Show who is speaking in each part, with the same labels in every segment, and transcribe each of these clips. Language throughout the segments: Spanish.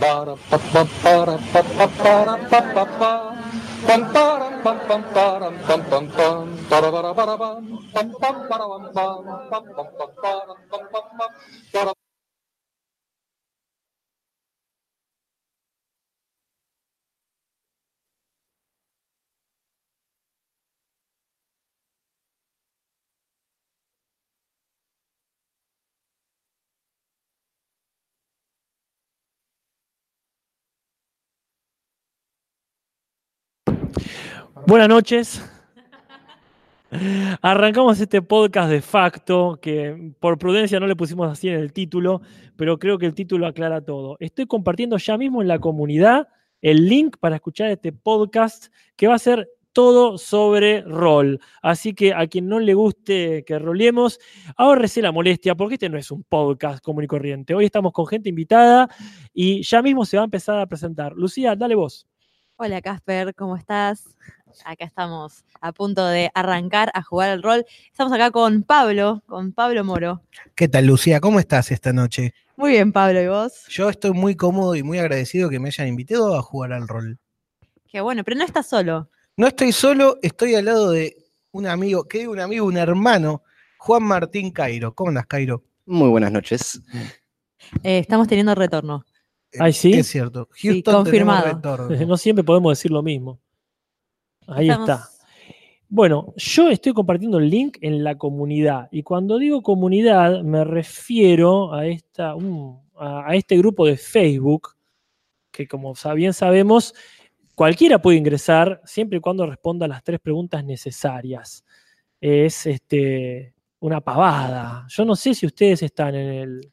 Speaker 1: Para, pa, pa, para, pa, pa, para, pa, pa, pa. Pam, param, pam, pam, param, pam, pam, pam. Para, para, para, pam. Pam, pam, para, pam, pam. Pam, pam, pam, param, pam, pam, pam. Para,
Speaker 2: Buenas noches. Arrancamos este podcast de facto, que por prudencia no le pusimos así en el título, pero creo que el título aclara todo. Estoy compartiendo ya mismo en la comunidad el link para escuchar este podcast que va a ser todo sobre rol. Así que a quien no le guste que roleemos, ahorrese la molestia porque este no es un podcast común y corriente. Hoy estamos con gente invitada y ya mismo se va a empezar a presentar. Lucía, dale vos.
Speaker 3: Hola Casper, ¿cómo estás? Acá estamos a punto de arrancar a jugar el rol. Estamos acá con Pablo, con Pablo Moro.
Speaker 4: ¿Qué tal, Lucía? ¿Cómo estás esta noche?
Speaker 3: Muy bien, Pablo, ¿y vos?
Speaker 4: Yo estoy muy cómodo y muy agradecido que me hayan invitado a jugar al rol.
Speaker 3: Qué bueno, pero no estás solo.
Speaker 4: No estoy solo, estoy al lado de un amigo, que un amigo, un hermano, Juan Martín Cairo. ¿Cómo andas, Cairo?
Speaker 5: Muy buenas noches.
Speaker 3: Eh, estamos teniendo retorno.
Speaker 2: Ay, sí.
Speaker 4: Eh, Es cierto. Houston
Speaker 3: confirmado.
Speaker 4: tenemos retorno.
Speaker 2: No siempre podemos decir lo mismo. Ahí
Speaker 3: Estamos-
Speaker 2: está. Bueno, yo estoy compartiendo el link en la comunidad. Y cuando digo comunidad, me refiero a, esta, mm, a, a este grupo de Facebook, que como sa- bien sabemos, cualquiera puede ingresar siempre y cuando responda las tres preguntas necesarias. Es este, una pavada. Yo no sé si ustedes están en, el,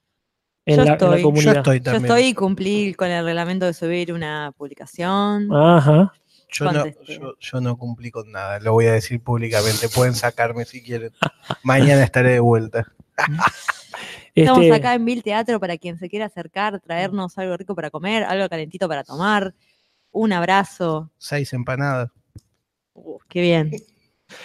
Speaker 2: en la-
Speaker 3: Yo
Speaker 2: en la,
Speaker 3: estoy. Yo
Speaker 4: Yo
Speaker 2: comunidad.
Speaker 4: estoy
Speaker 3: Yo
Speaker 4: también.
Speaker 3: estoy y cumplí con el reglamento de subir una publicación.
Speaker 2: Ah, Ajá.
Speaker 4: Yo no,
Speaker 3: Contesté.
Speaker 4: yo- yo no cumplí con nada, lo voy a decir públicamente. Pueden sacarme si quieren. Mañana estaré de vuelta.
Speaker 3: Estamos
Speaker 2: Este,
Speaker 3: acá en Vil Teatro para quien se quiera acercar, traernos algo rico para comer, algo calentito para tomar, un abrazo.
Speaker 4: Seis empanadas.
Speaker 3: Uh, qué bien.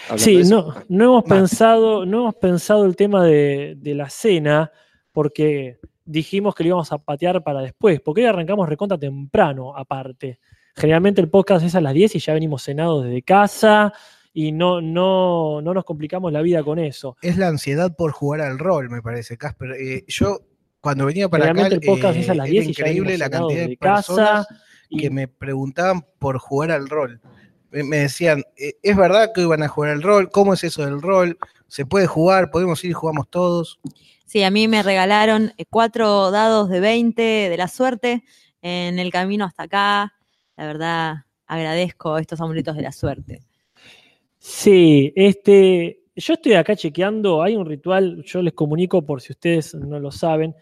Speaker 5: Hablando
Speaker 2: Sí,
Speaker 5: de eso, Ah.
Speaker 2: no, no hemos
Speaker 4: Mate.
Speaker 2: pensado, no hemos pensado el tema de, de la cena, porque dijimos que lo íbamos a patear para después, porque hoy arrancamos recontra temprano, aparte. Generalmente el podcast es a las 10 y ya venimos cenados desde casa y no, no, no nos complicamos la vida con eso.
Speaker 4: Es la ansiedad por jugar al rol, me parece, Casper. Eh, yo, cuando venía para acá, eh,
Speaker 2: Generalmente el podcast es a las
Speaker 4: era
Speaker 2: 10 y ya
Speaker 4: increíble
Speaker 2: venimos
Speaker 4: la
Speaker 2: cenados
Speaker 4: cantidad de
Speaker 2: desde casa.
Speaker 4: personas
Speaker 2: y-
Speaker 4: que me preguntaban por jugar al rol. Me me decían, eh, ¿es verdad que iban a jugar al rol? ¿Cómo es eso del rol? ¿Se puede jugar? ¿Podemos ir y jugamos todos?
Speaker 3: Sí, a mí me regalaron eh, cuatro dados de 20 de la suerte en el camino hasta acá. La verdad, agradezco estos amuletos de la suerte.
Speaker 2: Sí, este, yo estoy acá chequeando, hay un ritual, yo les comunico por si ustedes no lo saben,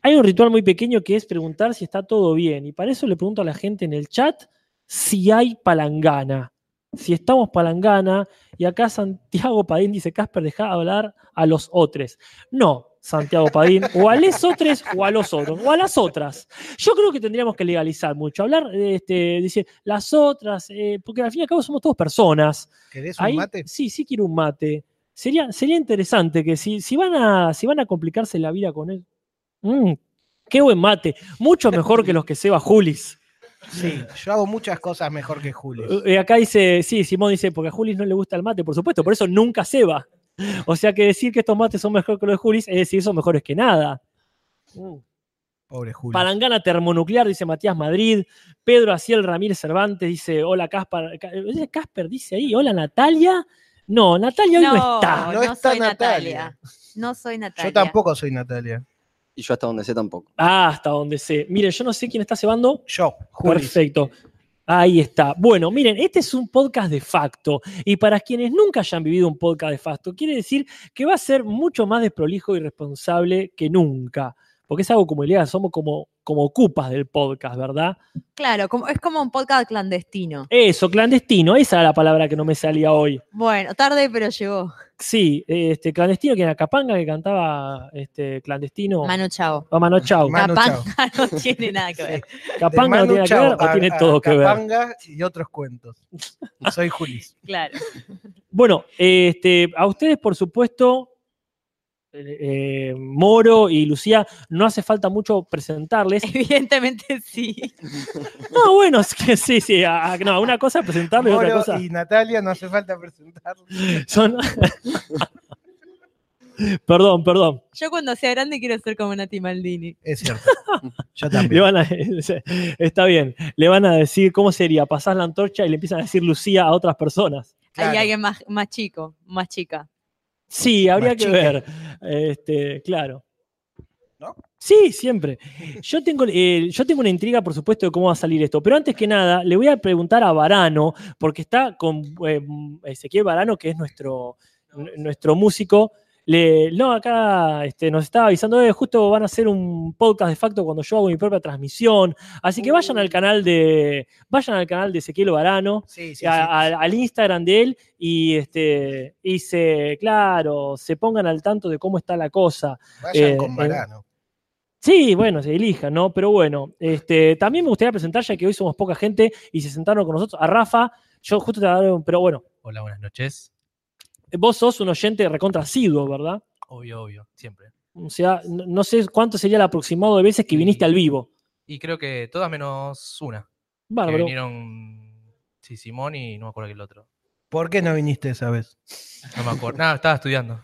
Speaker 2: hay un ritual muy pequeño que es preguntar si está todo bien, y para eso le pregunto a la gente en el chat si hay palangana, si estamos palangana, y acá Santiago Padín dice, Casper, deja hablar a los otros. No, Santiago Padín, o a les otros o a los otros, o a las otras. Yo creo que tendríamos que legalizar mucho, hablar, este, dice, las otras, eh, porque al fin y al cabo somos todos personas.
Speaker 4: ¿Querés un
Speaker 2: Ahí-
Speaker 4: mate?
Speaker 2: Sí, sí quiero un mate. Sería, sería interesante que si, si, van a, si van a complicarse la vida con él. Mm, qué buen mate. Mucho mejor que los que Seba Julis.
Speaker 4: Sí, yo hago muchas cosas mejor que Julio.
Speaker 2: Eh, acá dice, sí, Simón dice, porque a Julis no le gusta el mate, por supuesto, por eso nunca Seba. O sea que decir que estos mates son mejor que los de Julis es decir, son mejores que nada. Mm.
Speaker 4: Pobre Julio.
Speaker 2: Palangana termonuclear, dice Matías Madrid. Pedro Aciel Ramírez Cervantes dice: Hola, Casper. Ca- eh, Casper dice ahí: Hola, Natalia. No, Natalia hoy no, está.
Speaker 4: No está Natalia.
Speaker 3: No soy Natalia.
Speaker 4: Yo tampoco soy Natalia.
Speaker 5: Y yo hasta donde sé tampoco.
Speaker 2: Ah, hasta donde sé. Miren, yo no sé quién está cebando.
Speaker 4: Yo, Julio.
Speaker 2: Perfecto. Ahí está. Bueno, miren, este es un podcast de facto. Y para quienes nunca hayan vivido un podcast de facto, quiere decir que va a ser mucho más desprolijo y responsable que nunca. Porque es algo como Elías, somos como, como ocupas del podcast, ¿verdad?
Speaker 3: Claro, como, es como un podcast clandestino.
Speaker 2: Eso, clandestino, esa era la palabra que no me salía hoy.
Speaker 3: Bueno, tarde, pero llegó.
Speaker 2: Sí, eh, este clandestino que era Capanga que cantaba este clandestino.
Speaker 3: Manu Chao.
Speaker 2: Ah, Mano Chao.
Speaker 4: Ma- Manu
Speaker 3: Capanga no tiene nada que ver.
Speaker 4: De
Speaker 2: Capanga no
Speaker 4: Manu
Speaker 2: tiene
Speaker 4: Chao
Speaker 2: que ver o
Speaker 4: a-
Speaker 2: tiene
Speaker 4: a
Speaker 2: todo que ver.
Speaker 4: Capanga y otros cuentos. Soy Juli.
Speaker 3: Claro.
Speaker 2: Bueno, este, a ustedes, por supuesto, eh, eh, Moro y Lucía, no hace falta mucho presentarles.
Speaker 3: Evidentemente sí.
Speaker 2: No, bueno, es que sí, sí. a- a- no, una cosa es presentarles, otra
Speaker 4: Moro
Speaker 2: cosa.
Speaker 4: y Natalia, no hace falta presentarlo.
Speaker 2: Son... perdón, perdón.
Speaker 3: Yo cuando sea grande quiero ser como Nati Maldini.
Speaker 4: Es cierto. Yo también.
Speaker 2: Le van a- está bien. Le van a decir, ¿cómo sería? Pasás la antorcha y le empiezan a decir Lucía a otras personas.
Speaker 3: Hay
Speaker 4: Claro.
Speaker 3: alguien más, más chico, más chica.
Speaker 2: Sí, habría
Speaker 4: Más
Speaker 2: que
Speaker 4: chica.
Speaker 2: ver. Este, claro.
Speaker 4: ¿No?
Speaker 2: Sí, siempre. Yo tengo, eh, yo tengo una intriga, por supuesto, de cómo va a salir esto. Pero antes que nada, le voy a preguntar a Varano, porque está con eh, Ezequiel Varano, que es nuestro, n- nuestro músico. Le- no, acá este, nos está avisando, "Eh, justo van a hacer un podcast de facto cuando yo hago mi propia transmisión. Así que vayan al canal de, vayan al canal de Ezequiel Varano
Speaker 4: Sí, sí, sí.
Speaker 2: a- a- al Instagram de él y este y se claro se pongan al tanto de cómo está la cosa
Speaker 4: Vayan
Speaker 2: eh,
Speaker 4: con
Speaker 2: eh,
Speaker 4: Varano.
Speaker 2: sí bueno se elija no pero bueno este también me gustaría presentar ya que hoy somos poca gente y se sentaron con nosotros a Rafa yo justo te daron pero bueno
Speaker 6: Hola, buenas noches.
Speaker 2: vos sos un oyente recontracido verdad
Speaker 6: Obvio, obvio, siempre.
Speaker 2: o sea no, no sé cuánto sería el aproximado de veces que viniste al vivo
Speaker 6: Y creo que todas menos una. Que
Speaker 2: bárbaro
Speaker 6: vinieron sí, Simón y no me acuerdo que el otro.
Speaker 4: ¿Por qué no viniste esa vez?
Speaker 6: No me acuerdo. Nada, estaba estudiando.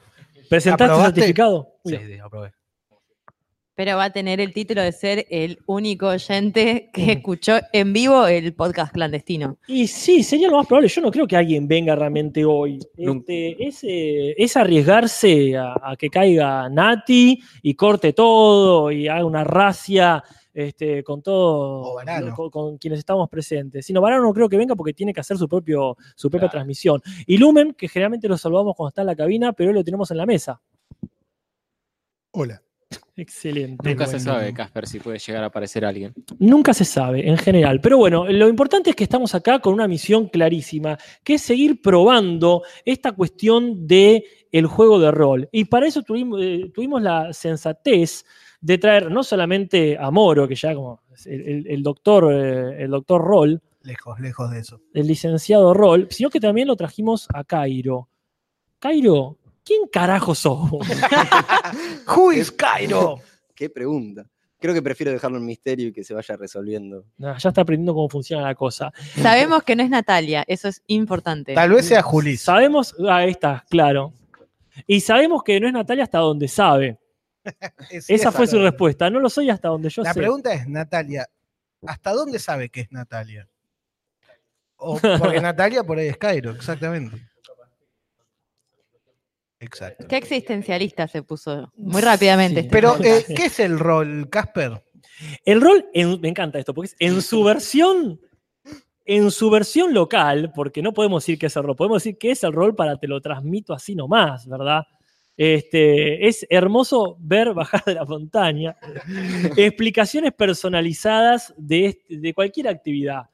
Speaker 2: presentaste el
Speaker 4: ¿Aprobaste?
Speaker 2: certificado
Speaker 6: Sí,
Speaker 2: Mira.
Speaker 6: sí, aprobé.
Speaker 3: Pero va a tener el título de ser el único oyente que escuchó en vivo el podcast clandestino.
Speaker 2: Y sí, sería lo más probable. Yo no creo que alguien venga realmente hoy.
Speaker 5: Nunca.
Speaker 2: Este, es, eh, es arriesgarse a, a que caiga Nati y corte todo y haga una racia este, con
Speaker 4: O
Speaker 2: todo
Speaker 4: Varano.
Speaker 2: con, con quienes estamos presentes. Sino Varano no creo que venga porque tiene que hacer su, propio, su propia transmisión. Y Lumen, que generalmente lo saludamos cuando está en la cabina, pero hoy lo tenemos en la mesa.
Speaker 7: Hola.
Speaker 2: Excelente.
Speaker 8: Nunca se
Speaker 2: Bueno.
Speaker 8: sabe, Casper, si puede llegar a aparecer alguien.
Speaker 2: Nunca se sabe en general. Pero bueno, lo importante es que estamos acá con una misión clarísima, que es seguir probando esta cuestión de el juego de rol. Y para eso tuvimos, eh, tuvimos la sensatez de traer no solamente a Moro, que ya como es el, el- el doctor, eh, el doctor Roll,
Speaker 4: Lejos, lejos de eso.
Speaker 2: el licenciado Roll, sino que también lo trajimos a Cairo. Cairo, ¿quién carajo sos? vos?
Speaker 4: Who is Cairo?
Speaker 5: Qué pregunta. Creo que prefiero dejarlo en misterio y que se vaya resolviendo.
Speaker 2: Nah, ya está aprendiendo cómo funciona la cosa.
Speaker 3: Sabemos que no es Natalia, eso es importante.
Speaker 4: Tal vez sea Julis.
Speaker 2: Sabemos, ah, ahí está, claro. Y sabemos que no es Natalia hasta donde sabe.
Speaker 4: Es-
Speaker 2: Esa fue su
Speaker 4: Exactamente.
Speaker 2: respuesta. No lo soy hasta donde yo
Speaker 4: La
Speaker 2: sé.
Speaker 4: pregunta es, Natalia, ¿hasta dónde sabe que es Natalia? O, porque Natalia por ahí es Cairo, exactamente. Exacto.
Speaker 3: Qué existencialista se puso muy rápidamente.
Speaker 2: Sí.
Speaker 3: este.
Speaker 4: Pero, eh, ¿qué es el rol, Casper?
Speaker 2: El rol, en- me encanta esto, porque es en su versión, en su versión local, porque no podemos decir que es el rol, podemos decir que es el rol para te lo transmito así nomás, ¿verdad? Este, es hermoso ver bajar de la montaña explicaciones personalizadas de, este- de cualquier actividad.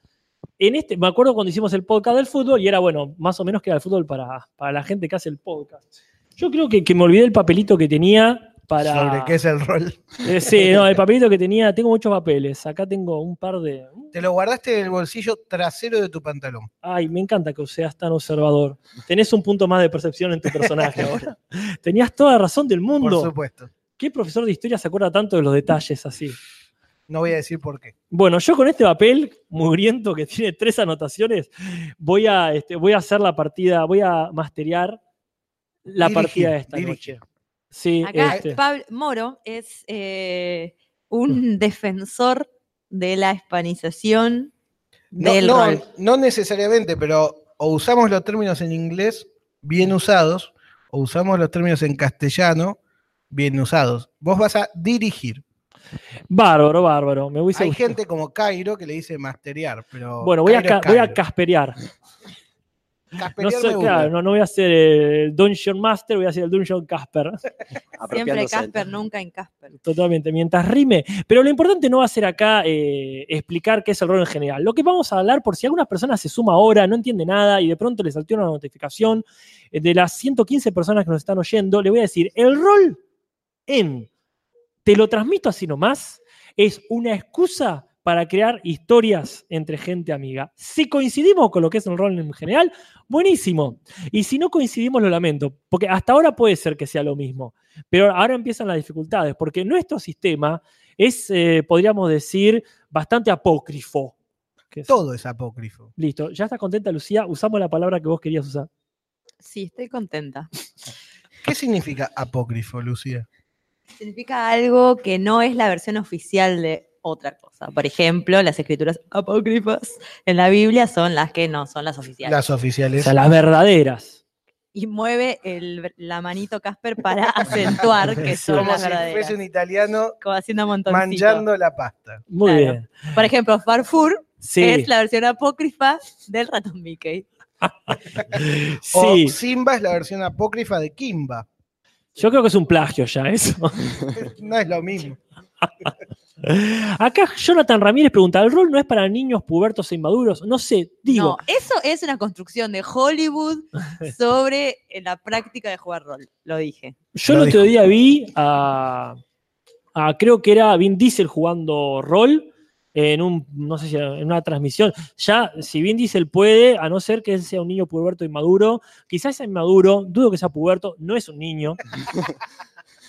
Speaker 2: En este, me acuerdo cuando hicimos el podcast del fútbol y era, bueno, más o menos que era el fútbol para, para la gente que hace el podcast. Yo creo que, que me olvidé el papelito que tenía para...
Speaker 4: Sobre qué es el rol.
Speaker 2: Eh, sí, no, el papelito que tenía, tengo muchos papeles. Acá tengo un par de.
Speaker 4: Te lo guardaste en el bolsillo trasero de tu pantalón.
Speaker 2: Ay, me encanta que seas tan observador. Tenés un punto más de percepción en tu personaje ahora. Tenías toda la razón del
Speaker 4: Por
Speaker 2: mundo.
Speaker 4: supuesto.
Speaker 2: ¿Qué profesor de historia se acuerda tanto de los detalles así?
Speaker 4: No voy a decir por qué.
Speaker 2: Bueno, yo con este papel mugriento que tiene tres anotaciones, voy a, este, voy a hacer la partida, voy a masterear la
Speaker 4: Dirigir,
Speaker 2: partida de esta
Speaker 4: dirigir.
Speaker 2: noche. Sí,
Speaker 3: Acá
Speaker 2: este,
Speaker 3: Pablo Moro es eh,
Speaker 4: Mm.
Speaker 3: un defensor de la hispanización
Speaker 4: No,
Speaker 3: del
Speaker 4: no, eh,
Speaker 3: rol.
Speaker 4: no necesariamente, pero o usamos los términos en inglés bien usados, o usamos los términos en castellano bien usados. Vos vas a dirigir.
Speaker 2: bárbaro, bárbaro. Me hubiese
Speaker 4: Hay
Speaker 2: gustado.
Speaker 4: gente como Cairo que le dice masterear, pero.
Speaker 2: Bueno, voy a,
Speaker 4: Cairo
Speaker 2: ca-
Speaker 4: es
Speaker 2: voy a
Speaker 4: Cairo.
Speaker 2: casperear. No,
Speaker 4: Casperear
Speaker 2: sé,
Speaker 4: me gusta.
Speaker 2: claro, no, no voy a ser el Dungeon Master, voy a ser el Dungeon Casper.
Speaker 3: Siempre
Speaker 5: Apropiándose del
Speaker 3: Casper,
Speaker 5: tema.
Speaker 3: nunca en Casper.
Speaker 2: Totalmente, mientras rime. Pero lo importante no va a ser acá eh, explicar qué es el rol en general. Lo que vamos a hablar, por si algunas personas se suma ahora, no entiende nada y de pronto le saltó una notificación, eh, de las 115 personas que nos están oyendo, le voy a decir, el rol en, te lo transmito así nomás, es una excusa para crear historias entre gente amiga. Si coincidimos con lo que es un rol en general, buenísimo. Y si no coincidimos, lo lamento, porque hasta ahora puede ser que sea lo mismo, pero ahora empiezan las dificultades, porque nuestro sistema es, eh, podríamos decir, bastante apócrifo. Que es-
Speaker 4: Todo es apócrifo.
Speaker 2: Listo, ¿ya estás contenta, Lucía? Usamos la palabra que vos querías usar.
Speaker 3: Sí, estoy contenta.
Speaker 4: ¿Qué significa apócrifo, Lucía?
Speaker 3: Significa algo que no es la versión oficial de otra cosa. Por ejemplo, las escrituras apócrifas en la Biblia son las que no son las oficiales.
Speaker 4: Las
Speaker 2: O
Speaker 4: oficiales.
Speaker 2: sea, las verdaderas.
Speaker 3: Y mueve el- la manito Casper para acentuar que son
Speaker 4: Como
Speaker 3: las
Speaker 4: si
Speaker 3: verdaderas.
Speaker 4: fuese un italiano
Speaker 3: Como haciendo montoncito.
Speaker 4: manchando la pasta.
Speaker 2: Muy
Speaker 3: Claro.
Speaker 2: bien.
Speaker 3: Por ejemplo, Farfur
Speaker 2: Sí,
Speaker 3: es la versión apócrifa del ratón Mickey.
Speaker 4: O
Speaker 2: sí.
Speaker 4: Simba es la versión apócrifa de Kimba.
Speaker 2: Yo creo que es un plagio ya eso.
Speaker 4: No es lo mismo.
Speaker 2: Acá Jonathan Ramírez pregunta, ¿el rol no es para niños pubertos e inmaduros? No sé, digo.
Speaker 3: No, eso es una construcción de Hollywood sobre la práctica de jugar rol. Lo dije.
Speaker 2: Yo
Speaker 4: Lo
Speaker 2: el otro
Speaker 4: dijo.
Speaker 2: día vi a, a- creo que era Vin Diesel jugando rol en un, no sé si era en una transmisión. Ya, si Vin Diesel puede, a no ser que él sea un niño puberto inmaduro, quizás sea inmaduro, dudo que sea puberto, no es un niño.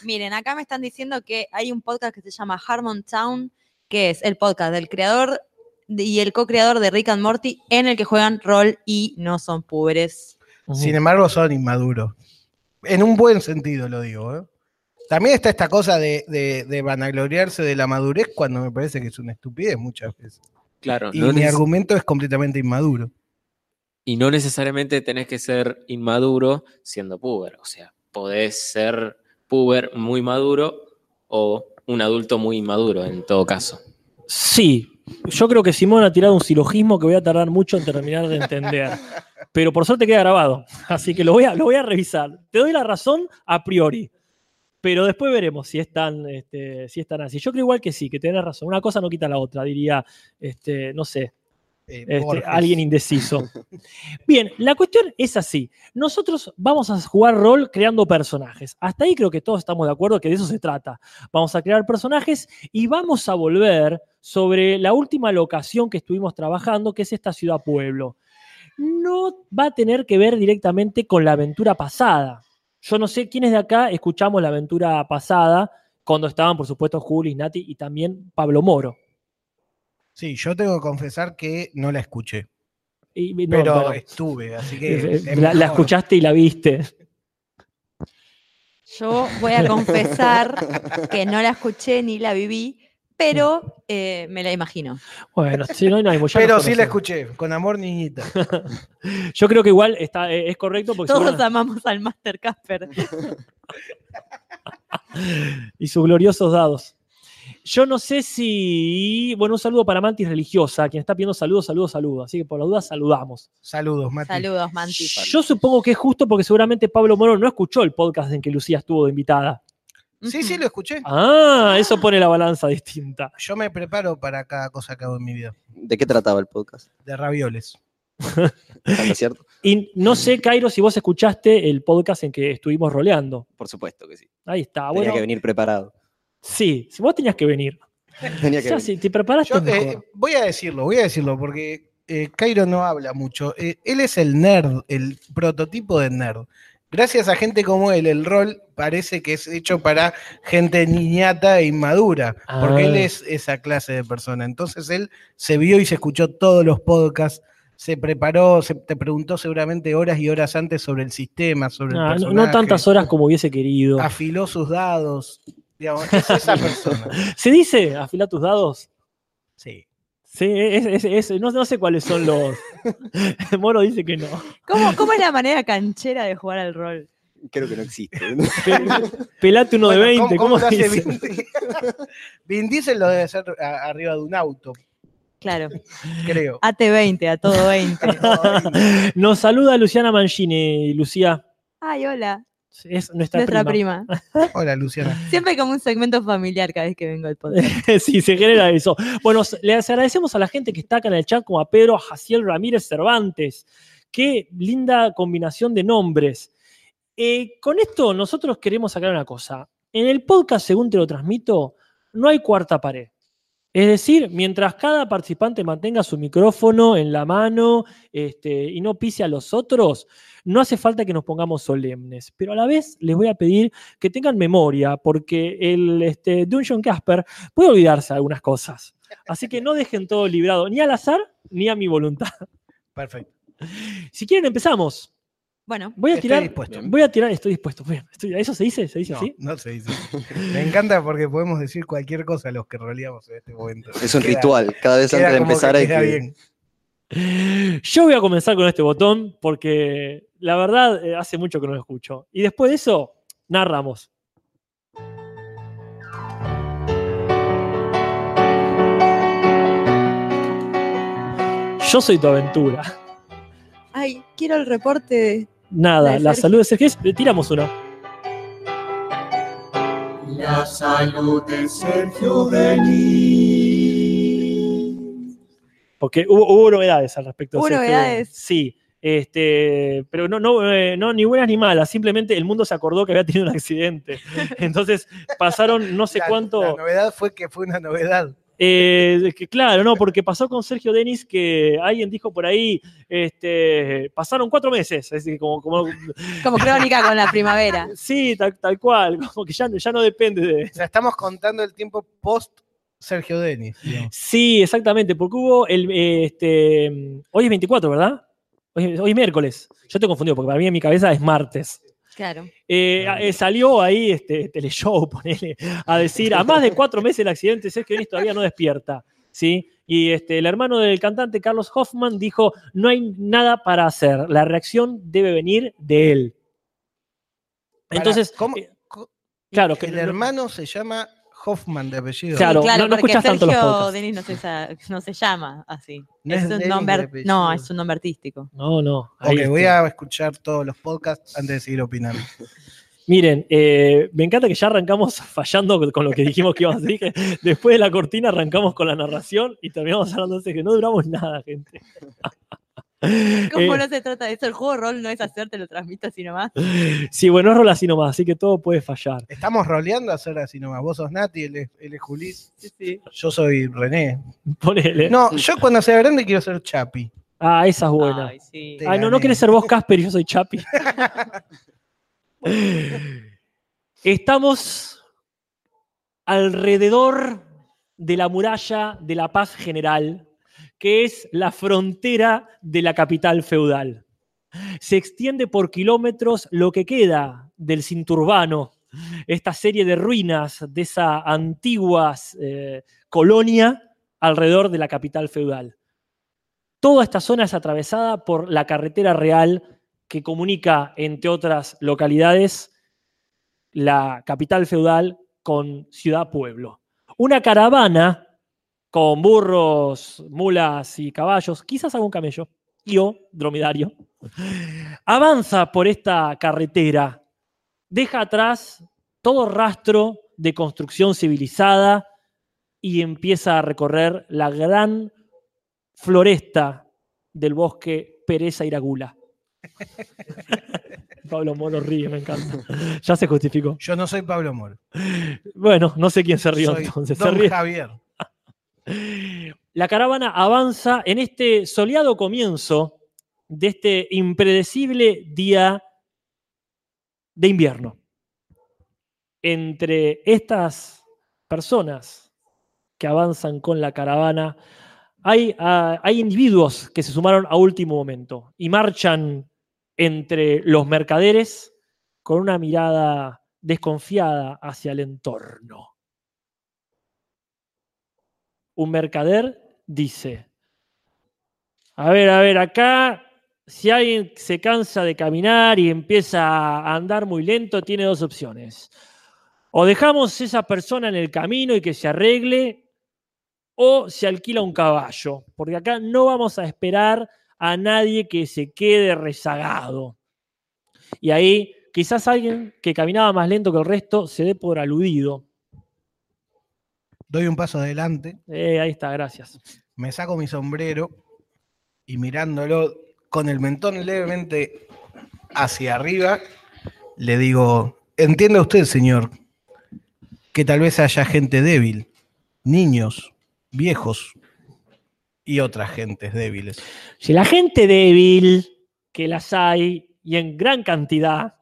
Speaker 3: Miren, acá me están diciendo que hay un podcast que se llama Harmon Town, que es el podcast del creador de- y el co-creador de Rick and Morty, en el que juegan rol y no son pobres.
Speaker 4: Sin embargo, son inmaduros. En un buen sentido lo digo. ¿eh? También está esta cosa de, de- de vanagloriarse de la madurez cuando me parece que es una estupidez muchas veces.
Speaker 8: Claro,
Speaker 4: Y
Speaker 8: no
Speaker 4: mi
Speaker 8: neces-
Speaker 4: argumento es completamente inmaduro.
Speaker 8: y no necesariamente tenés que ser inmaduro siendo puber. O sea, podés ser puber muy maduro o un adulto muy inmaduro en todo caso.
Speaker 2: Sí, yo creo que Simón ha tirado un silogismo que voy a tardar mucho en terminar de entender. Pero por suerte queda grabado, así que lo voy a, lo voy a revisar. Te doy la razón a priori, pero después veremos si es tan, este, si es tan así. Yo creo igual que sí, que tenés razón. Una cosa no quita la otra, diría, este, no sé,
Speaker 4: Eh,
Speaker 2: este,
Speaker 4: Borges.
Speaker 2: alguien indeciso. Bien, la cuestión es así. Nosotros vamos a jugar rol creando personajes. Hasta ahí creo que todos estamos de acuerdo que de eso se trata. Vamos a crear personajes y vamos a volver sobre la última locación que estuvimos trabajando, que es esta ciudad-pueblo. No va a tener que ver directamente con la aventura pasada. Yo no sé quiénes de acá escuchamos la aventura pasada cuando estaban, por supuesto, Juli, Nati y también Pablo Moro.
Speaker 4: Sí, yo tengo que confesar que no la escuché,
Speaker 2: Y- no,
Speaker 4: pero
Speaker 2: bueno.
Speaker 4: estuve, así que... es
Speaker 2: Eh, La, la
Speaker 4: mejor.
Speaker 2: escuchaste y la viste.
Speaker 3: Yo voy a confesar que no la escuché ni la viví, pero eh, me la imagino.
Speaker 2: Bueno, si no, no hay mucho.
Speaker 4: Pero sí la escuché, con amor niñita.
Speaker 2: Yo creo que igual está, eh, es correcto porque
Speaker 3: Todos
Speaker 2: Simona
Speaker 3: amamos al Master Casper.
Speaker 2: y sus gloriosos dados. Yo no sé si. Bueno, un saludo para Mantis Religiosa, quien está pidiendo saludos, saludos, saludos. Así que por la duda saludamos.
Speaker 4: Saludos, Mati.
Speaker 3: Saludos, Mantis.
Speaker 2: Yo supongo que es justo porque seguramente Pablo Moro no escuchó el podcast en que Lucía estuvo de invitada.
Speaker 4: Sí, sí, lo escuché.
Speaker 2: Ah, eso pone la balanza distinta.
Speaker 4: Yo me preparo para cada cosa que hago en mi vida.
Speaker 5: ¿De qué trataba el podcast?
Speaker 4: De ravioles.
Speaker 5: ¿No es cierto?
Speaker 2: Y no sé, Cairo, si vos escuchaste el podcast en que estuvimos roleando.
Speaker 5: Por supuesto que sí.
Speaker 2: Ahí está,
Speaker 4: Ah,
Speaker 5: Tenía
Speaker 2: bueno.
Speaker 5: que venir preparado.
Speaker 2: Sí, si vos tenías que venir.
Speaker 5: Tenía que
Speaker 2: Ya,
Speaker 5: venir.
Speaker 2: si te preparaste
Speaker 4: Yo,
Speaker 2: mejor.
Speaker 4: eh, voy a decirlo, voy a decirlo, porque eh, Cairo no habla mucho. Eh, él es el nerd, el prototipo de nerd. Gracias a gente como él, el rol parece que es hecho para gente niñata e inmadura, porque
Speaker 2: Ah.
Speaker 4: él es esa clase de persona. Entonces él se vio y se escuchó todos los podcasts, se preparó, se te preguntó seguramente horas y horas antes sobre el sistema, sobre
Speaker 2: Ah,
Speaker 4: el
Speaker 2: no-
Speaker 4: personaje. Ah.
Speaker 2: no tantas horas como hubiese querido.
Speaker 4: Afiló sus dados. Digamos, es esa persona.
Speaker 2: Se dice, afila tus dados.
Speaker 4: Sí.
Speaker 2: Sí, es- es- es- no, no sé cuáles son los. Moro dice que no.
Speaker 3: ¿Cómo, ¿Cómo es la manera canchera de jugar al rol?
Speaker 5: Creo que no existe.
Speaker 2: Pe- Pelate uno de
Speaker 4: Bueno,
Speaker 2: 20, ¿cómo,
Speaker 4: lo hace
Speaker 2: dice?
Speaker 4: Vin Diesel? Vin Diesel lo debe hacer a- arriba de un auto,
Speaker 3: Claro,
Speaker 4: creo.
Speaker 3: AT20, a todo 20.
Speaker 2: Nos saluda Luciana Mancini, Lucía.
Speaker 3: Ay, hola,
Speaker 2: Es nuestra,
Speaker 3: nuestra
Speaker 2: prima.
Speaker 3: prima.
Speaker 4: Hola, Luciana.
Speaker 3: Siempre como un segmento familiar cada vez que vengo al podcast.
Speaker 2: sí, se genera eso. Bueno, s- les agradecemos a la gente que está acá en el chat, como a Pedro Jaciel Ramírez Cervantes. Qué linda combinación de nombres. Eh, con esto nosotros queremos sacar una cosa. En el podcast, según te lo transmito, no hay cuarta pared. Es decir, mientras cada participante mantenga su micrófono en la mano este, y no pise a los otros, no hace falta que nos pongamos solemnes. Pero a la vez les voy a pedir que tengan memoria, porque el este, Dungeon Casper puede olvidarse de algunas cosas. Así que no dejen todo librado, ni al azar, ni a mi voluntad.
Speaker 4: Perfecto.
Speaker 2: Si quieren, empezamos.
Speaker 3: Bueno,
Speaker 2: Voy a
Speaker 4: Estoy
Speaker 2: tirar.
Speaker 4: dispuesto.
Speaker 2: Voy a tirar, estoy dispuesto. Bien, estoy- ¿Eso se dice? ¿Se dice
Speaker 4: No,
Speaker 2: así?
Speaker 4: no se dice. Me encanta porque podemos decir cualquier cosa los que roleamos en este momento.
Speaker 5: Es un
Speaker 4: Queda-
Speaker 5: ritual. Cada vez
Speaker 4: queda
Speaker 5: antes de
Speaker 4: como que
Speaker 5: empezar hay
Speaker 4: queda
Speaker 5: que.
Speaker 4: bien.
Speaker 2: Yo voy a comenzar con este botón porque la verdad eh, hace mucho que no lo escucho. Y después de eso, narramos. Yo soy tu aventura.
Speaker 3: ay, quiero el reporte de- La
Speaker 2: Nada,
Speaker 3: de
Speaker 2: la
Speaker 3: Sergio.
Speaker 2: salud de Sergio. es- le Tiramos uno.
Speaker 9: La salud de Sergio Denis.
Speaker 2: Porque hubo, hubo novedades al respecto.
Speaker 3: Hubo
Speaker 2: así que-
Speaker 3: novedades.
Speaker 2: Sí. Este, pero no, no, eh, no, ni buenas ni malas. Simplemente el mundo se acordó que había tenido un accidente. Entonces pasaron no sé
Speaker 4: La-
Speaker 2: cuánto.
Speaker 4: La novedad fue que fue una novedad.
Speaker 2: Eh, que claro, no, porque pasó con Sergio Denis que alguien dijo por ahí, este, pasaron cuatro meses, es decir, como, como-
Speaker 3: como crónica con la primavera.
Speaker 2: sí, tal, tal cual, como que ya, no- ya no depende de...
Speaker 4: O sea, estamos contando el tiempo post Sergio Denis. digamos.
Speaker 2: Sí, exactamente, porque hubo el, eh, este, hoy es 24, ¿verdad? Hoy, hoy es miércoles, yo te confundí porque para mí en mi cabeza es martes.
Speaker 3: Claro.
Speaker 2: Eh, eh, salió ahí este teleshow, ponele, a decir, a más de cuatro meses el accidente, Sergio Denis todavía no despierta, ¿sí? Y este, el hermano del cantante, Carlos Hoffman, dijo, no hay nada para hacer, la reacción debe venir de él.
Speaker 4: Pará,
Speaker 2: Entonces,
Speaker 4: ¿cómo-
Speaker 2: eh,
Speaker 4: co-
Speaker 2: claro, que
Speaker 4: el
Speaker 2: no-
Speaker 4: hermano se llama Hoffman de apellido.
Speaker 2: Claro,
Speaker 3: Sí,
Speaker 2: no- no
Speaker 3: porque
Speaker 2: escuchás tanto los
Speaker 3: Sergio
Speaker 2: podcasts.
Speaker 3: Denis no se, sa- no se llama así.
Speaker 4: No
Speaker 3: es un
Speaker 4: es Denis
Speaker 3: nombre,
Speaker 4: de
Speaker 3: ar- no,
Speaker 4: apellido.
Speaker 3: es un nombre artístico.
Speaker 2: no, no. ahí
Speaker 4: Ok,
Speaker 2: está.
Speaker 4: voy a escuchar todos los podcasts antes de seguir opinando.
Speaker 2: Miren, eh, me encanta que ya arrancamos fallando con- con lo que dijimos que íbamos a decir. que Después de la cortina arrancamos con la narración y terminamos hablando de que no duramos nada, gente.
Speaker 3: ¿Cómo
Speaker 2: Eh,
Speaker 3: no se trata de eso? El juego de rol no es hacerte lo transmito así nomás.
Speaker 2: Sí, bueno, es rol así nomás, así que todo puede fallar.
Speaker 4: Estamos roleando a hacer así nomás. Vos sos Nati, él es, él es Julís,
Speaker 3: Sí, sí.
Speaker 4: yo soy René.
Speaker 2: Ponele.
Speaker 4: No, yo cuando sea grande quiero ser Chapi.
Speaker 2: Ah, esa es buena.
Speaker 3: Ay, sí.
Speaker 4: Te
Speaker 2: Ay, no, no
Speaker 4: gané.
Speaker 2: querés ser vos, Casper, y yo soy Chapi. Estamos alrededor de la muralla de la paz general, que es la frontera de la capital feudal. Se extiende por kilómetros lo que queda del cinturbano, esta serie de ruinas de esa antigua eh, colonia alrededor de la capital feudal. Toda esta zona es atravesada por la carretera real que comunica, entre otras localidades, la capital feudal con ciudad-pueblo. Una caravana con burros, mulas y caballos, quizás algún camello y o dromedario, avanza por esta carretera, deja atrás todo rastro de construcción civilizada y empieza a recorrer la gran floresta del bosque Pereza Iragula. Pablo Moro ríe, me encanta. Ya se justificó.
Speaker 4: Yo no soy Pablo Moro.
Speaker 2: Bueno, no sé quién se rió
Speaker 4: Soy
Speaker 2: entonces. Se
Speaker 4: Don
Speaker 2: ríe.
Speaker 4: Javier.
Speaker 2: La caravana avanza en este soleado comienzo de este impredecible día de invierno. Entre estas personas que avanzan con la caravana, hay, ah, hay individuos que se sumaron a último momento y marchan entre los mercaderes con una mirada desconfiada hacia el entorno un mercader dice, a ver, a ver, acá, si alguien se cansa de caminar y empieza a andar muy lento, tiene dos opciones. O dejamos esa persona en el camino y que se arregle, o se alquila un caballo, porque acá no vamos a esperar a nadie que se quede rezagado. Y ahí quizás alguien que caminaba más lento que el resto se dé por aludido.
Speaker 4: Doy un paso adelante,
Speaker 2: Eh, ahí está, gracias.
Speaker 4: me saco mi sombrero y mirándolo con el mentón levemente hacia arriba, le digo, entienda usted, señor, que tal vez haya gente débil, niños, viejos y otras gentes débiles.
Speaker 2: Si la gente débil, que las hay y en gran cantidad,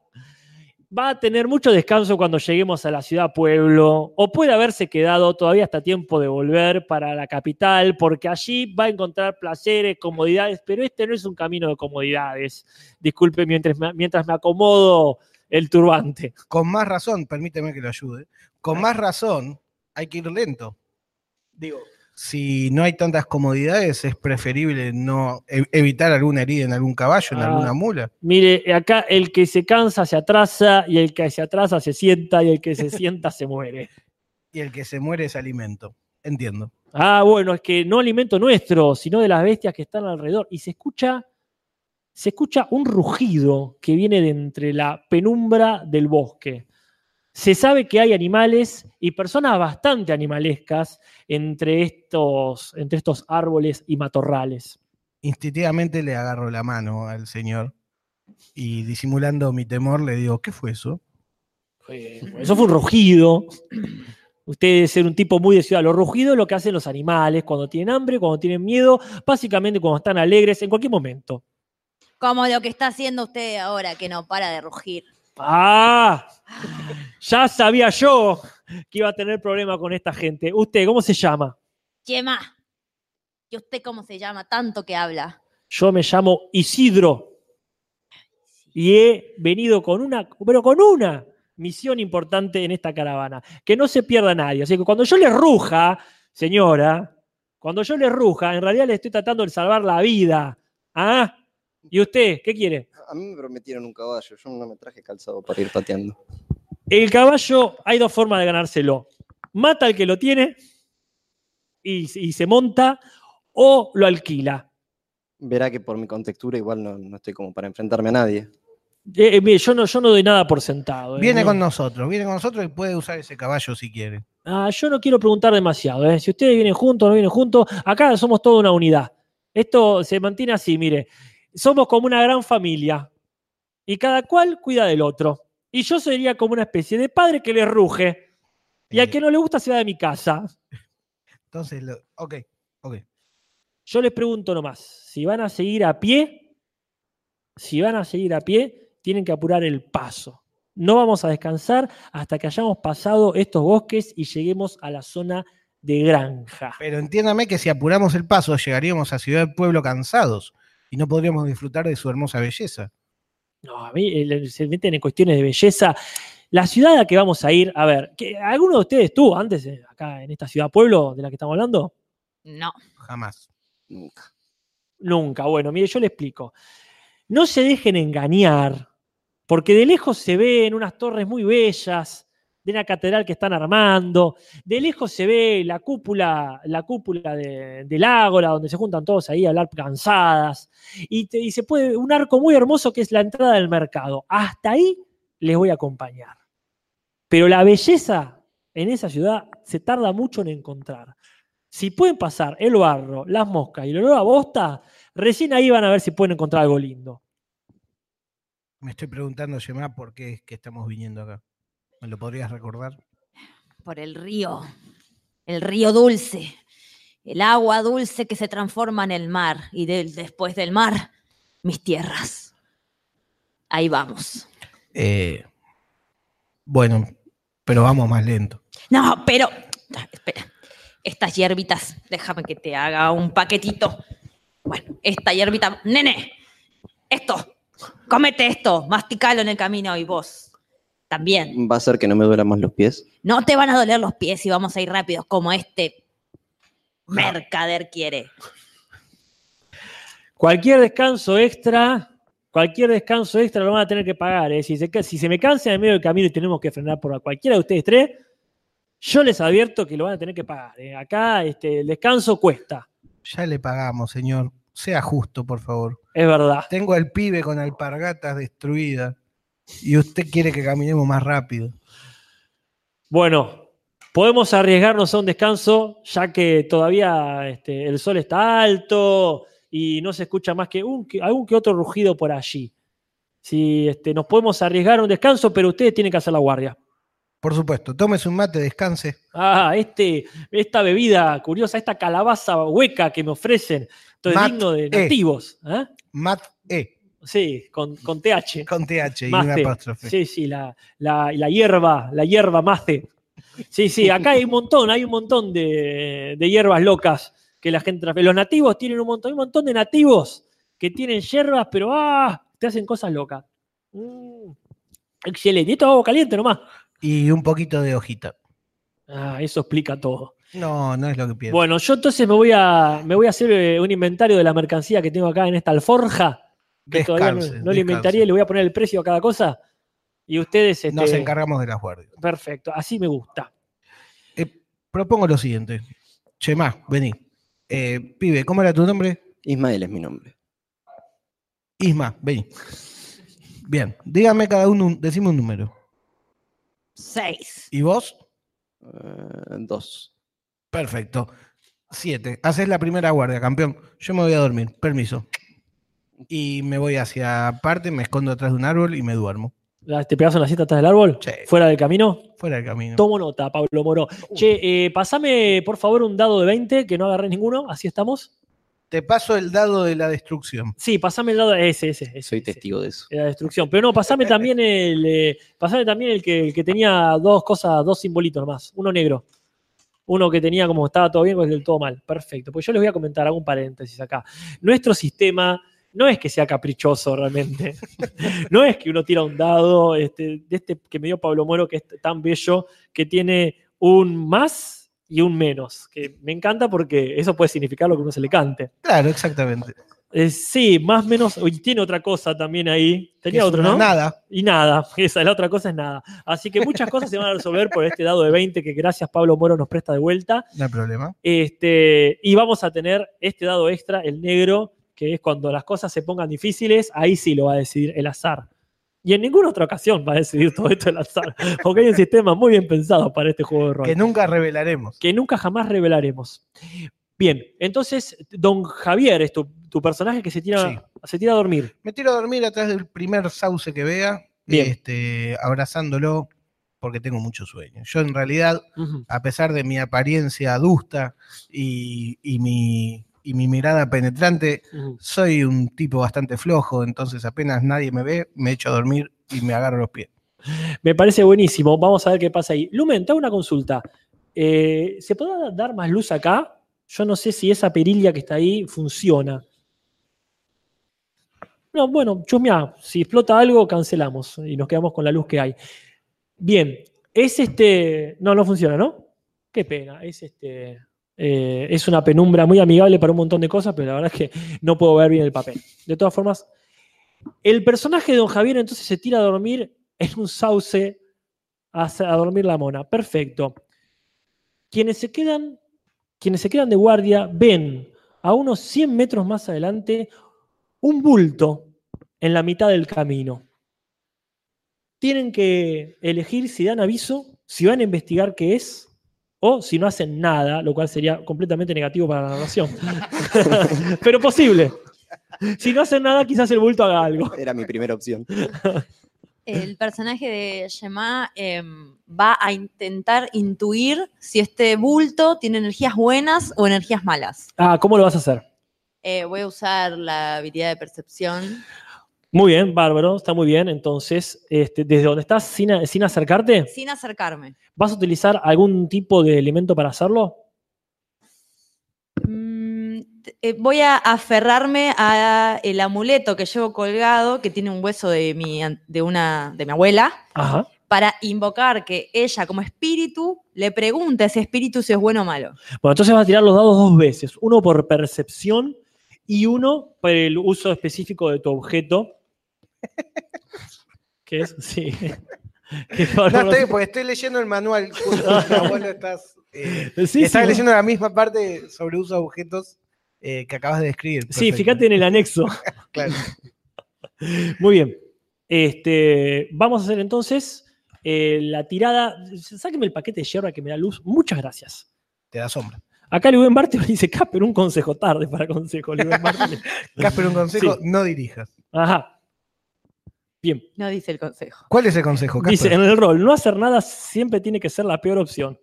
Speaker 2: va a tener mucho descanso cuando lleguemos a la ciudad pueblo, o puede haberse quedado todavía hasta tiempo de volver para la capital, porque allí va a encontrar placeres, comodidades, pero este no es un camino de comodidades. Disculpe mientras me, mientras me acomodo el turbante.
Speaker 4: Con más razón, permíteme que lo ayude, con
Speaker 2: Ah.
Speaker 4: más razón hay que ir lento. Digo, si no hay tantas comodidades, es preferible no e- evitar alguna herida en algún caballo, en
Speaker 2: Ah.
Speaker 4: alguna mula.
Speaker 2: Mire, acá el que se cansa se atrasa, y el que se atrasa se sienta, y el que se sienta se muere.
Speaker 4: Y el que se muere es alimento. Entiendo.
Speaker 2: Ah, bueno, es que no alimento nuestro, sino de las bestias que están alrededor. Y se escucha, se escucha un rugido que viene de entre la penumbra del bosque. Se sabe que hay animales y personas bastante animalescas entre estos, entre estos árboles y matorrales.
Speaker 4: Instintivamente le agarro la mano al señor y disimulando mi temor le digo, ¿qué fue eso?
Speaker 2: Eso fue un rugido. Usted debe ser un tipo muy de ciudad. Los rugidos es lo que hacen los animales cuando tienen hambre, cuando tienen miedo, básicamente cuando están alegres, en cualquier momento.
Speaker 3: Como lo que está haciendo usted ahora, que no para de rugir.
Speaker 2: Ah, ya sabía yo que iba a tener problema con esta gente. Usted, ¿cómo se llama?
Speaker 3: Chema, ¿y usted cómo se llama? Tanto que habla.
Speaker 2: Yo me llamo Isidro y he venido con una, pero con una misión importante en esta caravana, que no se pierda nadie. Así que cuando yo le ruja, señora, cuando yo le ruja, en realidad le estoy tratando de salvar la vida. ¿Ah? ¿Y usted qué quiere?
Speaker 5: A mí me prometieron un caballo, yo no me traje calzado para ir pateando.
Speaker 2: El caballo, hay dos formas de ganárselo. Mata al que lo tiene y, y se monta o lo alquila.
Speaker 5: Verá que por mi contextura igual no, no estoy como para enfrentarme a nadie.
Speaker 2: Eh, eh, mire, yo, no, yo no doy nada por sentado. eh,
Speaker 4: Viene
Speaker 2: no.
Speaker 4: con nosotros, viene con nosotros y puede usar ese caballo si quiere.
Speaker 2: Ah, yo no quiero preguntar demasiado. eh. Si ustedes vienen juntos o no vienen juntos, acá somos toda una unidad. Esto se mantiene así, mire. Somos como una gran familia y cada cual cuida del otro. Y yo sería como una especie de padre que le ruge. Y al
Speaker 4: Eh,
Speaker 2: que no le gusta se va de mi casa.
Speaker 4: Entonces, lo- ok, ok.
Speaker 2: Yo les pregunto nomás, si van a seguir a pie, si van a seguir a pie, tienen que apurar el paso. No vamos a descansar hasta que hayamos pasado estos bosques y lleguemos a la zona de granja.
Speaker 4: Pero entiéndame que si apuramos el paso llegaríamos a Ciudad del Pueblo cansados y no podríamos disfrutar de su hermosa belleza.
Speaker 2: No, a mí eh, le- se meten en cuestiones de belleza. La ciudad a la que vamos a ir, a ver, que ¿alguno de ustedes estuvo antes eh, acá en esta ciudad pueblo de la que estamos hablando?
Speaker 3: No.
Speaker 4: Jamás.
Speaker 5: Nunca.
Speaker 2: Nunca. Bueno, mire, yo le explico. No se dejen engañar, porque de lejos se ven unas torres muy bellas de una catedral que están armando. De lejos se ve la cúpula, la cúpula de- del ágora, donde se juntan todos ahí a hablar cansadas. Y, te- y se puede ver un arco muy hermoso que es la entrada del mercado. Hasta ahí les voy a acompañar. Pero la belleza en esa ciudad se tarda mucho en encontrar. Si pueden pasar el barro, las moscas y el olor a bosta, recién ahí van a ver si pueden encontrar algo lindo.
Speaker 4: Me estoy preguntando, Gemma, por qué es que estamos viniendo acá. ¿Me lo podrías recordar?
Speaker 3: Por el río. El río dulce. El agua dulce que se transforma en el mar. Y del- después del mar, mis tierras. Ahí vamos.
Speaker 4: Eh, bueno, pero vamos más lento.
Speaker 3: No, pero. Espera. Estas hierbitas, déjame que te haga un paquetito. Bueno, esta hierbita. Nene, esto. Cómete esto. Masticalo en el camino y vos también.
Speaker 5: ¿Va a ser que no me duelan más los pies?
Speaker 3: No te van a doler los pies y vamos a ir rápidos como este mercader quiere.
Speaker 2: Cualquier descanso extra, cualquier descanso extra lo van a tener que pagar. ¿eh? Si, se, ca- si se me cansa en el medio del camino y tenemos que frenar por cualquiera de ustedes tres, yo les advierto que lo van a tener que pagar. ¿eh? Acá este, el descanso cuesta,
Speaker 4: Ya le pagamos, señor. Sea justo, por favor.
Speaker 2: es verdad.
Speaker 4: Tengo al pibe con alpargatas destruida y usted quiere que caminemos más rápido.
Speaker 2: Bueno, podemos arriesgarnos a un descanso, ya que todavía este, el sol está alto y no se escucha más que, un, que- algún que otro rugido por allí. Si este, nos podemos arriesgar a un descanso, pero ustedes tienen que hacer la guardia.
Speaker 4: Por supuesto, tómese un mate, descanse.
Speaker 2: Ah, este, esta bebida curiosa, esta calabaza hueca que me ofrecen. Esto es
Speaker 4: Mat
Speaker 2: digno de
Speaker 4: E.
Speaker 2: nativos. ¿eh?
Speaker 4: Mat E,
Speaker 2: Sí, con, con TH.
Speaker 4: con TH y una
Speaker 2: Mate.
Speaker 4: apóstrofe.
Speaker 2: Sí, sí, la, la- la hierba, la hierba mace. Sí, sí, acá hay un montón, hay un montón de, de hierbas locas que la gente... trafe- Los nativos tienen un montón, hay un montón de nativos que tienen hierbas, pero ¡ah! Te hacen cosas locas. Mm, excelente. Y esto es agua caliente nomás.
Speaker 4: Y un poquito de hojita.
Speaker 2: Ah, eso explica todo.
Speaker 4: No, no es lo que pienso.
Speaker 2: Bueno, yo entonces me voy a, me voy a hacer eh, un inventario de la mercancía que tengo acá en esta alforja. Que todavía no,
Speaker 4: Descanse,
Speaker 2: no le inventaría
Speaker 4: descanse.
Speaker 2: y le voy a poner el precio a cada cosa. Y ustedes... Este,
Speaker 4: Nos encargamos de las guardias.
Speaker 2: Perfecto, así me gusta.
Speaker 4: Eh, propongo lo siguiente. Chema, vení. Eh, pibe, ¿cómo era tu nombre?
Speaker 5: Ismael es mi nombre.
Speaker 4: Isma, vení. Bien, dígame cada uno, un- decime un número.
Speaker 3: Seis.
Speaker 4: ¿Y vos?
Speaker 5: Eh, dos.
Speaker 4: Perfecto. Siete. Haces la primera guardia, campeón. Yo me voy a dormir. Permiso. Y me voy hacia aparte, me escondo atrás de un árbol y me duermo.
Speaker 2: La- ¿Te pegas una siesta atrás del árbol?
Speaker 4: Sí.
Speaker 2: ¿Fuera del camino?
Speaker 4: Fuera del camino.
Speaker 2: Tomo nota, Pablo Moro. Che, eh, pasame por favor un dado de 20, que no agarré ninguno, así estamos.
Speaker 4: Te paso el dado de la destrucción.
Speaker 2: Sí, pasame el dado, ese, ese. ese,
Speaker 5: Soy
Speaker 2: ese,
Speaker 5: testigo de eso.
Speaker 2: de La destrucción. Pero no, pasame también el, eh, pasame también el que, el que tenía dos cosas, dos simbolitos nomás. Uno negro. Uno que tenía como estaba todo bien, con el del todo mal. Perfecto. Pues yo les voy a comentar, hago un paréntesis acá. Nuestro sistema no es que sea caprichoso realmente. no es que uno tira un dado, este, de este que me dio Pablo Moro, que es tan bello, que tiene un más y un menos. Que me encanta porque eso puede significar lo que uno se le cante.
Speaker 4: Claro, exactamente.
Speaker 2: Eh, sí, más menos. Y tiene otra cosa también ahí.
Speaker 4: Que es
Speaker 2: Tenía otro,
Speaker 4: una
Speaker 2: ¿no?
Speaker 4: Nada.
Speaker 2: Y nada, esa, la otra cosa es nada. Así que muchas cosas se van a resolver por este dado de 20 que gracias Pablo Moro nos presta de vuelta.
Speaker 4: No hay problema.
Speaker 2: Este, y vamos a tener este dado extra, el negro, que es cuando las cosas se pongan difíciles, ahí sí lo va a decidir el azar. Y en ninguna otra ocasión va a decidir todo esto el azar, porque hay un sistema muy bien pensado para este juego de rol
Speaker 4: Que nunca revelaremos.
Speaker 2: que nunca jamás revelaremos. Bien, entonces, don Javier es tu, tu personaje que se tira,
Speaker 4: Sí.
Speaker 2: se tira a dormir.
Speaker 4: Me tiro a dormir atrás del primer sauce que vea,
Speaker 2: Bien.
Speaker 4: este, abrazándolo, porque tengo mucho sueño. Yo en realidad,
Speaker 2: Ujú.
Speaker 4: a pesar de mi apariencia adusta y, y mi, y mi mirada penetrante,
Speaker 2: Ujú.
Speaker 4: soy un tipo bastante flojo, entonces apenas nadie me ve, me echo a dormir y me agarro los pies.
Speaker 2: Me parece buenísimo. Vamos a ver qué pasa ahí. Lumen, te hago una consulta. Eh, ¿Se podrá dar más luz acá? Yo no sé si esa perilla que está ahí funciona. No, bueno, chusmeá. Si explota algo, cancelamos y nos quedamos con la luz que hay. Bien, es este. No, no funciona, ¿no? Qué pena. Es este. eh, es una penumbra muy amigable para un montón de cosas, pero la verdad es que no puedo ver bien el papel. De todas formas, el personaje de Don Javier entonces se tira a dormir en un sauce a, sa- a dormir la mona. Perfecto. Quienes se quedan, quienes se quedan de guardia ven a unos 100 metros más adelante un bulto en la mitad del camino. Tienen que elegir si dan aviso, si van a investigar qué es o si no hacen nada, lo cual sería completamente negativo para la narración. Pero posible. Si no hacen nada, quizás el bulto haga algo.
Speaker 5: Era mi primera opción.
Speaker 3: El personaje de Shema em, va a intentar intuir si este bulto tiene energías buenas o energías malas.
Speaker 2: Ah, ¿cómo lo vas a hacer?
Speaker 3: Eh, voy a usar la habilidad de percepción.
Speaker 2: Muy bien, bárbaro, está muy bien. Entonces, este, desde donde estás, sin, a- sin acercarte,
Speaker 3: Sin acercarme.
Speaker 2: ¿vas a utilizar algún tipo de elemento para hacerlo?
Speaker 3: Mm, t- eh, voy a aferrarme a el amuleto que llevo colgado, que tiene un hueso de mi, an- de una, de mi abuela,
Speaker 2: Ajá.
Speaker 3: para invocar que ella, como espíritu, le pregunte a ese espíritu si es bueno o malo.
Speaker 2: Bueno, entonces vas a tirar los dados dos veces, uno por percepción y uno por el uso específico de tu objeto. ¿Qué es? Sí. Qué
Speaker 4: No
Speaker 2: bárbaro.
Speaker 4: estoy, porque estoy leyendo el manual. justo, mi abuelo estás, eh,
Speaker 2: Sí,
Speaker 4: estás
Speaker 2: sí.
Speaker 4: leyendo la misma parte sobre uso de objetos eh, que acabas de describir.
Speaker 2: Sí,
Speaker 4: Perfecto.
Speaker 2: fíjate en el anexo.
Speaker 4: Claro.
Speaker 2: Muy bien. Este, vamos a hacer entonces eh, la tirada. Sáqueme el paquete de hierba que me da luz. Muchas gracias.
Speaker 4: Te da sombra.
Speaker 2: Acá Lubén Bartel dice, Casper, un consejo tarde para consejo, Lubén Bartel.
Speaker 4: Casper, un consejo,
Speaker 2: Sí.
Speaker 4: no dirijas.
Speaker 2: Ajá. Bien,
Speaker 3: No dice el consejo.
Speaker 4: ¿Cuál es el consejo, Casper?
Speaker 2: dice, en el rol, no hacer nada siempre tiene que ser la peor opción.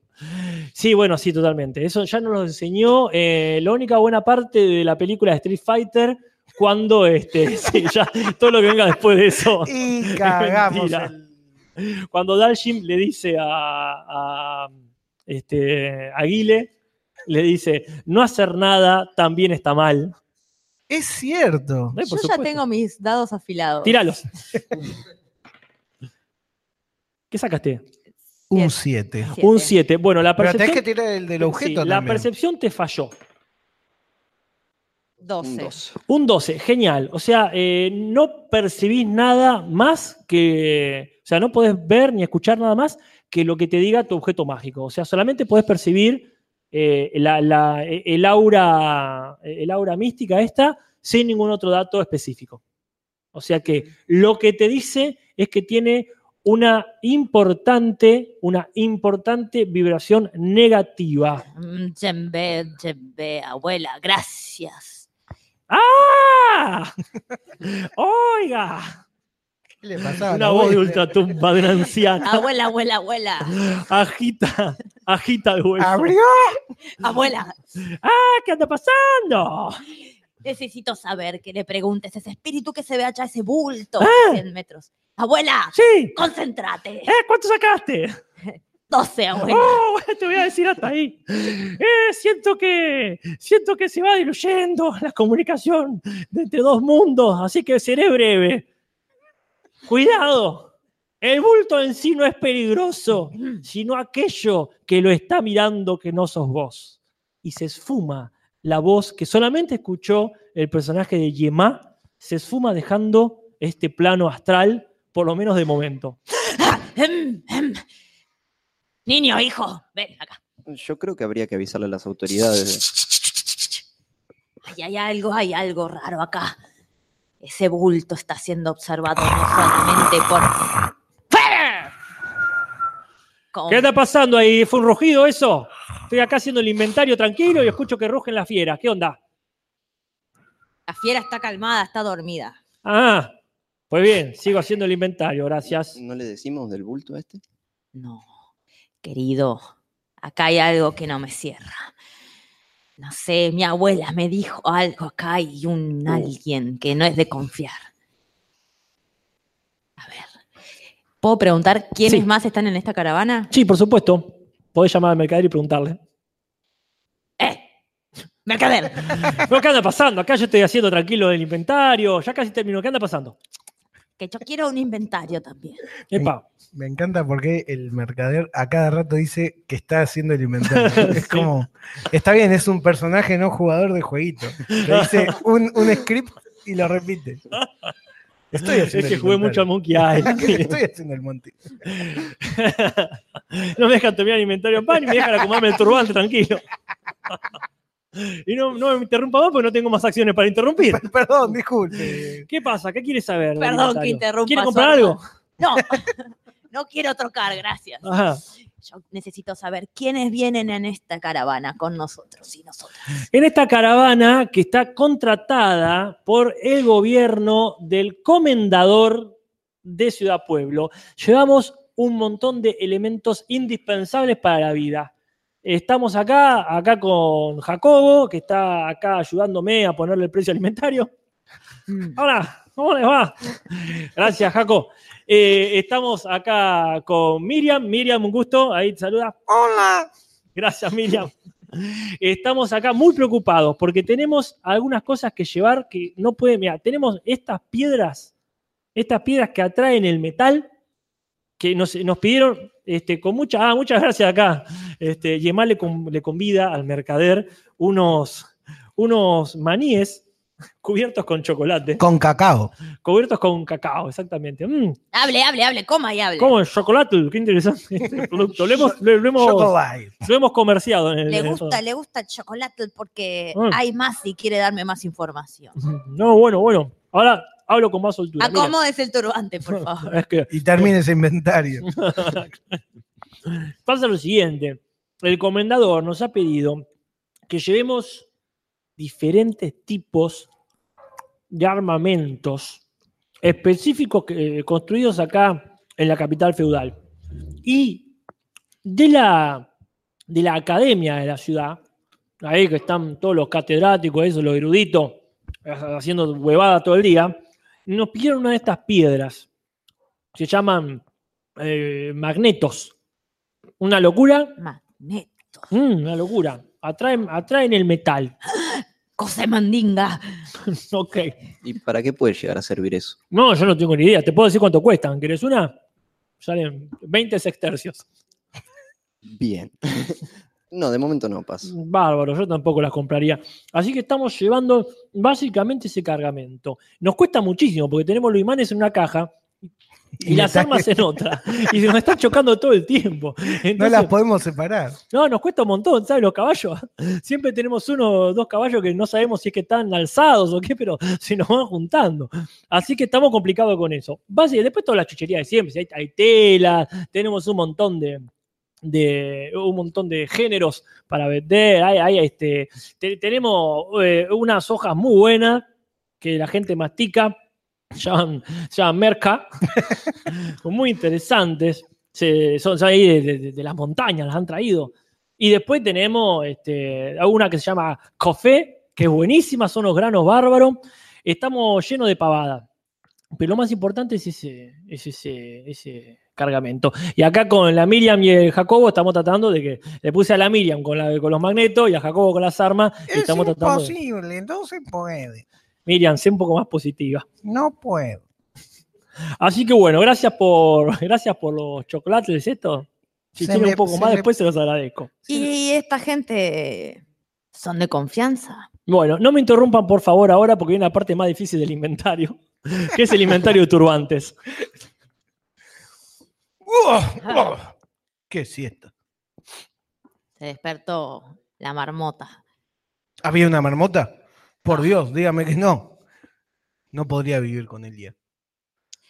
Speaker 2: Sí, bueno, sí, totalmente. Eso ya nos lo enseñó eh, la única buena parte de la película de Street Fighter, cuando, este, sí, ya todo lo que venga después de eso.
Speaker 4: Y cagamos
Speaker 2: Mentira.
Speaker 4: el-
Speaker 2: cuando Dalshim le dice a, a, este, a Guile, le dice, no hacer nada también está mal.
Speaker 4: Es cierto.
Speaker 2: Eh, por
Speaker 3: Yo ya
Speaker 2: supuesto.
Speaker 3: tengo mis dados afilados.
Speaker 2: Tíralos. ¿Qué sacaste?
Speaker 4: Un 7.
Speaker 3: Siete.
Speaker 2: Un 7. Bueno, la
Speaker 4: Pero tenés
Speaker 2: percepción,
Speaker 4: que tirar el del objeto
Speaker 2: sí, la
Speaker 4: también.
Speaker 2: percepción te falló.
Speaker 5: Un
Speaker 3: 12.
Speaker 5: dos.
Speaker 2: Un 12, genial. O sea, eh, no percibís nada más que. O sea, no podés ver ni escuchar nada más que lo que te diga tu objeto mágico. O sea, solamente podés percibir eh, la- la- eh, el, aura, el aura mística esta sin ningún otro dato específico. O sea que lo que te dice es que tiene una importante, una importante vibración negativa.
Speaker 3: Mm, Yembe, yembe, abuela, gracias.
Speaker 2: ¡Ah! ¡Oiga!
Speaker 4: ¿Qué le pasaba a
Speaker 2: Una
Speaker 4: la
Speaker 2: voz de
Speaker 4: abuela?
Speaker 2: ultratumba de una anciana.
Speaker 3: Abuela, abuela, abuela.
Speaker 2: Agita, agita el hueso.
Speaker 4: Abrió.
Speaker 3: Abuela,
Speaker 2: ¡Ah, qué anda pasando!
Speaker 3: necesito saber que le preguntes a ese espíritu que se ve allá, ese bulto
Speaker 2: Ah.
Speaker 3: a 100 metros. Abuela,
Speaker 2: Sí.
Speaker 3: concéntrate.
Speaker 2: ¿Eh? ¿Cuánto sacaste?
Speaker 3: 12, abuela.
Speaker 2: ¡Oh! Te voy a decir hasta ahí. Eh, siento que siento que se va diluyendo la comunicación de entre dos mundos, así que seré breve. Cuidado. El bulto en sí no es peligroso, sino aquello que lo está mirando que no sos vos. Y se esfuma la voz que solamente escuchó el personaje de Yemá, se esfuma dejando este plano astral, por lo menos de momento. Ah.
Speaker 3: Em, em. Niño, hijo, ven acá.
Speaker 5: Yo creo que habría que avisarle a las autoridades.
Speaker 3: Ay, hay algo, hay algo raro acá. Ese bulto está siendo observado no solamente por... Con-
Speaker 2: ¿Qué está pasando ahí? ¿Fue un rugido eso? Estoy acá haciendo el inventario tranquilo y escucho que rugen las fieras. ¿Qué onda?
Speaker 3: La fiera está calmada, está dormida.
Speaker 2: Ah, pues bien, sigo haciendo el inventario, gracias.
Speaker 5: ¿No le decimos del bulto a este?
Speaker 3: No, querido, acá hay algo que no me cierra. No sé, mi abuela me dijo algo acá hay un alguien que no es de confiar. A ver, ¿puedo preguntar quiénes
Speaker 2: Sí.
Speaker 3: más están en esta caravana?
Speaker 2: Sí, por supuesto. Podés llamar al mercader y preguntarle.
Speaker 3: ¡Eh! ¡Mercader!
Speaker 2: ¿Pero qué anda pasando? Acá yo estoy haciendo tranquilo el inventario. Ya casi termino. ¿Qué anda pasando?
Speaker 3: que yo quiero un inventario también.
Speaker 2: Epa.
Speaker 4: Me encanta porque el mercader a cada rato dice que está haciendo el inventario. Es como, está bien, es un personaje no jugador de jueguito. Le dice un, un script y lo repite. Estoy
Speaker 2: Es
Speaker 4: haciendo
Speaker 2: que
Speaker 4: el
Speaker 2: jugué mucho
Speaker 4: inventario.
Speaker 2: al Monkey Island.
Speaker 4: Estoy haciendo el monte.
Speaker 2: no me dejan terminar el inventario en pan y me dejan acomodarme el turbante tranquilo. y no, no me interrumpa más porque no tengo más acciones para interrumpir.
Speaker 4: Perdón, disculpe.
Speaker 2: ¿Qué pasa? ¿Qué quieres saber? del
Speaker 3: Perdón
Speaker 2: inventario?
Speaker 3: que interrumpa,
Speaker 2: ¿Quiere comprar
Speaker 3: sordo.
Speaker 2: algo? Ah.
Speaker 3: No, no quiero trocar, gracias.
Speaker 2: Ajá.
Speaker 3: Yo necesito saber quiénes vienen en esta caravana con nosotros y nosotros.
Speaker 2: En esta caravana que está contratada por el gobierno del comendador de Ciudad Pueblo, llevamos un montón de elementos indispensables para la vida. Estamos acá, acá con Jacobo, que está acá ayudándome a ponerle el precio alimentario. Hola, ¿cómo les va? Gracias, Jaco. Eh, estamos acá con Miriam. Miriam, un gusto. Ahí te saluda. Hola. Gracias, Miriam. Estamos acá muy preocupados porque tenemos algunas cosas que llevar que no pueden. Mira, tenemos estas piedras, estas piedras que atraen el metal, que nos, nos pidieron este, con mucha. Ah, muchas gracias acá. Este, Yemal le, con- le convida al mercader unos, unos maníes cubiertos con chocolate,
Speaker 4: Con cacao.
Speaker 2: cubiertos con cacao, exactamente. Mm,
Speaker 3: Hable, hable, hable, coma y hable.
Speaker 2: como el chocolate, qué interesante este producto. Lo hemos, lo- lo hemos-
Speaker 4: Chocolate.
Speaker 2: lo hemos comerciado en el.
Speaker 3: Le
Speaker 2: en el-
Speaker 3: gusta, le gusta el chocolate porque
Speaker 2: Mm.
Speaker 3: hay más y quiere darme más información.
Speaker 2: No, bueno, bueno. Ahora hablo con más soltura.
Speaker 3: Ah,
Speaker 2: mira.
Speaker 3: Acomódese el turbante, por favor.
Speaker 2: Es que
Speaker 4: Y termina ese inventario.
Speaker 2: pasa lo siguiente. El comendador nos ha pedido que llevemos diferentes tipos de armamentos específicos que- eh, construidos acá en la capital feudal. Y de la, de la academia de la ciudad, ahí que están todos los catedráticos, eso, los eruditos, ha- haciendo huevada todo el día, nos pidieron una de estas piedras. Se llaman eh, magnetos. Una locura,
Speaker 3: Magneto.
Speaker 2: mm, una locura. Atraen, atraen el metal.
Speaker 3: Cosa de mandinga.
Speaker 2: ok.
Speaker 5: ¿Y para qué puede llegar a servir eso?
Speaker 2: No, yo no tengo ni idea. Te puedo decir cuánto cuestan. ¿Querés una? Salen 20 sextercios.
Speaker 5: Bien. no, de momento no paso.
Speaker 2: Bárbaro, yo tampoco las compraría. Así que estamos llevando básicamente ese cargamento. Nos cuesta muchísimo porque tenemos los imanes en una caja y,
Speaker 4: Y
Speaker 2: las
Speaker 4: está-
Speaker 2: armas en otra. Y se nos están chocando todo el tiempo. Entonces,
Speaker 4: No las podemos separar.
Speaker 2: No, nos cuesta un montón, ¿sabes? Los caballos. Siempre tenemos uno o dos caballos que no sabemos si es que están alzados o qué, pero se nos van juntando. Así que estamos complicados con eso. Basi- después todas las chucherías de siempre. si Hay, hay telas, tenemos un montón de, de- un montón de géneros para vender. Hay, hay, este, te- tenemos eh, unas hojas muy buenas que la gente mastica. Llaman, llaman merca. muy interesantes. Se- son, son ahí de, de- de las montañas, las han traído. Y después tenemos este, una que se llama Cofé, que es buenísima, son los granos bárbaros. Estamos llenos de pavada. Pero lo más importante es ese, es ese, ese cargamento. Y acá con la Miriam y el Jacobo estamos tratando de que le puse a la Miriam con, la- con los magnetos y a Jacobo con las armas. y
Speaker 4: Es
Speaker 2: estamos tratando de-
Speaker 4: imposible, entonces puede.
Speaker 2: Miriam, sé un poco más positiva.
Speaker 4: No puedo.
Speaker 2: Así que bueno, gracias por, gracias por los chocolates estos. Si
Speaker 4: Se
Speaker 2: tienen
Speaker 4: me-
Speaker 2: un poco
Speaker 4: se
Speaker 2: más,
Speaker 4: me-
Speaker 2: después se los agradezco.
Speaker 3: Y esta gente son de confianza.
Speaker 2: Bueno, no me interrumpan por favor ahora porque viene la parte más difícil del inventario, que es el inventario de turbantes.
Speaker 4: Oh, ¿Qué siesta?
Speaker 3: Se despertó la marmota.
Speaker 4: ¿Había una marmota? Por Dios, dígame que no. No podría vivir con el día.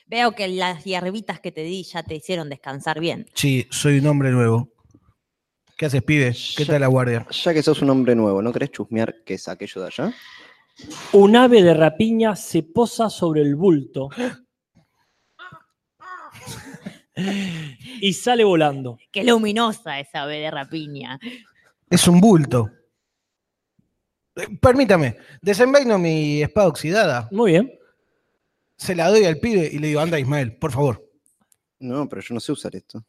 Speaker 3: Veo que las hierbitas que te di ya te hicieron descansar bien.
Speaker 4: Sí, soy un hombre nuevo. ¿Qué haces, pibe? ¿Qué tal la guardia?
Speaker 5: Ya que sos un hombre nuevo, ¿no querés chusmear qué es aquello de allá?
Speaker 2: Un ave de rapiña se posa sobre el bulto y sale volando.
Speaker 3: Qué luminosa esa ave de rapiña.
Speaker 4: Es un bulto. Eh, Permítame, desenvaino mi espada oxidada.
Speaker 2: Muy bien.
Speaker 4: Se la doy al pibe y le digo, anda Ismael, por favor.
Speaker 5: No, pero yo no sé usar esto.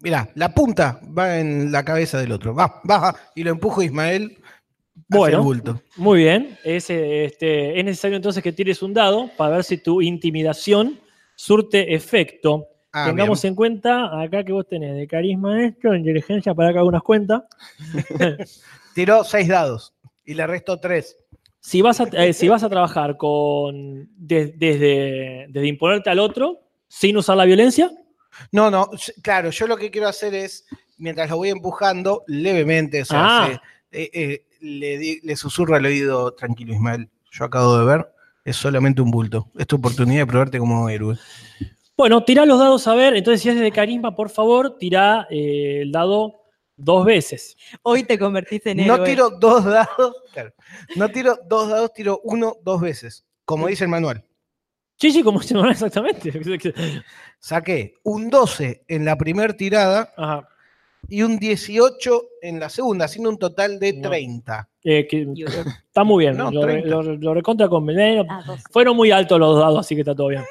Speaker 4: Mirá, la punta va en la cabeza del otro. Va, baja. Y lo empujo a Ismael hacia
Speaker 2: Bueno.
Speaker 4: el bulto.
Speaker 2: Muy bien. Es, eh, este, es necesario entonces que tires un dado para ver si tu intimidación surte efecto.
Speaker 4: Ah,
Speaker 2: Tengamos
Speaker 4: bien.
Speaker 2: en cuenta acá que vos tenés de carisma esto, inteligencia para que haga unas cuentas.
Speaker 4: Tiró seis dados y le resto tres.
Speaker 2: Si vas a, eh, si vas a trabajar con de- desde, desde imponerte al otro sin usar la violencia,
Speaker 4: No, no, s- claro, yo lo que quiero hacer es, mientras lo voy empujando, levemente, o sea,
Speaker 2: Ah.
Speaker 4: se- eh, eh, le, di- le susurro al oído, tranquilo Ismael, yo acabo de ver, es solamente un bulto. Es tu oportunidad de probarte como héroe.
Speaker 2: bueno, tirá los dados a ver. Entonces, si es de carisma, por favor, tirá eh, el dado dos veces.
Speaker 3: Hoy te convertiste en
Speaker 4: No
Speaker 3: héroe.
Speaker 4: tiro dos dados, claro, no tiro dos dados, tiro uno dos veces, como dice el manual.
Speaker 2: Sí, sí, como se llama exactamente.
Speaker 4: Saqué un 12 en la primera tirada
Speaker 2: Ajá.
Speaker 4: y un 18 en la segunda, haciendo un total de
Speaker 2: No.
Speaker 4: 30.
Speaker 2: Eh, que-
Speaker 3: Y-
Speaker 2: está muy bien.
Speaker 4: No,
Speaker 2: lo, re-
Speaker 4: 30.
Speaker 2: lo re- lo recontra conven-
Speaker 3: Ah, dos.
Speaker 2: Fueron muy altos los dados, así que está todo bien.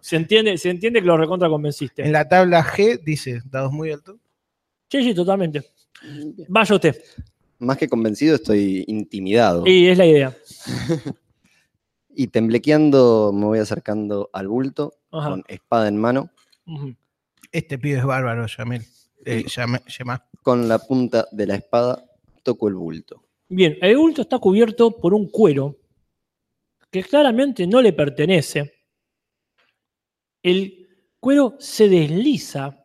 Speaker 2: Se entiende, se entiende que lo recontra convenciste.
Speaker 4: En la tabla G dice, dados muy altos.
Speaker 2: Sí, sí, totalmente. Vaya usted.
Speaker 5: Más que convencido, estoy intimidado. Y,
Speaker 2: Y es la idea.
Speaker 5: temblequeando me voy acercando al bulto
Speaker 2: Ajá.
Speaker 5: con espada en mano,
Speaker 2: Ujú.
Speaker 4: Este pibe es bárbaro, Yamel. Eh, Yame- Yema.
Speaker 5: con la punta de la espada toco el bulto.
Speaker 2: Bien, el bulto está cubierto por un cuero que claramente no le pertenece. El cuero se desliza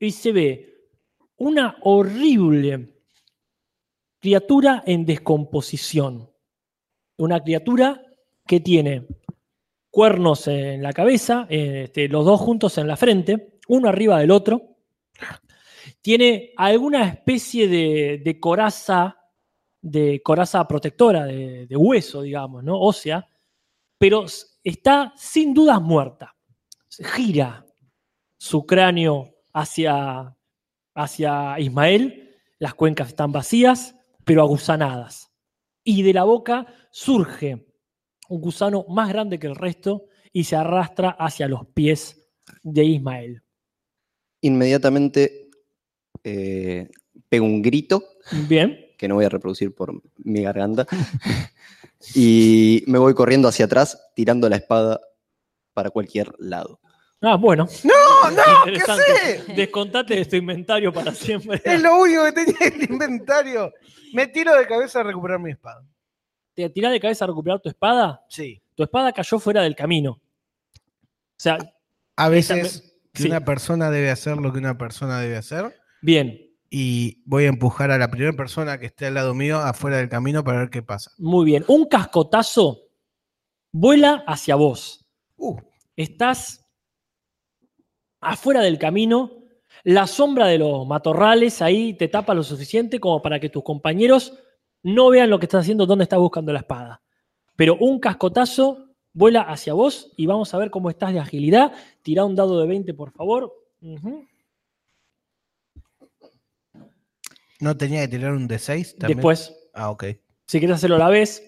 Speaker 2: y se ve una horrible criatura en descomposición. Una criatura que tiene cuernos en la cabeza, eh, este, los dos juntos en la frente, uno arriba del otro. Tiene alguna especie de, de coraza de coraza protectora, de, de hueso, digamos, ¿no? Ósea, pero s- está sin dudas muerta. Gira su cráneo hacia, hacia Ismael, las cuencas están vacías, pero aguzanadas. Y de la boca surge un gusano más grande que el resto y se arrastra hacia los pies de Ismael.
Speaker 5: Inmediatamente eh, pego un grito
Speaker 2: Bien.
Speaker 5: que no voy a reproducir por mi garganta y me voy corriendo hacia atrás tirando la espada para cualquier lado.
Speaker 2: Ah, bueno.
Speaker 4: ¡No, no! ¿Qué
Speaker 2: Interesante.
Speaker 4: sé?
Speaker 2: Descontate de tu inventario para siempre.
Speaker 4: Es lo único que tenía en el inventario. Me tiro de cabeza a recuperar mi espada.
Speaker 2: Te tirás de cabeza a recuperar tu espada.
Speaker 4: Sí.
Speaker 2: Tu espada cayó fuera del camino. O sea,
Speaker 4: A
Speaker 2: Esta
Speaker 4: veces que
Speaker 2: sí.
Speaker 4: una persona debe hacer lo que una persona debe hacer.
Speaker 2: bien,
Speaker 4: Y voy a empujar a la primera persona que esté al lado mío afuera del camino para ver qué pasa.
Speaker 2: muy bien. Un cascotazo vuela hacia vos.
Speaker 4: Uh,
Speaker 2: estás afuera del camino, la sombra de los matorrales ahí te tapa lo suficiente como para que tus compañeros no vean lo que estás haciendo, dónde estás buscando la espada. Pero un cascotazo vuela hacia vos y vamos a ver cómo estás de agilidad. Tira un dado de 20, por favor. Ujú.
Speaker 4: ¿No tenía que tirar un D6 también?
Speaker 2: Después,
Speaker 4: Ah, ok.
Speaker 2: si quieres hacerlo a la vez,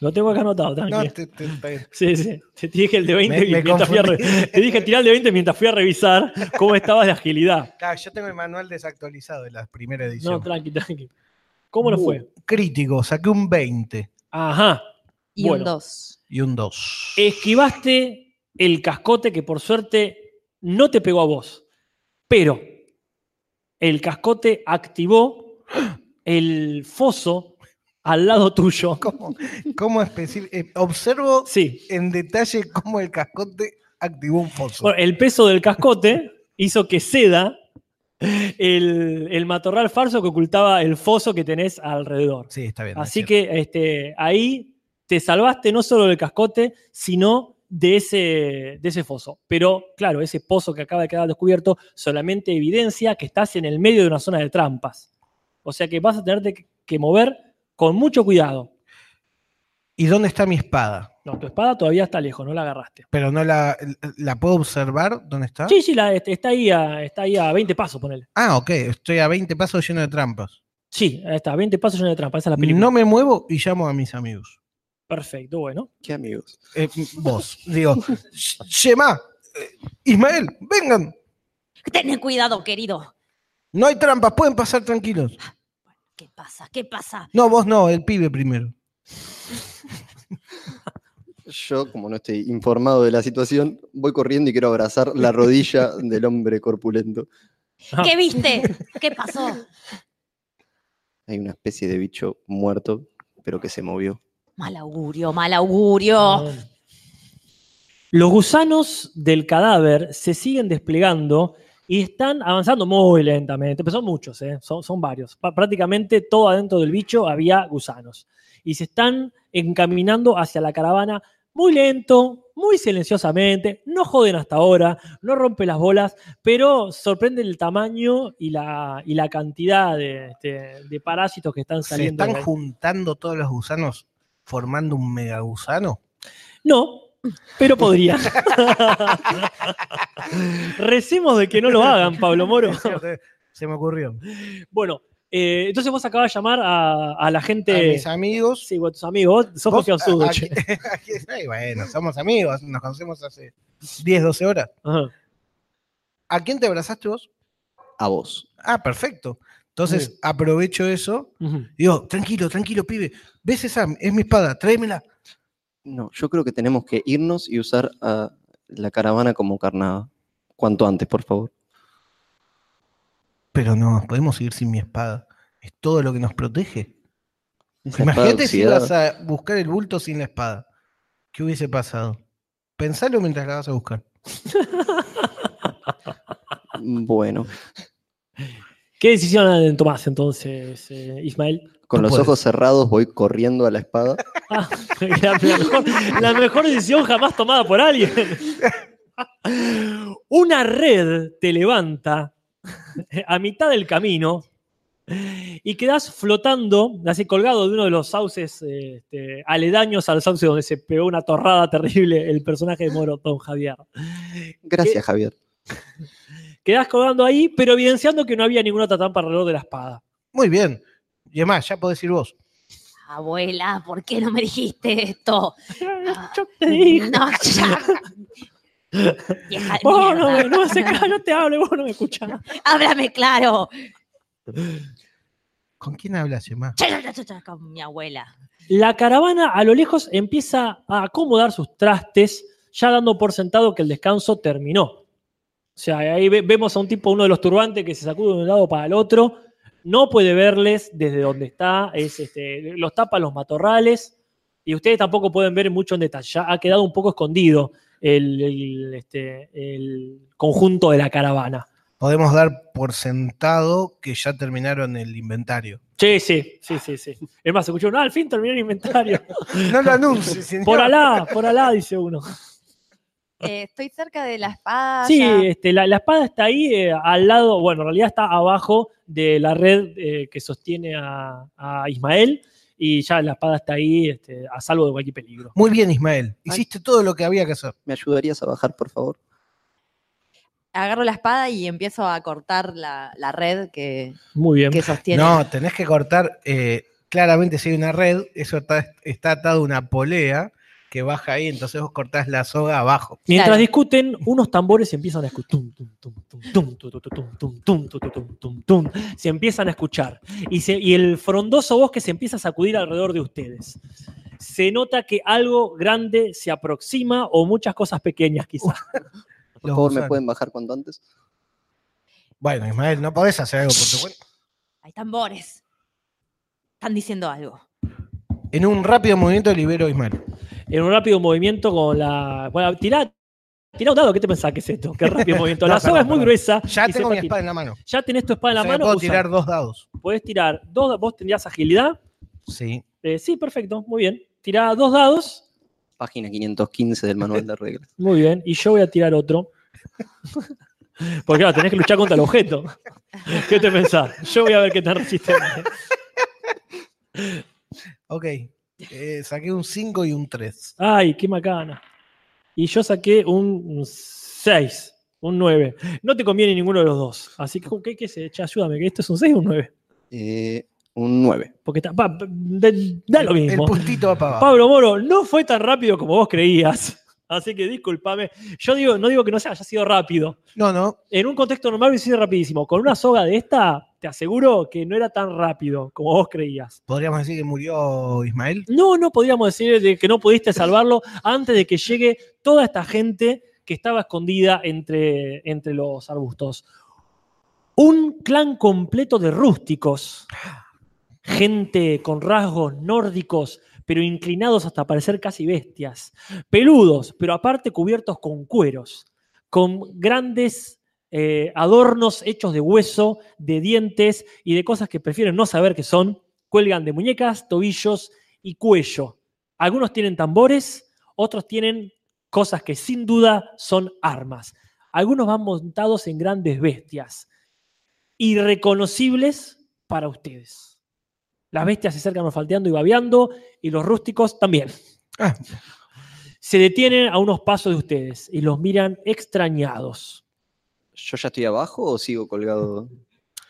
Speaker 2: lo tengo acá anotado, tranquilo.
Speaker 4: No, te- te- está bien.
Speaker 2: Sí, sí. Te dije el de 20
Speaker 4: Me- me
Speaker 2: mientras fui a re-
Speaker 4: confundí.
Speaker 2: te dije tirar el de 20 mientras fui a revisar cómo estabas de agilidad.
Speaker 4: Ah, yo tengo el manual desactualizado de la primera edición.
Speaker 2: No, tranqui, tranqui. ¿Cómo lo
Speaker 4: Uh,
Speaker 2: fue?
Speaker 4: Crítico, saqué un 20
Speaker 2: Ajá.
Speaker 3: Y
Speaker 2: Bueno.
Speaker 3: un 2.
Speaker 4: y un 2.
Speaker 2: Esquivaste el cascote que por suerte no te pegó a vos. Pero el cascote activó el foso al lado tuyo.
Speaker 4: ¿Cómo, cómo especi- eh, observo
Speaker 2: Sí.
Speaker 4: en detalle cómo el cascote activó un foso.
Speaker 2: Bueno, el peso del cascote hizo que ceda el, el matorral falso que ocultaba el foso que tenés alrededor.
Speaker 4: sí, está bien.
Speaker 2: Así
Speaker 4: es cierto.
Speaker 2: que este, ahí te salvaste no solo del cascote, sino de ese, de ese foso. Pero claro, ese pozo que acaba de quedar descubierto solamente evidencia que estás en el medio de una zona de trampas. O sea que vas a tenerte que- que mover con mucho cuidado.
Speaker 4: ¿Y dónde está mi espada?
Speaker 2: No, tu espada todavía está lejos, no la agarraste.
Speaker 4: Pero no la, la puedo observar. ¿Dónde está?
Speaker 2: Sí, sí, la- este, está, ahí a, está ahí a 20 pasos, ponele.
Speaker 4: Ah, ok. Estoy a 20 pasos lleno de trampas.
Speaker 2: Sí, ahí está, 20 pasos lleno de trampa. Esa es la película.
Speaker 4: No me muevo y llamo a mis amigos.
Speaker 2: Perfecto, bueno.
Speaker 5: ¿Qué amigos?
Speaker 4: Eh, vos. Digo, Shema, eh, Ismael, vengan.
Speaker 3: Ten cuidado, querido.
Speaker 4: No hay trampas, pueden pasar tranquilos.
Speaker 3: ¿Qué pasa? ¿Qué pasa?
Speaker 4: No, vos no, el pibe primero.
Speaker 5: Yo, como no estoy informado de la situación, voy corriendo y quiero abrazar la rodilla del hombre corpulento.
Speaker 2: Ah.
Speaker 3: ¿Qué viste? ¿Qué pasó?
Speaker 5: Hay una especie de bicho muerto, pero que se movió.
Speaker 3: Mal augurio, mal augurio.
Speaker 2: Bueno. Los gusanos del cadáver se siguen desplegando y están avanzando muy lentamente, pero son muchos, ¿eh? son, son varios. Pa- prácticamente todo adentro del bicho había gusanos. Y se están encaminando hacia la caravana muy lento, muy silenciosamente. No joden hasta ahora, no rompen las bolas, pero sorprende el tamaño y la, y la cantidad de, este, de parásitos que están
Speaker 4: Se
Speaker 2: saliendo.
Speaker 4: están
Speaker 2: de ahí.
Speaker 4: juntando todos los gusanos formando un mega gusano.
Speaker 2: No, pero podría. Recemos de que no lo hagan, Pablo Moro.
Speaker 4: Es cierto, eh, Se me ocurrió.
Speaker 2: Bueno, eh, entonces vos acabas de llamar a, a la
Speaker 4: A
Speaker 2: gente.
Speaker 4: mis amigos.
Speaker 2: Sí, vos, tus amigos, vos sos
Speaker 4: vos-
Speaker 2: confianzudo,
Speaker 4: a- a-
Speaker 2: che.
Speaker 4: Ay, bueno, somos amigos, nos conocemos hace 10, 12 horas.
Speaker 2: Ajá.
Speaker 4: ¿A quién te abrazaste vos?
Speaker 5: A vos.
Speaker 4: Ah, perfecto.
Speaker 2: Muy
Speaker 4: Entonces aprovecho eso.
Speaker 2: Ujú.
Speaker 4: Digo, tranquilo, tranquilo, pibe. ¿Ves esa? Es mi espada, tráemela.
Speaker 5: No, yo creo que tenemos que irnos y usar a la caravana como carnada. Cuanto antes, por favor.
Speaker 4: Pero no, podemos seguir sin mi espada. Es todo lo que nos protege.
Speaker 5: Esa espada
Speaker 4: Imagínate si
Speaker 5: oxidada.
Speaker 4: vas a buscar el bulto sin la espada. ¿Qué hubiese pasado? Pensalo mientras la vas a buscar.
Speaker 5: Bueno,
Speaker 2: ¿Qué decisión tomás entonces, eh, Ismael?
Speaker 5: con
Speaker 4: Tú
Speaker 5: los
Speaker 4: puedes.
Speaker 5: ojos cerrados voy corriendo a la espada.
Speaker 2: Ah, la, la mejor, la mejor decisión jamás tomada por alguien. Una red te levanta a mitad del camino Y quedás flotando, así colgado de uno de los sauces eh, este, aledaños al sauce donde se pegó una torrada terrible el personaje de Moro, Don Javier.
Speaker 5: Gracias, Javier.
Speaker 2: Quedás colgando ahí, pero evidenciando que no había ninguna tatampa alrededor de la espada.
Speaker 4: Muy bien. Y además, ya podés ir vos.
Speaker 10: Abuela, ¿por qué no me dijiste esto?
Speaker 2: Yo te dije,
Speaker 10: No, ya. Vieja de
Speaker 2: vos Oh, no,
Speaker 10: mierda.
Speaker 2: no me haces caso, no te hable, vos no me escuchás.
Speaker 10: Háblame claro.
Speaker 4: ¿Con quién hablas, Emma?
Speaker 10: Cha, cha, cha, cha, cha, Con mi abuela.
Speaker 2: La caravana a lo lejos empieza a acomodar sus trastes, ya dando por sentado que el descanso terminó. O sea, ahí ve- vemos a un tipo, uno de los turbantes, que se sacude de un lado para el otro, no puede verles desde donde está, es, este, los tapa los matorrales, y ustedes tampoco pueden ver mucho en detalle, ya ha quedado un poco escondido el, el, este, el conjunto de la caravana.
Speaker 4: Podemos dar por sentado que ya terminaron el inventario.
Speaker 2: Sí, sí, sí, sí, sí. Es más, escuchó, no, al fin terminó el inventario.
Speaker 4: No lo anuncies, señor.
Speaker 2: Por alá, por alá, dice uno.
Speaker 3: Eh, estoy cerca de la espada.
Speaker 2: Sí,
Speaker 3: ya.
Speaker 2: este, la, la espada está ahí eh, al lado, bueno, en realidad está abajo de la red eh, que sostiene a, a Ismael y ya la espada está ahí este, a salvo de cualquier peligro.
Speaker 4: Muy bien, Ismael. Hiciste todo lo que había que hacer.
Speaker 5: ¿Me ayudarías a bajar, por favor?
Speaker 3: Agarro la espada y empiezo a cortar la, la red que,
Speaker 2: Muy bien.
Speaker 3: que sostiene.
Speaker 4: No, tenés que cortar. eh, claramente, si hay una red, eso está, está atado a una polea que baja ahí, entonces vos cortás la soga abajo.
Speaker 2: Mientras
Speaker 3: Claro.
Speaker 2: discuten, unos tambores se empiezan a escuchar. Tum, tum, tum, tum, tum, tum, tum, tum, tum, tum, tum, tum, tum, tum. Se empiezan a escuchar. Y, se- y el frondoso bosque se empieza a sacudir alrededor de ustedes. Se nota que algo grande se aproxima o muchas cosas pequeñas quizás.
Speaker 5: Por
Speaker 4: Los
Speaker 5: favor, ¿me
Speaker 4: gusanos.
Speaker 5: pueden bajar cuanto antes?
Speaker 4: Bueno, Ismael, no podés hacer algo por tu cuenta.
Speaker 10: Hay tambores.
Speaker 3: Están diciendo algo.
Speaker 4: En un rápido movimiento libero a Ismael.
Speaker 2: en un rápido movimiento con la. Bueno, tirá, tirá un dado, ¿qué te pensás que es esto? Qué rápido movimiento.
Speaker 4: No,
Speaker 2: La soga
Speaker 4: perdón,
Speaker 2: es muy
Speaker 4: perdón.
Speaker 2: gruesa.
Speaker 4: Ya
Speaker 2: y
Speaker 4: tengo
Speaker 2: se
Speaker 4: mi espada en la mano.
Speaker 2: Ya tenés tu espada en la
Speaker 4: O sea que
Speaker 2: mano.
Speaker 4: puedo
Speaker 2: usa.
Speaker 4: tirar dos dados.
Speaker 2: Podés tirar dos, vos tendrías agilidad.
Speaker 4: Sí.
Speaker 2: Eh, sí, perfecto, muy bien. Tirá dos dados.
Speaker 5: Página 515 del manual de reglas.
Speaker 2: Muy bien. Y yo voy a tirar otro. Porque claro, tenés que luchar contra el objeto. ¿Qué te pensás? Yo voy a ver qué tan resistente.
Speaker 4: Ok. Eh, saqué un 5 y un 3.
Speaker 2: Ay, qué macana. Y yo saqué un 6, un 9. No te conviene ninguno de los dos. Así que, ¿qué, qué se echa? Ayúdame, que esto es un 6 o un 9.
Speaker 5: Eh, un 9.
Speaker 2: Porque está, pa- de- da lo
Speaker 4: El
Speaker 2: mismo.
Speaker 4: puntito va para abajo.
Speaker 2: Pablo Moro no fue tan rápido como vos creías. Así que discúlpame. Yo digo, no digo que no se haya sido rápido.
Speaker 4: No, no.
Speaker 2: En un contexto normal hubiese sido rapidísimo. Con una soga de esta, te aseguro que no era tan rápido como vos creías.
Speaker 4: Podríamos decir que murió Ismael.
Speaker 2: No, no podríamos decir de que no pudiste salvarlo antes de que llegue toda esta gente que estaba escondida entre, entre los arbustos. Un clan completo de rústicos, gente con rasgos nórdicos, pero inclinados hasta parecer casi bestias, peludos, pero aparte cubiertos con cueros, con grandes eh, adornos hechos de hueso, de dientes y de cosas que prefieren no saber qué son, cuelgan de muñecas, tobillos y cuello. Algunos tienen tambores, otros tienen cosas que sin duda son armas. Algunos van montados en grandes bestias, irreconocibles para ustedes. Las bestias se acercan olfateando y babeando, y los rústicos también.
Speaker 4: Ah.
Speaker 2: Se detienen a unos pasos de ustedes y los miran extrañados.
Speaker 5: ¿Yo ya estoy abajo o sigo colgado?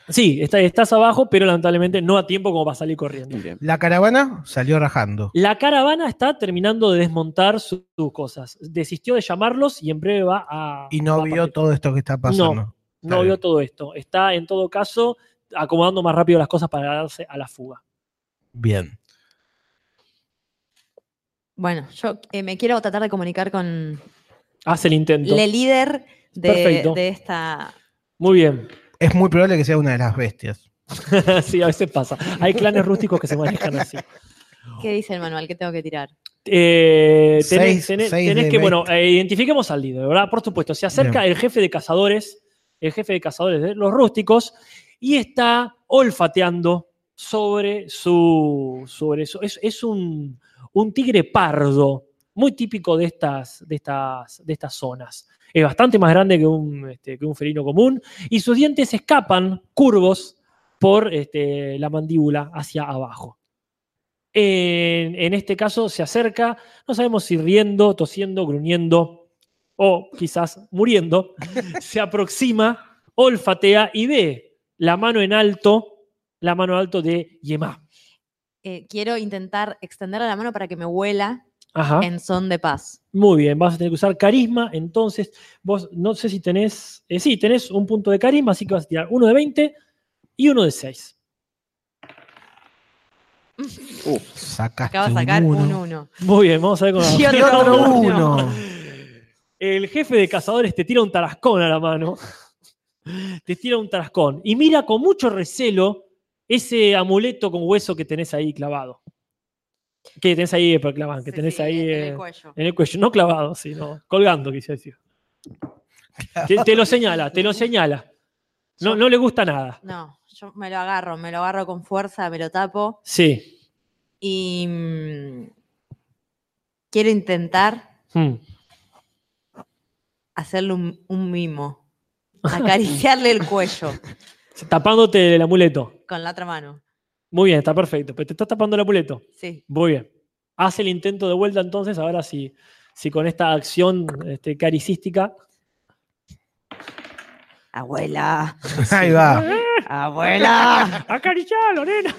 Speaker 2: Sí, está- estás abajo, pero lamentablemente no a tiempo como para salir corriendo.
Speaker 5: Bien.
Speaker 4: La caravana salió rajando.
Speaker 2: La caravana está terminando de desmontar su- sus cosas. Desistió de llamarlos y en breve va a.
Speaker 4: Y no
Speaker 2: va a
Speaker 4: vio
Speaker 2: partir.
Speaker 4: todo esto que está pasando.
Speaker 2: No vio todo esto. Está, en todo caso, acomodando más rápido las cosas para darse a la fuga.
Speaker 4: Bien.
Speaker 3: Bueno, yo eh, me quiero tratar de comunicar con
Speaker 2: Hace el intento.
Speaker 3: el líder de,
Speaker 2: Perfecto.
Speaker 3: de esta.
Speaker 2: Muy bien.
Speaker 4: Es muy probable que sea una de las bestias.
Speaker 2: sí, a veces pasa. Hay clanes rústicos que se manejan así.
Speaker 3: ¿Qué dice el manual? ¿Qué tengo que tirar?
Speaker 2: Eh, tenés
Speaker 4: Seis-
Speaker 2: tenés-
Speaker 4: seis
Speaker 2: tenés
Speaker 4: de
Speaker 2: que, bueno, eh, identifiquemos al líder, ¿verdad? Por supuesto, se acerca el jefe de cazadores, el jefe de cazadores de los rústicos, y está olfateando sobre su. Sobre eso. Es, es un, un tigre pardo, muy típico de estas, de, estas, de estas zonas. Es bastante más grande que un, este, que un felino común, y sus dientes escapan curvos por este, la mandíbula hacia abajo. En, en este caso se acerca, no sabemos si riendo, tosiendo, gruñendo o quizás muriendo, se aproxima, olfatea y ve la mano en alto, la mano en alto de Yemá.
Speaker 3: Eh, quiero intentar extender la mano para que me huela
Speaker 2: Ajá.
Speaker 3: en son de paz.
Speaker 2: Muy bien, vas a tener que usar carisma, entonces vos no sé si tenés, eh, sí, tenés un punto de carisma, así que vas a tirar uno de 20 y uno de 6.
Speaker 4: Sacaste
Speaker 3: Acabo de sacar un uno.
Speaker 2: Muy bien, vamos a ver cómo
Speaker 3: Y otro uno.
Speaker 2: El jefe de cazadores te tira un tarascón a la mano. Te tira un tarascón y mira con mucho recelo ese amuleto con hueso que tenés ahí clavado. Que tenés ahí, eh, clavan, que
Speaker 3: Sí,
Speaker 2: tenés
Speaker 3: sí,
Speaker 2: ahí
Speaker 3: en el
Speaker 2: eh,
Speaker 3: cuello.
Speaker 2: en el cuello. No clavado, sino colgando, quise decir. Te, te lo señala, te lo señala. No, no le gusta nada.
Speaker 3: No, yo me lo agarro, me lo agarro con fuerza, me lo tapo
Speaker 2: Sí.
Speaker 3: y mm, quiero intentar
Speaker 2: Mm.
Speaker 3: hacerle un, un mimo, acariciarle el cuello
Speaker 2: Tapándote el amuleto.
Speaker 3: con la otra mano.
Speaker 2: Muy bien, está perfecto. Pero te estás tapando el amuleto.
Speaker 3: Sí,
Speaker 2: Muy bien. Haz el intento de vuelta entonces, ahora si, si con esta acción este, caricística.
Speaker 3: abuela,
Speaker 4: Ahí va.
Speaker 2: Ah,
Speaker 3: abuela,
Speaker 2: ¡Acaricialo, nena!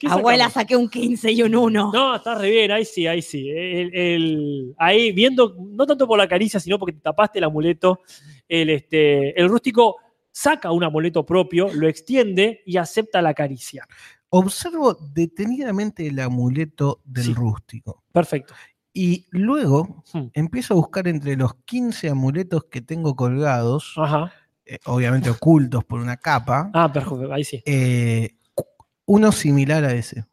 Speaker 2: ¿Qué sacamos?
Speaker 3: abuela, saqué un 15 y un 1.
Speaker 2: No, está re bien, ahí sí, ahí sí. El- el- ahí viendo, no tanto por la caricia, sino porque te tapaste el amuleto, el, este, el rústico saca un amuleto propio, lo extiende y acepta la caricia.
Speaker 4: Observo detenidamente el amuleto del
Speaker 2: Sí.
Speaker 4: rústico.
Speaker 2: Perfecto.
Speaker 4: Y luego
Speaker 2: Hmm.
Speaker 4: empiezo a buscar entre los 15 amuletos que tengo colgados,
Speaker 2: Ajá.
Speaker 4: eh, obviamente ocultos por una capa,
Speaker 2: Ah, perfecto, ahí sí.
Speaker 4: eh, cu- uno similar a ese.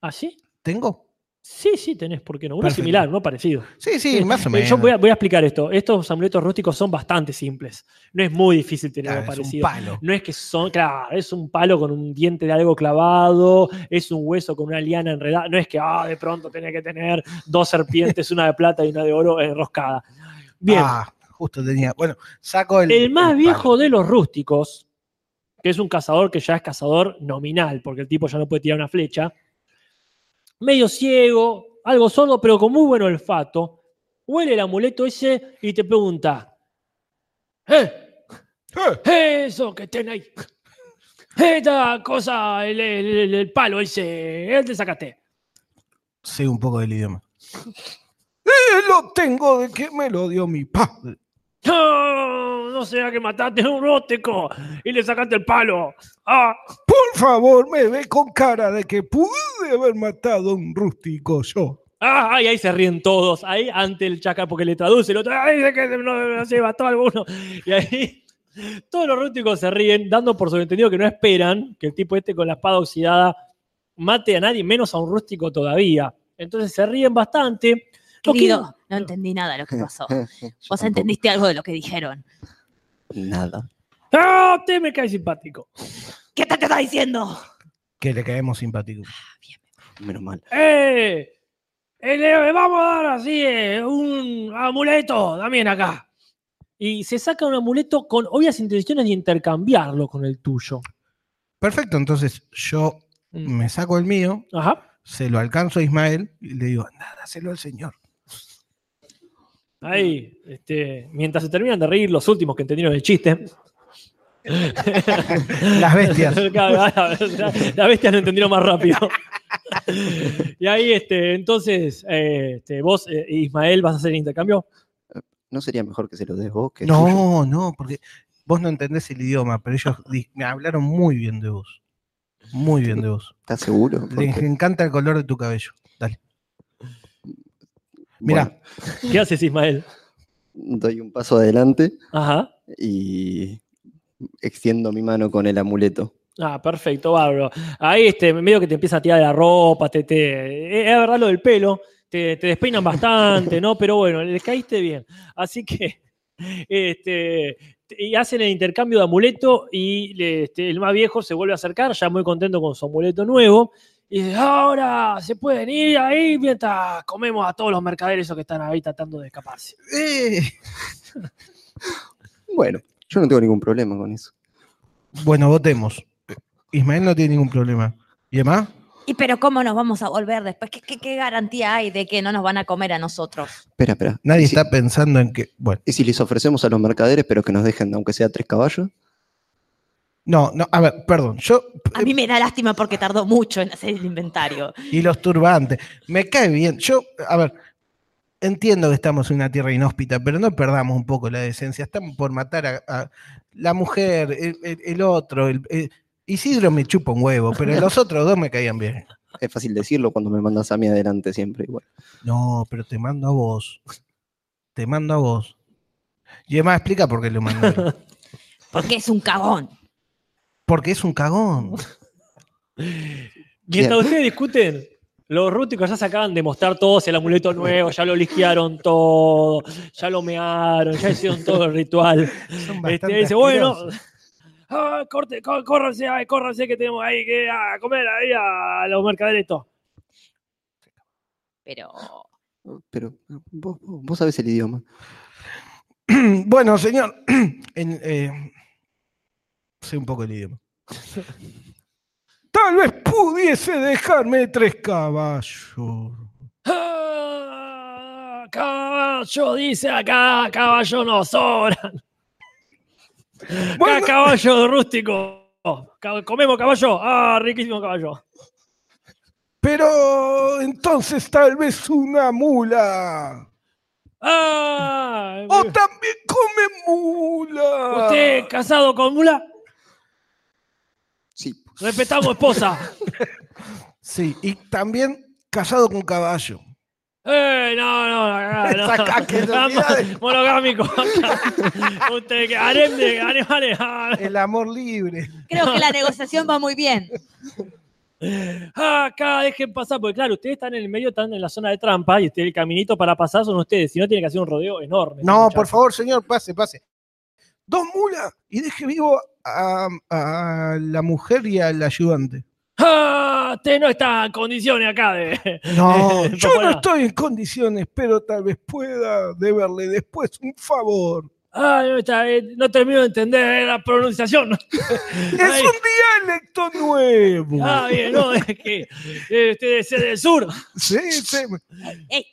Speaker 2: ¿Ah, sí?
Speaker 4: ¿Tengo?
Speaker 2: Sí, sí, tenés, ¿por qué no? Uno
Speaker 4: Perfecto.
Speaker 2: similar, uno parecido.
Speaker 4: Sí, sí,
Speaker 2: Sí,
Speaker 4: más o
Speaker 2: eh,
Speaker 4: menos.
Speaker 2: Yo voy a, voy a explicar esto. Estos amuletos rústicos son bastante simples. No es muy difícil tener
Speaker 4: Claro,
Speaker 2: algo
Speaker 4: es un
Speaker 2: parecido.
Speaker 4: palo.
Speaker 2: No es que son, claro, es un palo con un diente de algo clavado, es un hueso con una liana enredada. No es que, ah, de pronto tenía que tener dos serpientes, una de plata y una de oro enroscada. Bien,
Speaker 4: Ah, justo tenía. Bueno, saco el.
Speaker 2: el más
Speaker 4: el
Speaker 2: viejo
Speaker 4: palo.
Speaker 2: de los rústicos, que es un cazador que ya es cazador nominal, porque el tipo ya no puede tirar una flecha, medio ciego, algo sordo, pero con muy buen olfato, huele el amuleto ese y te pregunta, ¿eh? Eso que tiene ahí. Esta cosa, el, el- el palo ese, ¿eh? te sacaste.
Speaker 4: Sé un poco del idioma. Eh, lo tengo de que me lo dio mi padre.
Speaker 2: No, no sea que mataste a un rústico y le sacaste el palo. Ah,
Speaker 4: Por favor, me ve con cara de que pude haber matado a un rústico yo.
Speaker 2: Ah, ay, ahí se ríen todos. Ahí ante el chacal, porque le traduce el otro. Ay, dice que no, no se mató alguno. Y ahí todos los rústicos se ríen, dando por sobreentendido que no esperan que el tipo este con la espada oxidada mate a nadie, menos a un rústico todavía. Entonces se ríen bastante. No quiero-
Speaker 10: Querido, no entendí nada de lo que pasó. Vos entendiste algo de lo que dijeron.
Speaker 5: Nada.
Speaker 2: ¡Ah! Usted me cae simpático.
Speaker 10: ¿Qué te, te está diciendo?
Speaker 4: Que le caemos simpático.
Speaker 5: Menos mal.
Speaker 2: ¡Eh! eh, le vamos a dar así eh, un amuleto también acá. Y se saca un amuleto con obvias intenciones de intercambiarlo con el tuyo.
Speaker 4: Perfecto, entonces yo
Speaker 2: Mm.
Speaker 4: me saco el mío,
Speaker 2: Ajá.
Speaker 4: se lo alcanzo a Ismael y le digo, anda, dáselo al señor.
Speaker 2: Ahí, este, mientras se terminan de reír los últimos que entendieron el chiste.
Speaker 4: Las bestias.
Speaker 2: la bestia lo entendieron más rápido. Y ahí, este, entonces, eh, este, vos, eh, Ismael, vas a hacer el intercambio.
Speaker 5: ¿No sería mejor que se lo des vos? Que el tuyo?
Speaker 4: No, no, porque vos no entendés el idioma, pero ellos di- me hablaron muy bien de vos. Muy bien de vos.
Speaker 5: ¿Estás seguro? Porque-
Speaker 4: Les encanta el color de tu cabello. Dale. Mirá,
Speaker 5: Bueno,
Speaker 2: ¿Qué haces, Ismael?
Speaker 5: doy un paso adelante
Speaker 2: Ajá.
Speaker 5: y extiendo mi mano con el amuleto.
Speaker 2: Ah, perfecto, bárbaro. Ahí, este, medio que te empieza a tirar la ropa, te, te, eh, es verdad lo del pelo, te, te despeinan bastante, ¿no? Pero bueno, les caíste bien. Así que, este, y hacen el intercambio de amuleto y le- este, el más viejo se vuelve a acercar, ya muy contento con su amuleto nuevo. Y dice, ahora se pueden ir ahí mientras comemos a todos los mercaderes esos que están ahí tratando de escaparse.
Speaker 4: eh,
Speaker 5: Bueno, yo no tengo ningún problema con eso.
Speaker 4: Bueno, votemos. Ismael no tiene ningún problema. ¿Y demás?
Speaker 3: ¿Y pero cómo nos vamos a volver después? ¿Qué, qué, qué garantía hay de que no nos van a comer a nosotros?
Speaker 5: Espera, espera.
Speaker 4: Nadie está pensando en que. Bueno.
Speaker 5: ¿Y si les ofrecemos a los mercaderes, pero que nos dejen, aunque sea tres caballos?
Speaker 4: No, no, a ver, perdón. Yo.
Speaker 3: A mí me da lástima porque tardó mucho en hacer el inventario.
Speaker 4: Y los turbantes. Me cae bien. Yo, a ver. Entiendo que estamos en una tierra inhóspita, pero no perdamos un poco la decencia. Estamos por matar a, a la mujer, el, el- el otro. el- el- Isidro me chupa un huevo, pero los otros dos me caían bien.
Speaker 5: Es fácil decirlo cuando me mandas a mí adelante siempre igual.
Speaker 4: No, pero te mando a vos. Te mando a vos. Y además explica por qué lo mando. a él.
Speaker 3: Porque es un cagón.
Speaker 4: Porque es un cagón.
Speaker 2: Mientras
Speaker 5: Bien.
Speaker 2: ustedes discuten, los rúticos ya se acaban de mostrar todos el amuleto nuevo, ya lo lisquearon todo, ya lo mearon, ya hicieron todo el ritual.
Speaker 4: Son
Speaker 2: Este,
Speaker 4: bastante
Speaker 2: dice, bueno,
Speaker 4: asquerosos.
Speaker 2: ah, corte, có- córranse, ay, córranse que tenemos ahí que ir a comer ahí a los mercaderes estos.
Speaker 3: Pero
Speaker 5: Pero vos, vos vos sabés el idioma.
Speaker 4: bueno, señor. en, eh, sé un poco el idioma. Tal vez pudiese dejarme tres caballos.
Speaker 2: Ah, caballo, dice acá, caballo no sobran. Acá
Speaker 4: Bueno.
Speaker 2: caballo rústico. Ca- comemos caballo. Ah, riquísimo caballo.
Speaker 4: Pero entonces tal vez una mula.
Speaker 2: Ah,
Speaker 4: O también come mula.
Speaker 2: usted casado con mula,
Speaker 5: Sí.
Speaker 2: respetamos esposa.
Speaker 4: Sí, y también casado con caballo.
Speaker 2: Eh, no, no, no, no, no.
Speaker 4: Saca que no
Speaker 2: Vamos,
Speaker 4: mirá.
Speaker 2: Monogámico. Usted que harem de harem, harem, ah.
Speaker 4: El amor libre.
Speaker 3: creo que la negociación va muy bien.
Speaker 2: Ah, Acá dejen pasar, porque claro, ustedes están en el medio, están en la zona de trampa y este, el caminito para pasar son ustedes. Si no, tiene que hacer un rodeo enorme.
Speaker 4: No,
Speaker 2: muchachos.
Speaker 4: por favor, señor, pase, pase. Dos mulas y deje vivo a, a la mujer y al ayudante.
Speaker 2: Ah, usted no está en condiciones acá de.
Speaker 4: No,
Speaker 2: Eh,
Speaker 4: yo no
Speaker 2: papá.
Speaker 4: estoy en condiciones, pero tal vez pueda deberle después un favor.
Speaker 2: Ah, no, está, eh, no termino de entender la pronunciación.
Speaker 4: Es
Speaker 2: Ay.
Speaker 4: un dialecto nuevo.
Speaker 2: Ah, bien, no, es que eh, usted es del sur.
Speaker 4: Sí, sí.
Speaker 3: Ey.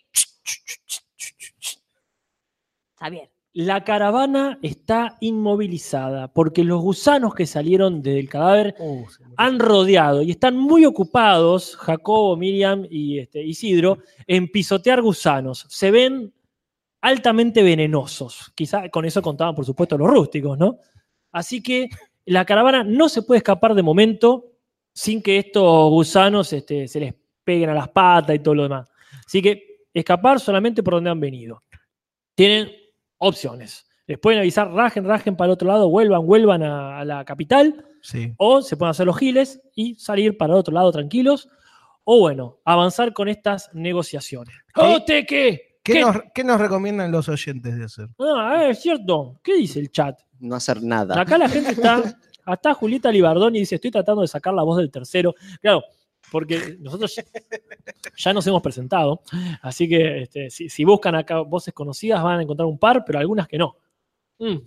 Speaker 3: Javier,
Speaker 2: La caravana está inmovilizada porque los gusanos que salieron del cadáver
Speaker 4: Oh,
Speaker 2: han rodeado y están muy ocupados, Jacobo, Miriam y este, Isidro, en pisotear gusanos. Se ven altamente venenosos. Quizá con eso contaban, por supuesto, los rústicos, ¿no? Así que la caravana no se puede escapar de momento sin que estos gusanos este, se les peguen a las patas y todo lo demás. Así que escapar solamente por donde han venido. Tienen opciones. Les pueden avisar, rajen, rajen para el otro lado, vuelvan, vuelvan a- a la capital.
Speaker 4: Sí.
Speaker 2: O se pueden hacer los giles y salir para el otro lado tranquilos. O bueno, avanzar con estas negociaciones.
Speaker 4: ¿Qué?
Speaker 2: ¿A ¿Usted qué?
Speaker 4: ¿Qué,
Speaker 2: ¿Qué?
Speaker 4: Nos, qué nos recomiendan los oyentes de hacer?
Speaker 2: Ah, es cierto. ¿Qué dice el chat?
Speaker 5: No hacer nada.
Speaker 2: Acá la gente está. Hasta Julieta Libardoni dice: Estoy tratando de sacar la voz del tercero. Claro, porque nosotros ya, ya nos hemos presentado. Así que este, si, si buscan acá voces conocidas van a encontrar un par, pero algunas que no. Mm.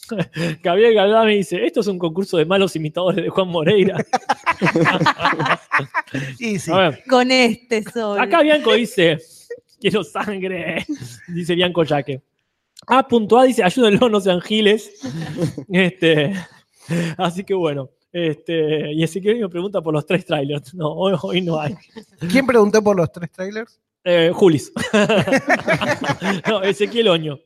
Speaker 2: Gabriel Galván me dice: Esto es un concurso de malos imitadores de Juan Moreira.
Speaker 4: Y sí.
Speaker 2: A ver.
Speaker 3: con este sol.
Speaker 2: Acá Bianco dice, quiero sangre, dice Bianco Yaque. A punto A dice, ayúdenlo, no sean giles. Este, así que bueno. Este, y Ezequiel me pregunta por los tres trailers. No, hoy, hoy no hay.
Speaker 4: ¿Quién preguntó por los tres trailers?
Speaker 2: Eh, Julis. no, Ezequiel Oño.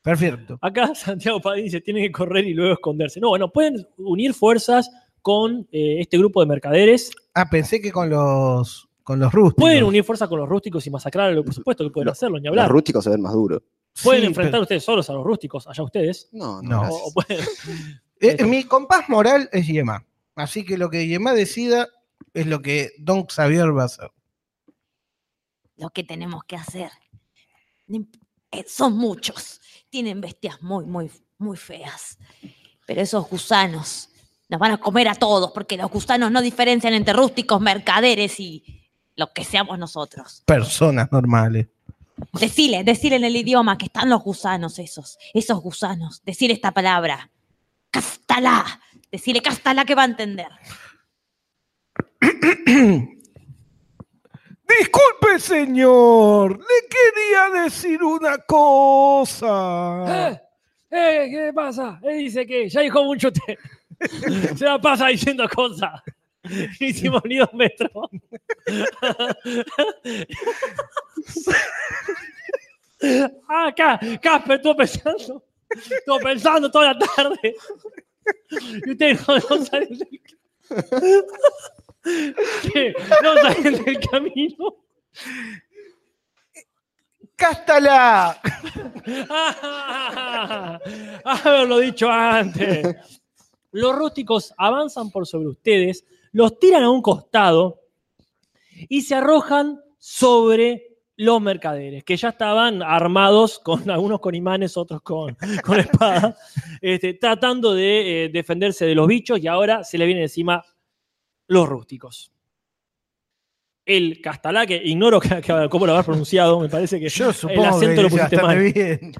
Speaker 4: Perfecto.
Speaker 2: Acá Santiago Padín dice, tienen que correr y luego esconderse. No, bueno, pueden unir fuerzas con eh, este grupo de mercaderes.
Speaker 4: Ah, pensé que con los con los rústicos.
Speaker 2: Pueden unir fuerzas con los rústicos y masacrarlo, por supuesto que pueden
Speaker 5: Lo-
Speaker 2: hacerlo, ni
Speaker 5: Los
Speaker 2: hablar.
Speaker 5: rústicos se ven más duros.
Speaker 2: Pueden
Speaker 4: Sí,
Speaker 2: enfrentar ustedes solos a los rústicos, allá ustedes.
Speaker 5: No,
Speaker 4: No.
Speaker 5: no.
Speaker 2: O-
Speaker 5: gracias.
Speaker 2: o pueden-
Speaker 4: pero- eh, mi compás moral es Yema. Así que lo que Yema decida es lo que Don Xavier va a hacer.
Speaker 10: Lo que tenemos que hacer. No imp- eh, Son muchos. Tienen bestias muy, muy, muy feas.
Speaker 3: Pero esos gusanos nos van a comer a todos porque los gusanos no diferencian entre rústicos, mercaderes y lo que seamos nosotros.
Speaker 4: Personas normales.
Speaker 3: Decile, decile en el idioma que están los gusanos esos, esos gusanos. Decir esta palabra. Castala, Decirle que hasta la que va a entender.
Speaker 4: Disculpe, señor. Le quería decir una cosa.
Speaker 2: Eh, ¿Qué pasa? Él dice que ya dijo mucho usted. Se la pasa diciendo cosas. No Hicimos ni dos metros. ah, acá, Casper, estuvo pensando. Estuvo pensando toda la tarde. Y usted no, no salen del ¿Qué? No salen del camino.
Speaker 4: ¡Cástala!
Speaker 2: Ah, haberlo dicho antes. Los rústicos avanzan por sobre ustedes, los tiran a un costado y se arrojan sobre los mercaderes, que ya estaban armados, con algunos con imanes, otros con, con espada, este, tratando de eh, defenderse de los bichos y ahora se le vienen encima los rústicos. El castalá, que ignoro que- que- cómo lo habrás pronunciado, me parece que
Speaker 4: Yo
Speaker 2: el
Speaker 4: supongo
Speaker 2: acento
Speaker 4: que
Speaker 2: lo
Speaker 4: dice
Speaker 2: pusiste
Speaker 4: bastante
Speaker 2: mal.
Speaker 4: bien.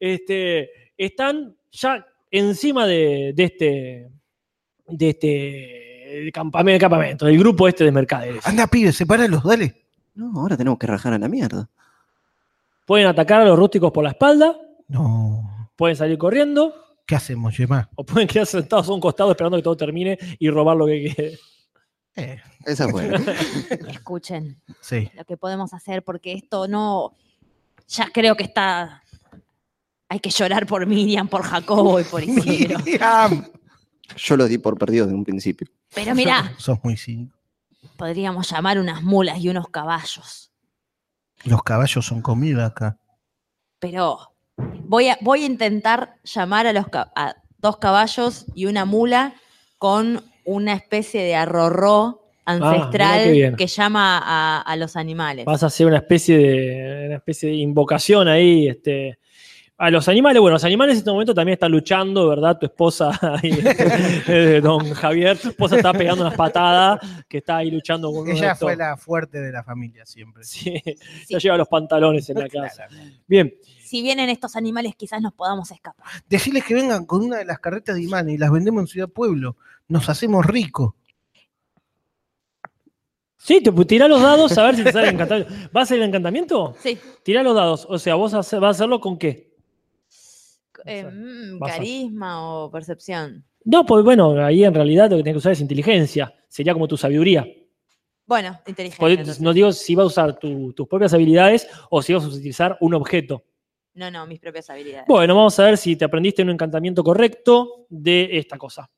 Speaker 2: Este, están ya encima de, de este de este campamento, campamento, del grupo este de mercaderes.
Speaker 4: Anda, pibe, sepáralos, dale.
Speaker 5: No, ahora tenemos que rajar a la mierda.
Speaker 2: Pueden atacar a los rústicos por la espalda,
Speaker 4: No.
Speaker 2: pueden salir corriendo
Speaker 4: ¿Qué hacemos, Yemá?
Speaker 2: o pueden quedar sentados a un costado esperando que todo termine y robar lo que quede.
Speaker 4: Eh,
Speaker 5: Esa fue.
Speaker 3: Escuchen
Speaker 4: sí.
Speaker 3: lo que podemos hacer porque esto no. Ya creo que está. Hay que llorar por Miriam, por Jacobo y por Isidro.
Speaker 4: Miriam.
Speaker 5: Yo los di por perdidos desde un principio.
Speaker 3: Pero mirá,
Speaker 4: Sos muy cínico.
Speaker 3: podríamos llamar unas mulas y unos caballos.
Speaker 4: Los caballos son comida acá.
Speaker 3: Pero voy a, voy a intentar llamar a, los, ca- a dos caballos y una mula con una especie de arrorró
Speaker 2: Ah, mirá qué
Speaker 3: ancestral
Speaker 2: bien.
Speaker 3: que llama a, a los animales.
Speaker 2: Vas a hacer una especie de una especie de invocación ahí, este a los animales, bueno, los animales en este momento también están luchando, ¿verdad? Tu esposa, ahí, eh, don Javier, tu esposa está pegando unas patadas, que está ahí luchando con uno de
Speaker 4: Ella
Speaker 2: estos-
Speaker 4: fue la fuerte de la familia siempre.
Speaker 2: Sí,
Speaker 3: Sí.
Speaker 2: ya lleva los pantalones en la casa. Bien,
Speaker 3: Si vienen estos animales, quizás nos podamos escapar.
Speaker 4: Decirles que vengan con una de las carretas de imanes y las vendemos en Ciudad Pueblo. Nos hacemos ricos.
Speaker 2: sí, te pues, tirá los dados a ver si te sale el encantamiento. ¿Va a ser el encantamiento?
Speaker 3: Sí.
Speaker 2: Tirá los dados, o sea, vos hace- vas a hacerlo con qué?
Speaker 3: Eh,
Speaker 2: Vas a-
Speaker 3: mm,
Speaker 2: Ah, vas a-
Speaker 3: carisma o percepción.
Speaker 2: No, pues bueno, ahí en realidad lo que tenés que usar es inteligencia, sería como tu sabiduría.
Speaker 3: Bueno, inteligente.
Speaker 2: Podés-
Speaker 3: entonces.
Speaker 2: no digo si vas a usar tu- tus propias habilidades o si vas a utilizar un objeto.
Speaker 3: No, no, mis propias habilidades.
Speaker 2: Bueno, vamos a ver si te aprendiste un encantamiento correcto de esta cosa.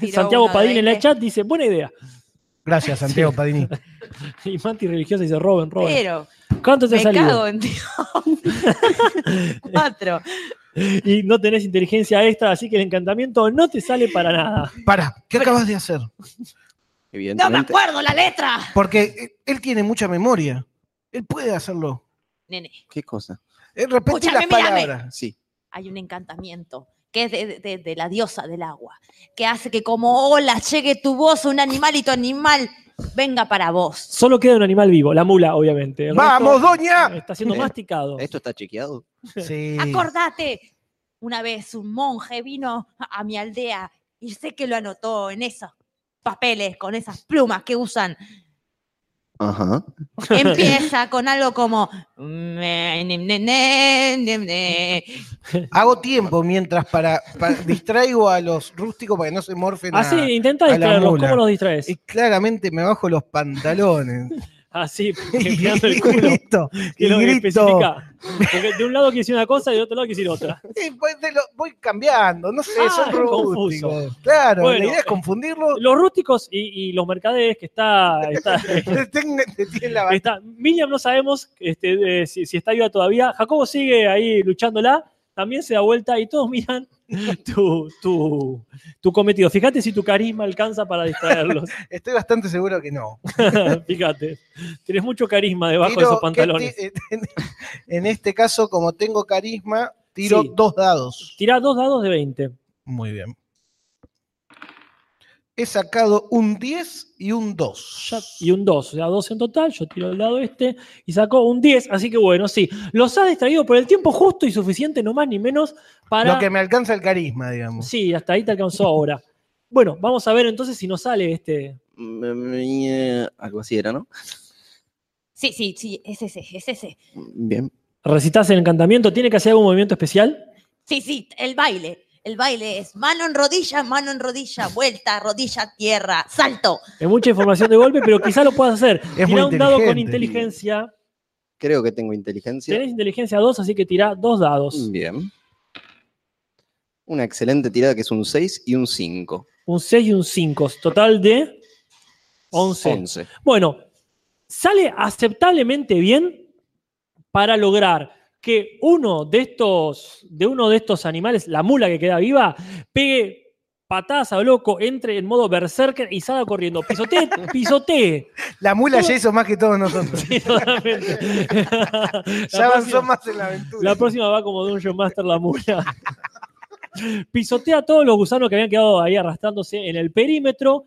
Speaker 3: Tiró
Speaker 2: Santiago
Speaker 3: uno de este.
Speaker 2: Padín en el
Speaker 3: 20,
Speaker 2: chat dice, buena idea.
Speaker 4: Gracias, Santiago Padini.
Speaker 2: Y Manti religiosa dice, Robin, Robin.
Speaker 3: Pero
Speaker 2: ¿Cuánto te
Speaker 3: me cago
Speaker 2: salió?
Speaker 3: en Dios. Cuatro.
Speaker 2: Y no tenés inteligencia extra, así que el encantamiento no te sale para nada.
Speaker 4: Pará, ¿qué acabas de hacer?
Speaker 3: ¡No me
Speaker 5: Evidentemente.
Speaker 3: acuerdo la letra!
Speaker 4: Porque eh, él tiene mucha memoria. Él puede hacerlo.
Speaker 3: Nene,
Speaker 5: ¿Qué cosa?
Speaker 4: Eh, repetí
Speaker 3: Escuchame,
Speaker 4: las
Speaker 3: mírame.
Speaker 4: palabras.
Speaker 5: Sí.
Speaker 3: hay un encantamiento que es de, de- de la diosa del agua, que hace que como ola llegue tu voz, un animal y tu animal venga para vos.
Speaker 2: Solo queda un animal vivo, la mula, obviamente. El resto
Speaker 4: ¡Vamos, doña!
Speaker 2: Está siendo
Speaker 5: Eh,
Speaker 2: masticado.
Speaker 5: ¿Esto está chequeado?
Speaker 4: Sí.
Speaker 3: Acordate, una vez un monje vino a a mi aldea y sé que lo anotó en esos papeles, con esas plumas que usan.
Speaker 5: Ajá.
Speaker 3: Empieza con algo como... Bueno,
Speaker 4: Hago tiempo mientras para, para- distraigo a los rústicos para que no se morfen. a-
Speaker 2: Así, intenta
Speaker 4: a la
Speaker 2: distraerlos.
Speaker 4: mula.
Speaker 2: ¿Cómo los distraes?
Speaker 4: Y claramente me bajo los pantalones.
Speaker 2: Así,
Speaker 4: y
Speaker 2: empleando el culo.
Speaker 4: grito.
Speaker 2: Que
Speaker 4: y
Speaker 2: lo
Speaker 4: grito.
Speaker 2: especifica. Porque de un lado quiere decir una cosa y del otro lado quiere decir otra.
Speaker 4: Y pues te lo voy cambiando. No sé,
Speaker 2: Ah,
Speaker 4: son
Speaker 2: es confuso.
Speaker 4: rústicos. Claro,
Speaker 2: Bueno.
Speaker 4: la idea es confundirlo.
Speaker 2: Los rústicos y, y los mercaderes que está, está,
Speaker 4: Te tengan- te tienen la
Speaker 2: está- Miriam no sabemos este, eh, si, si está viva todavía. Jacobo sigue ahí luchándola, también se da vuelta y todos miran tu, tu, tu cometido. Fíjate si tu carisma alcanza para distraerlos.
Speaker 4: Estoy bastante seguro que no.
Speaker 2: Fíjate. Tienes mucho carisma debajo de
Speaker 4: Tiro-
Speaker 2: esos pantalones.
Speaker 4: que ti- En este caso, como tengo carisma, tiro
Speaker 2: Sí.
Speaker 4: dos dados.
Speaker 2: Tirá dos dados de 20.
Speaker 4: Muy bien. He sacado un 10 y un 2.
Speaker 2: Ya- y un 2, o sea, 2 en total, yo tiro al lado este y sacó un 10, así que bueno, sí, los ha distraído por el tiempo justo y suficiente, no más ni menos, para...
Speaker 4: Lo que me alcanza el carisma, digamos.
Speaker 2: Sí, hasta ahí te alcanzó ahora. Bueno, vamos a ver entonces si nos sale este...
Speaker 5: Mm, Algo así era, ¿no?
Speaker 10: Sí, sí, sí, es ese, es ese.
Speaker 5: Bien.
Speaker 2: Recitas el encantamiento, ¿tiene que hacer algún movimiento especial?
Speaker 10: Sí, sí, el baile. El baile es mano en rodilla, mano en rodilla, vuelta, rodilla, tierra, salto.
Speaker 2: Es mucha información de golpe, pero quizá lo puedas hacer.
Speaker 4: Es muy
Speaker 2: Tirá un dado con
Speaker 4: inteligente.
Speaker 2: inteligencia.
Speaker 5: Creo que tengo inteligencia.
Speaker 2: Tenés inteligencia 2, así que tirá dos
Speaker 4: Mm.
Speaker 2: dados.
Speaker 5: Bien. Una excelente tirada que es un 6 y un 5.
Speaker 2: Un 6 y un 5, total de 11.
Speaker 5: 11.
Speaker 2: Bueno, sale aceptablemente bien para lograr que uno de estos, de uno de estos animales, la mula que queda viva, pegue patadas a loco, entre en modo berserker y salga corriendo. Pisotee, pisotee.
Speaker 4: La mula
Speaker 2: Todo-
Speaker 4: ya hizo más que todos nosotros.
Speaker 2: Sí, totalmente.
Speaker 4: ya
Speaker 2: La
Speaker 4: avanzó
Speaker 2: próxima-
Speaker 4: más en la aventura.
Speaker 2: la próxima va como Dungeon Master la mula. Pisotea a todos los gusanos que habían quedado ahí arrastrándose en el perímetro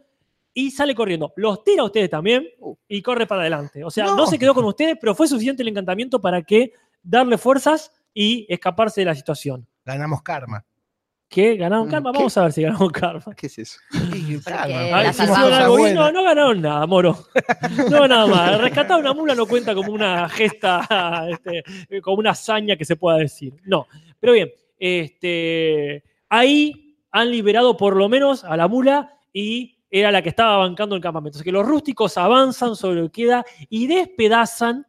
Speaker 2: y sale corriendo. Los tira a ustedes también y corre para adelante. O sea, no,
Speaker 4: No.
Speaker 2: se quedó con ustedes, pero fue suficiente el encantamiento para que darle fuerzas y escaparse de la situación.
Speaker 4: Ganamos karma.
Speaker 2: ¿Qué? ¿Ganaron
Speaker 5: Mm,
Speaker 2: karma?
Speaker 5: ¿qué?
Speaker 2: Vamos a ver si ganaron karma.
Speaker 5: ¿Qué es eso?
Speaker 4: Sí, karma.
Speaker 10: Eh,
Speaker 2: A ver
Speaker 10: la
Speaker 2: si
Speaker 10: salvamos.
Speaker 4: Hicimos
Speaker 2: hicieron
Speaker 4: cosas
Speaker 2: algo bueno.
Speaker 4: buenas.
Speaker 2: No, ganaron nada, moro. No, nada más. Rescatar una mula no cuenta como una gesta, este, como una hazaña que se pueda decir. No. Pero bien, este, ahí han liberado por lo menos a la mula y era la que estaba bancando el campamento. Así que los rústicos avanzan sobre lo que queda y despedazan,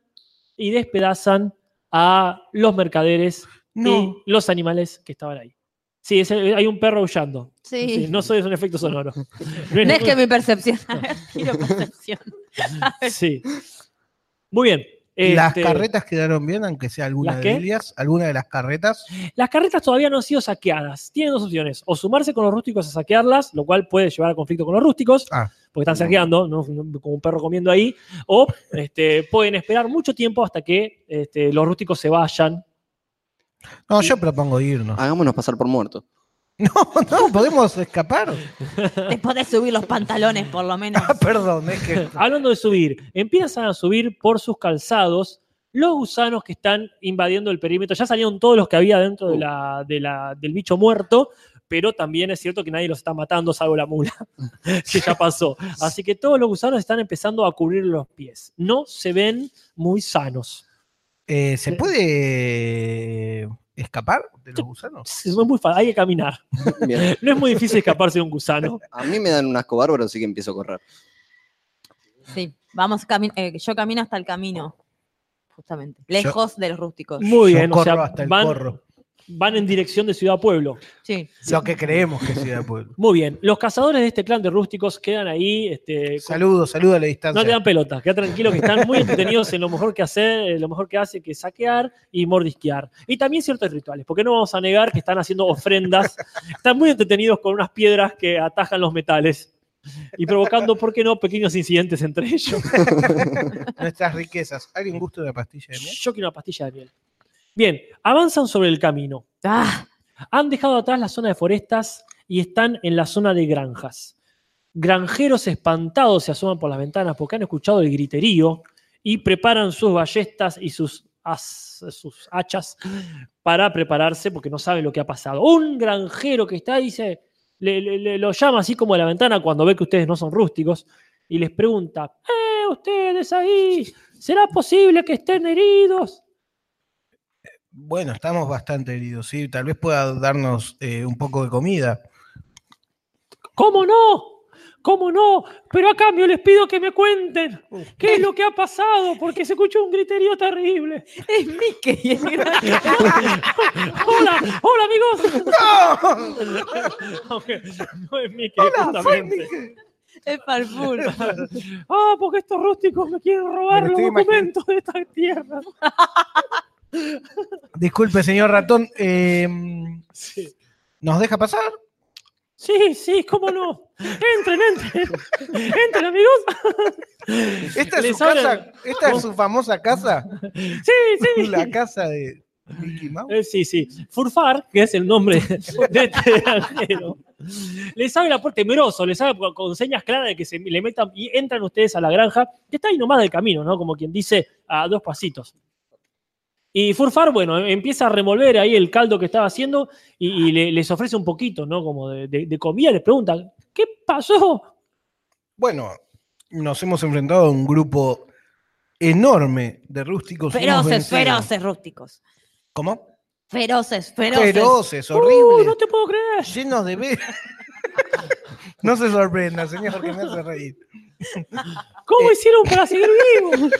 Speaker 2: y despedazan a los mercaderes
Speaker 4: No.
Speaker 2: y los animales que estaban ahí. Sí, es- hay un perro aullando. Sí,
Speaker 10: Sí.
Speaker 2: no soy es un efecto sonoro. No
Speaker 10: No es que
Speaker 2: ningún-
Speaker 10: mi percepción. A ver, tiro percepción.
Speaker 2: Sí. Muy bien.
Speaker 4: Las
Speaker 2: Este,
Speaker 4: carretas quedaron bien, aunque sea alguna
Speaker 2: ¿Las
Speaker 4: de
Speaker 2: qué?
Speaker 4: ellas. Alguna de las carretas.
Speaker 2: las carretas todavía no han sido saqueadas. Tienen dos opciones. O sumarse con los rústicos a saquearlas, lo cual puede llevar a conflicto con los rústicos,
Speaker 4: Ah.
Speaker 2: porque están saqueando, ¿no? No- como un perro comiendo ahí. O este, pueden esperar mucho tiempo hasta que este, los rústicos se vayan.
Speaker 4: No, yo propongo
Speaker 10: Ah.
Speaker 4: irnos.
Speaker 5: Hagámonos pasar por muertos.
Speaker 4: No, no, podemos escapar.
Speaker 10: Te podés subir los pantalones, por lo menos.
Speaker 4: Ah, perdón, es que.
Speaker 2: Hablando de subir, empiezan a subir por sus calzados los gusanos que están invadiendo el perímetro. Ya salieron todos los que había dentro de
Speaker 4: Uh.
Speaker 2: la- de la- del bicho muerto, pero también es cierto que nadie los está matando, salvo la mula, que ya pasó. Así que todos los gusanos están empezando a cubrir los pies. No se ven muy sanos.
Speaker 4: eh, ¿Se puede escapar de los gusanos?
Speaker 2: Es muy fa- hay que caminar.
Speaker 5: Bien.
Speaker 2: No es muy difícil escaparse de un gusano.
Speaker 5: A mí me dan un asco bárbaro, así que empiezo a correr.
Speaker 10: Sí, vamos, cami- eh, yo camino hasta el camino, justamente. Lejos de los rústicos.
Speaker 2: Muy
Speaker 4: Yo
Speaker 2: bien, o
Speaker 4: corro
Speaker 2: sea,
Speaker 4: hasta el
Speaker 2: van,
Speaker 4: corro.
Speaker 2: van en dirección de Ciudad Pueblo.
Speaker 10: Sí.
Speaker 4: Lo que creemos que sea pues. pueblo.
Speaker 2: Muy bien, los cazadores de este clan de rústicos quedan ahí este, con-
Speaker 4: Saludo, saludo a la distancia.
Speaker 2: No te dan pelota, queda tranquilo que están muy entretenidos en lo mejor que hacer, eh, lo mejor que hace que es saquear y mordisquear. Y también ciertos rituales, porque no vamos a negar que están haciendo ofrendas, están muy entretenidos con unas piedras que atajan los metales y provocando, ¿por qué no?, pequeños incidentes entre ellos.
Speaker 4: Nuestras riquezas. ¿Alguien gusta una pastilla de miel?
Speaker 2: Yo quiero una pastilla de miel. Bien, avanzan sobre el camino.
Speaker 10: Ah,
Speaker 2: Han dejado atrás la zona de forestas y están en la zona de granjas. Granjeros espantados se asoman por las ventanas porque han escuchado el griterío y preparan sus ballestas y sus, as- sus hachas para prepararse porque no saben lo que ha pasado. Un granjero que está ahí dice, le, le- le- lo llama así como de la ventana cuando ve que ustedes no son rústicos y les pregunta, ¡eh, ustedes ahí! ¿Será posible que estén heridos?
Speaker 4: Bueno, estamos bastante heridos, sí. Tal vez pueda darnos eh, un poco de comida.
Speaker 2: ¿Cómo no? ¿Cómo no? Pero a cambio les pido que me cuenten qué es lo que ha pasado, porque se escuchó un griterío terrible.
Speaker 10: es Mickey. es grande.
Speaker 2: ¡Hola! ¡Hola, amigos! Aunque no es Mickey, justamente.
Speaker 10: es Parfum.
Speaker 2: ¡Ah, porque estos rústicos me quieren robar
Speaker 4: Me lo
Speaker 2: los
Speaker 4: estoy
Speaker 2: documentos de esta tierra!
Speaker 4: Disculpe, señor ratón. eh,
Speaker 2: Sí.
Speaker 4: ¿Nos deja pasar?
Speaker 2: Sí, sí, cómo no. Entren, entren. Entren, amigos.
Speaker 4: ¿Esta es
Speaker 2: Les
Speaker 4: su
Speaker 2: hablan-
Speaker 4: casa? ¿Esta es su famosa casa?
Speaker 2: Oh. Sí, sí.
Speaker 4: La casa de. Mickey Mouse.
Speaker 2: Eh, sí, sí. Furfar, que es el nombre de este granjero, le sabe la puerta temeroso, le sabe con, con señas claras de que se le metan y entran ustedes a la granja, que está ahí nomás del camino, ¿no? Como quien dice, a dos pasitos. Y Furfar, bueno, empieza a revolver ahí el caldo que estaba haciendo y, y le- les ofrece un poquito, ¿no? Como de, de- de comida, les pregunta, ¿qué pasó?
Speaker 4: Bueno, nos hemos enfrentado a un grupo enorme de rústicos. y nos
Speaker 10: Feroces,
Speaker 4: vencieron.
Speaker 10: feroces, rústicos.
Speaker 4: ¿Cómo?
Speaker 10: Feroces, feroces.
Speaker 4: Feroces, horribles.
Speaker 2: "Uh, no te puedo creer.
Speaker 4: Llenos de ve- no se sorprenda, señor, que me hace reír. Eh.
Speaker 2: ¿Cómo hicieron para seguir vivos?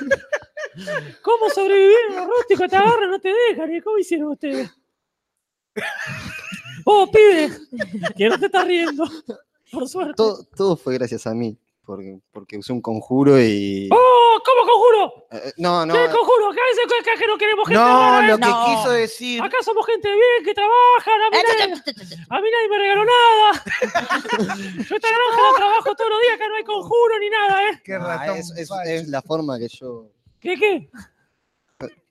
Speaker 2: ¿Cómo sobrevivieron los rústicos? Te agarran, no te dejan. ¿Y ¿Cómo hicieron ustedes? ¡Oh, pibe! Que no te estás riendo. Por suerte.
Speaker 5: Todo, todo fue gracias a mí, porque, porque usé un conjuro y...
Speaker 2: ¡Oh, cómo conjuro!
Speaker 5: Eh, no, no,
Speaker 2: ¡Qué conjuro! ¡Que a veces que- que- que no queremos gente
Speaker 4: No,
Speaker 2: rara,
Speaker 4: lo
Speaker 2: eh!
Speaker 4: que
Speaker 10: No.
Speaker 4: quiso decir.
Speaker 2: Acá somos gente bien, que trabaja. A
Speaker 10: Eh,
Speaker 2: mí, nadie, a mí nadie me regaló nada. Yo esta granja la trabajo todos los días. Acá no hay conjuro ni nada, ¿eh?
Speaker 4: Qué
Speaker 5: no,
Speaker 4: ratón
Speaker 5: ah, es, es-
Speaker 4: falso.
Speaker 5: es la forma que yo...
Speaker 2: ¿Qué, qué?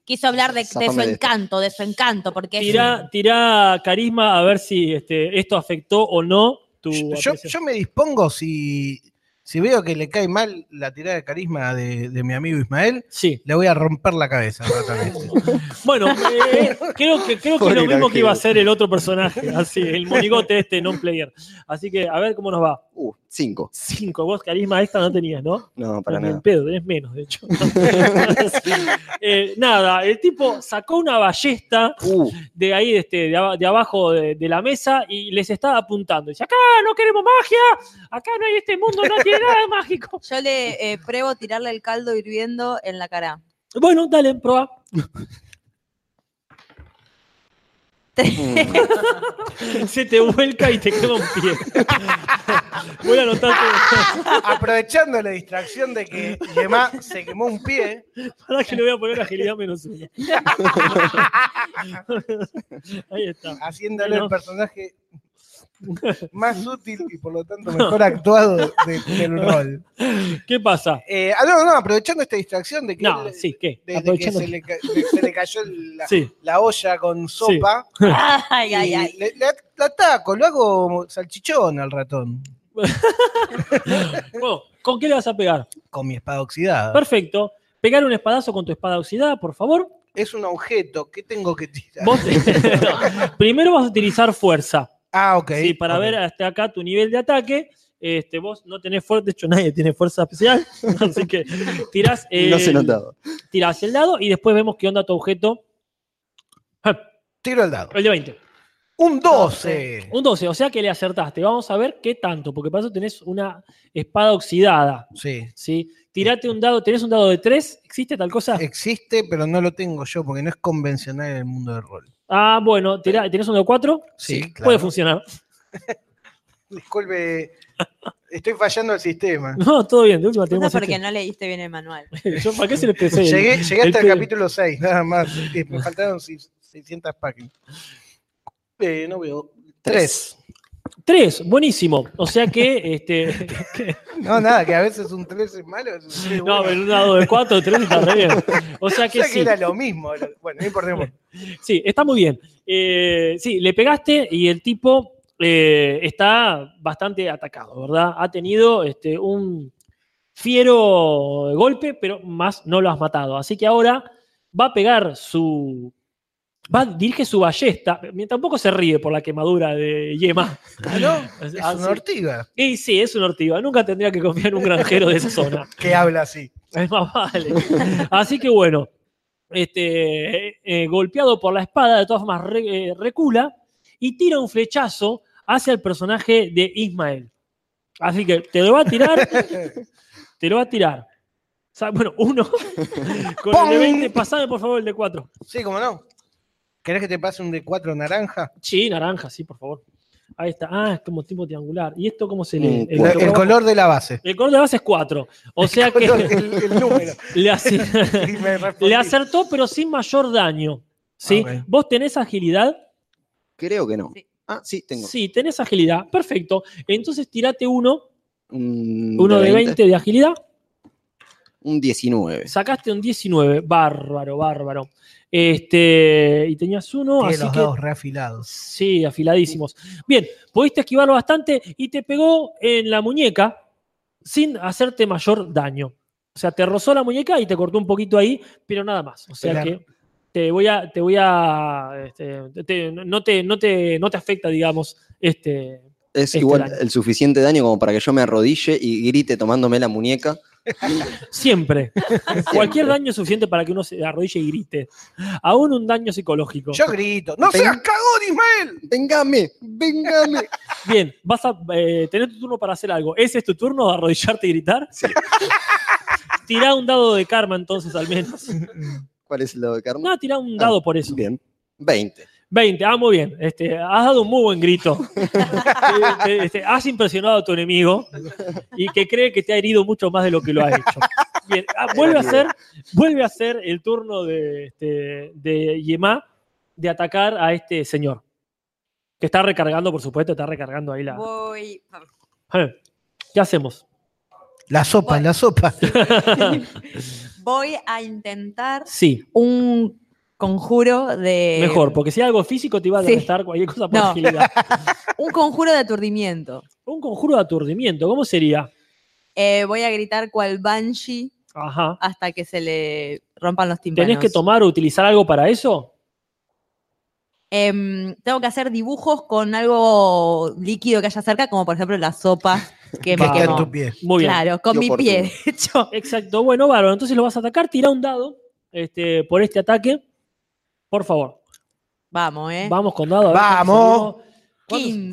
Speaker 10: Quiso hablar de, de su
Speaker 5: Zafame de esta.
Speaker 10: encanto, de su encanto, porque es-
Speaker 2: Tirá, tirá carisma a ver si este, esto afectó o no tu.
Speaker 4: Yo- yo,
Speaker 2: apreciación.
Speaker 4: yo me dispongo si, si veo que le cae mal la tirada de carisma de, de mi amigo Ismael,
Speaker 2: Sí.
Speaker 4: le voy a romper la cabeza. al ratón este.
Speaker 2: Bueno, eh, creo que creo que
Speaker 5: Pobre
Speaker 2: lo mismo que iba a
Speaker 5: granjero.
Speaker 2: hacer el otro personaje, así, el monigote este non-player. Así que a ver cómo nos va.
Speaker 5: Uh, cinco.
Speaker 2: Cinco, vos carisma esta no tenías, ¿no?
Speaker 5: No, para
Speaker 2: Ni en
Speaker 5: nada.
Speaker 2: pedo, tenés menos, de hecho. Eh, nada, el tipo sacó una ballesta
Speaker 5: Uh,
Speaker 2: de ahí, de, este, de, aba- de abajo de, de la mesa y les estaba apuntando. Dice, acá no queremos magia, acá no hay este mundo, no tiene nada de mágico.
Speaker 3: Yo le eh, pruebo tirarle el caldo hirviendo en la cara.
Speaker 2: Bueno, dale, probá.
Speaker 5: mm,
Speaker 2: Se te vuelca y te queda un pie. Voy a anotar todo.
Speaker 4: Aprovechando la distracción de que Gemma se quemó un pie,
Speaker 2: Ahora que le voy a poner agilidad menos uno. Ahí está.
Speaker 4: haciéndole
Speaker 2: No.
Speaker 4: el personaje más útil y por lo tanto mejor actuado de- del rol.
Speaker 2: ¿Qué pasa?
Speaker 4: Eh, ah, no, no, aprovechando esta distracción de que,
Speaker 2: No,
Speaker 4: él-
Speaker 2: sí, ¿qué?
Speaker 4: de- de que
Speaker 2: Aprovechando.
Speaker 4: se, le, ca- de- se le cayó la,
Speaker 2: Sí.
Speaker 4: la olla con sopa,
Speaker 10: Ay, ay,
Speaker 4: y
Speaker 10: ay.
Speaker 4: Le, le at- la ataco, lo hago salchichón al ratón.
Speaker 2: Bueno, ¿Con qué le vas a pegar?
Speaker 4: con mi espada oxidada.
Speaker 2: Perfecto. Pegar un espadazo con tu espada oxidada, por favor.
Speaker 4: Es un objeto, ¿qué tengo que tirar?
Speaker 2: Vos- Primero vas a utilizar fuerza.
Speaker 4: Ah, ok.
Speaker 2: sí, para
Speaker 4: ok.
Speaker 2: ver hasta acá tu nivel de ataque. Este, vos no tenés fuerza, de hecho nadie tiene fuerza especial, así que tirás,
Speaker 5: no se
Speaker 2: el-
Speaker 5: notaba.
Speaker 2: tirás el dado y después vemos qué onda tu objeto. Ja,
Speaker 4: Tiro el dado.
Speaker 2: El de 20.
Speaker 4: Un 12.
Speaker 2: Un 12, o sea que le acertaste. Vamos a ver qué tanto, porque para eso tenés una espada oxidada.
Speaker 4: Sí.
Speaker 2: ¿sí? Tirate un dado, tenés un dado de 3, ¿existe tal cosa?
Speaker 4: Existe, pero no lo tengo yo porque no es convencional en el mundo del rol.
Speaker 2: Ah, bueno, tirá- tenés un dado de 4,
Speaker 4: Sí, claro.
Speaker 2: puede funcionar.
Speaker 4: Disculpe, estoy fallando el sistema.
Speaker 2: No, todo bien, de última
Speaker 3: Eso
Speaker 2: tenemos
Speaker 3: porque
Speaker 2: este.
Speaker 3: no leíste bien el manual.
Speaker 2: Yo, ¿Para qué se les pensé?
Speaker 4: Llegué, llegué
Speaker 2: el
Speaker 4: hasta el,
Speaker 2: pelo.
Speaker 4: capítulo 6, nada más. Eh, Me faltaron seis- 600 páginas. Eh, no veo. 3.
Speaker 2: 3, buenísimo. O sea que, este,
Speaker 4: No, nada, que a veces un 3 es malo. a veces un tres es
Speaker 2: no,
Speaker 4: bueno.
Speaker 2: pero un dado de 4, 3 está re bien. O sea
Speaker 4: O
Speaker 2: que
Speaker 4: sea que
Speaker 2: sí.
Speaker 4: era lo mismo. lo- Bueno, no importa. no importa.
Speaker 2: Sí, está muy bien. Eh, sí, le pegaste y el tipo eh, está bastante atacado, ¿verdad? Ha tenido este, un fiero golpe, pero más no lo has matado. Así que ahora va a pegar su... Va, dirige su ballesta. Tampoco se ríe por la quemadura de Yema.
Speaker 4: Ah, ¿No?
Speaker 2: Es
Speaker 4: Es una ortiga
Speaker 2: Y sí, es una ortiva. Nunca tendría que confiar en un granjero de esa zona.
Speaker 4: que habla así.
Speaker 2: Es más vale. Así que bueno, este, eh, eh, golpeado por la espada, de todas formas re- eh, recula y tira un flechazo hacia el personaje de Ismael. Así que te lo va a tirar, te lo va a tirar. O sea, bueno, uno con el de
Speaker 4: ¡Pum!
Speaker 2: 20, pasame por favor el de 4.
Speaker 4: Sí, como no. ¿Querés que te pase un de 4 naranja?
Speaker 2: Sí, naranja, sí, por favor. Ahí está. Ah, es como tipo triangular. ¿Y esto cómo se
Speaker 5: Mm,
Speaker 2: lee?
Speaker 4: El, el color de la base.
Speaker 2: el color de base es 4. O sea que
Speaker 4: Color, el, el número.
Speaker 2: le hace.
Speaker 4: Y me respondí.
Speaker 2: Le acertó, pero sin mayor daño. ¿sí?
Speaker 4: Ah, Ok.
Speaker 2: ¿Vos tenés agilidad?
Speaker 5: Creo que no.
Speaker 3: Sí.
Speaker 5: Ah, sí, tengo.
Speaker 2: Sí, tenés agilidad. Perfecto. Entonces tirate uno,
Speaker 5: Un
Speaker 2: uno de 20 de agilidad.
Speaker 5: Un 19.
Speaker 2: Sacaste un 19, bárbaro, bárbaro. Este, y tenías uno,
Speaker 4: Tiene
Speaker 2: así
Speaker 4: los
Speaker 2: que
Speaker 4: dedos reafilados.
Speaker 2: sí, afiladísimos. Bien, pudiste esquivarlo bastante y te pegó en la muñeca sin hacerte mayor daño. O sea, te rozó la muñeca y te cortó un poquito ahí, pero nada más. O sea
Speaker 4: Claro.
Speaker 2: que te voy a, te voy a, este, te- no, te, no, te, no te afecta, digamos, este,
Speaker 5: Es
Speaker 2: Este
Speaker 5: igual
Speaker 2: daño.
Speaker 5: el suficiente daño como para que yo me arrodille y grite tomándome la muñeca.
Speaker 2: Siempre. Cualquier daño es suficiente para que uno se arrodille y grite. Aún un daño psicológico.
Speaker 4: Yo grito, ¡no
Speaker 5: Ten-
Speaker 4: seas cagón, Ismael!
Speaker 5: ¡Vengame! ¡Vengame!
Speaker 2: Bien, vas a eh, tener tu turno para hacer algo. ¿Ese es tu turno? ¿Arrodillarte y gritar? Sí. Tirá un dado de karma entonces al menos.
Speaker 5: ¿Cuál es el lado de karma?
Speaker 2: No, tirá un dado
Speaker 5: Ah,
Speaker 2: por eso.
Speaker 5: Bien. 20.
Speaker 2: 20, ah, muy bien. Este, has dado un muy buen grito. Te- te- este, has impresionado a tu enemigo y que cree que te ha herido mucho más de lo que lo ha hecho. Bien, ah, vuelve, a ser, vuelve a ser el turno de, este, de Yemá de atacar a este señor. Que está recargando, por supuesto, está recargando ahí la.
Speaker 3: Voy.
Speaker 2: Eh, ¿Qué hacemos?
Speaker 4: La sopa,
Speaker 3: Bueno.
Speaker 4: la sopa.
Speaker 3: Voy a intentar
Speaker 2: Sí,
Speaker 3: un conjuro de.
Speaker 2: mejor, porque si algo físico te iba a
Speaker 3: Eh, sí.
Speaker 2: restar cualquier cosa por
Speaker 3: No.
Speaker 2: agilidad.
Speaker 3: Un conjuro de aturdimiento.
Speaker 2: Un conjuro de aturdimiento, ¿cómo sería?
Speaker 3: Eh, voy a gritar cual banshee
Speaker 2: Ajá.
Speaker 3: hasta que se le rompan los tímpanos.
Speaker 2: ¿Tenés que tomar o utilizar algo para eso?
Speaker 3: Em, tengo que hacer dibujos con algo líquido que haya cerca, como por ejemplo la sopa que
Speaker 4: Que
Speaker 3: me
Speaker 4: está
Speaker 2: Vamos.
Speaker 4: en
Speaker 3: quemó.
Speaker 4: tu pie.
Speaker 2: Muy bien.
Speaker 3: Claro, con
Speaker 5: Qué
Speaker 3: mi
Speaker 5: oportuno.
Speaker 3: pie, de hecho.
Speaker 2: Exacto, bueno, bárbaro. Entonces lo vas a atacar, tira un dado este, por este ataque. Por favor,
Speaker 3: Vamos, ¿eh?
Speaker 2: vamos con dado. a ver cuánto
Speaker 4: Vamos.
Speaker 2: salimos.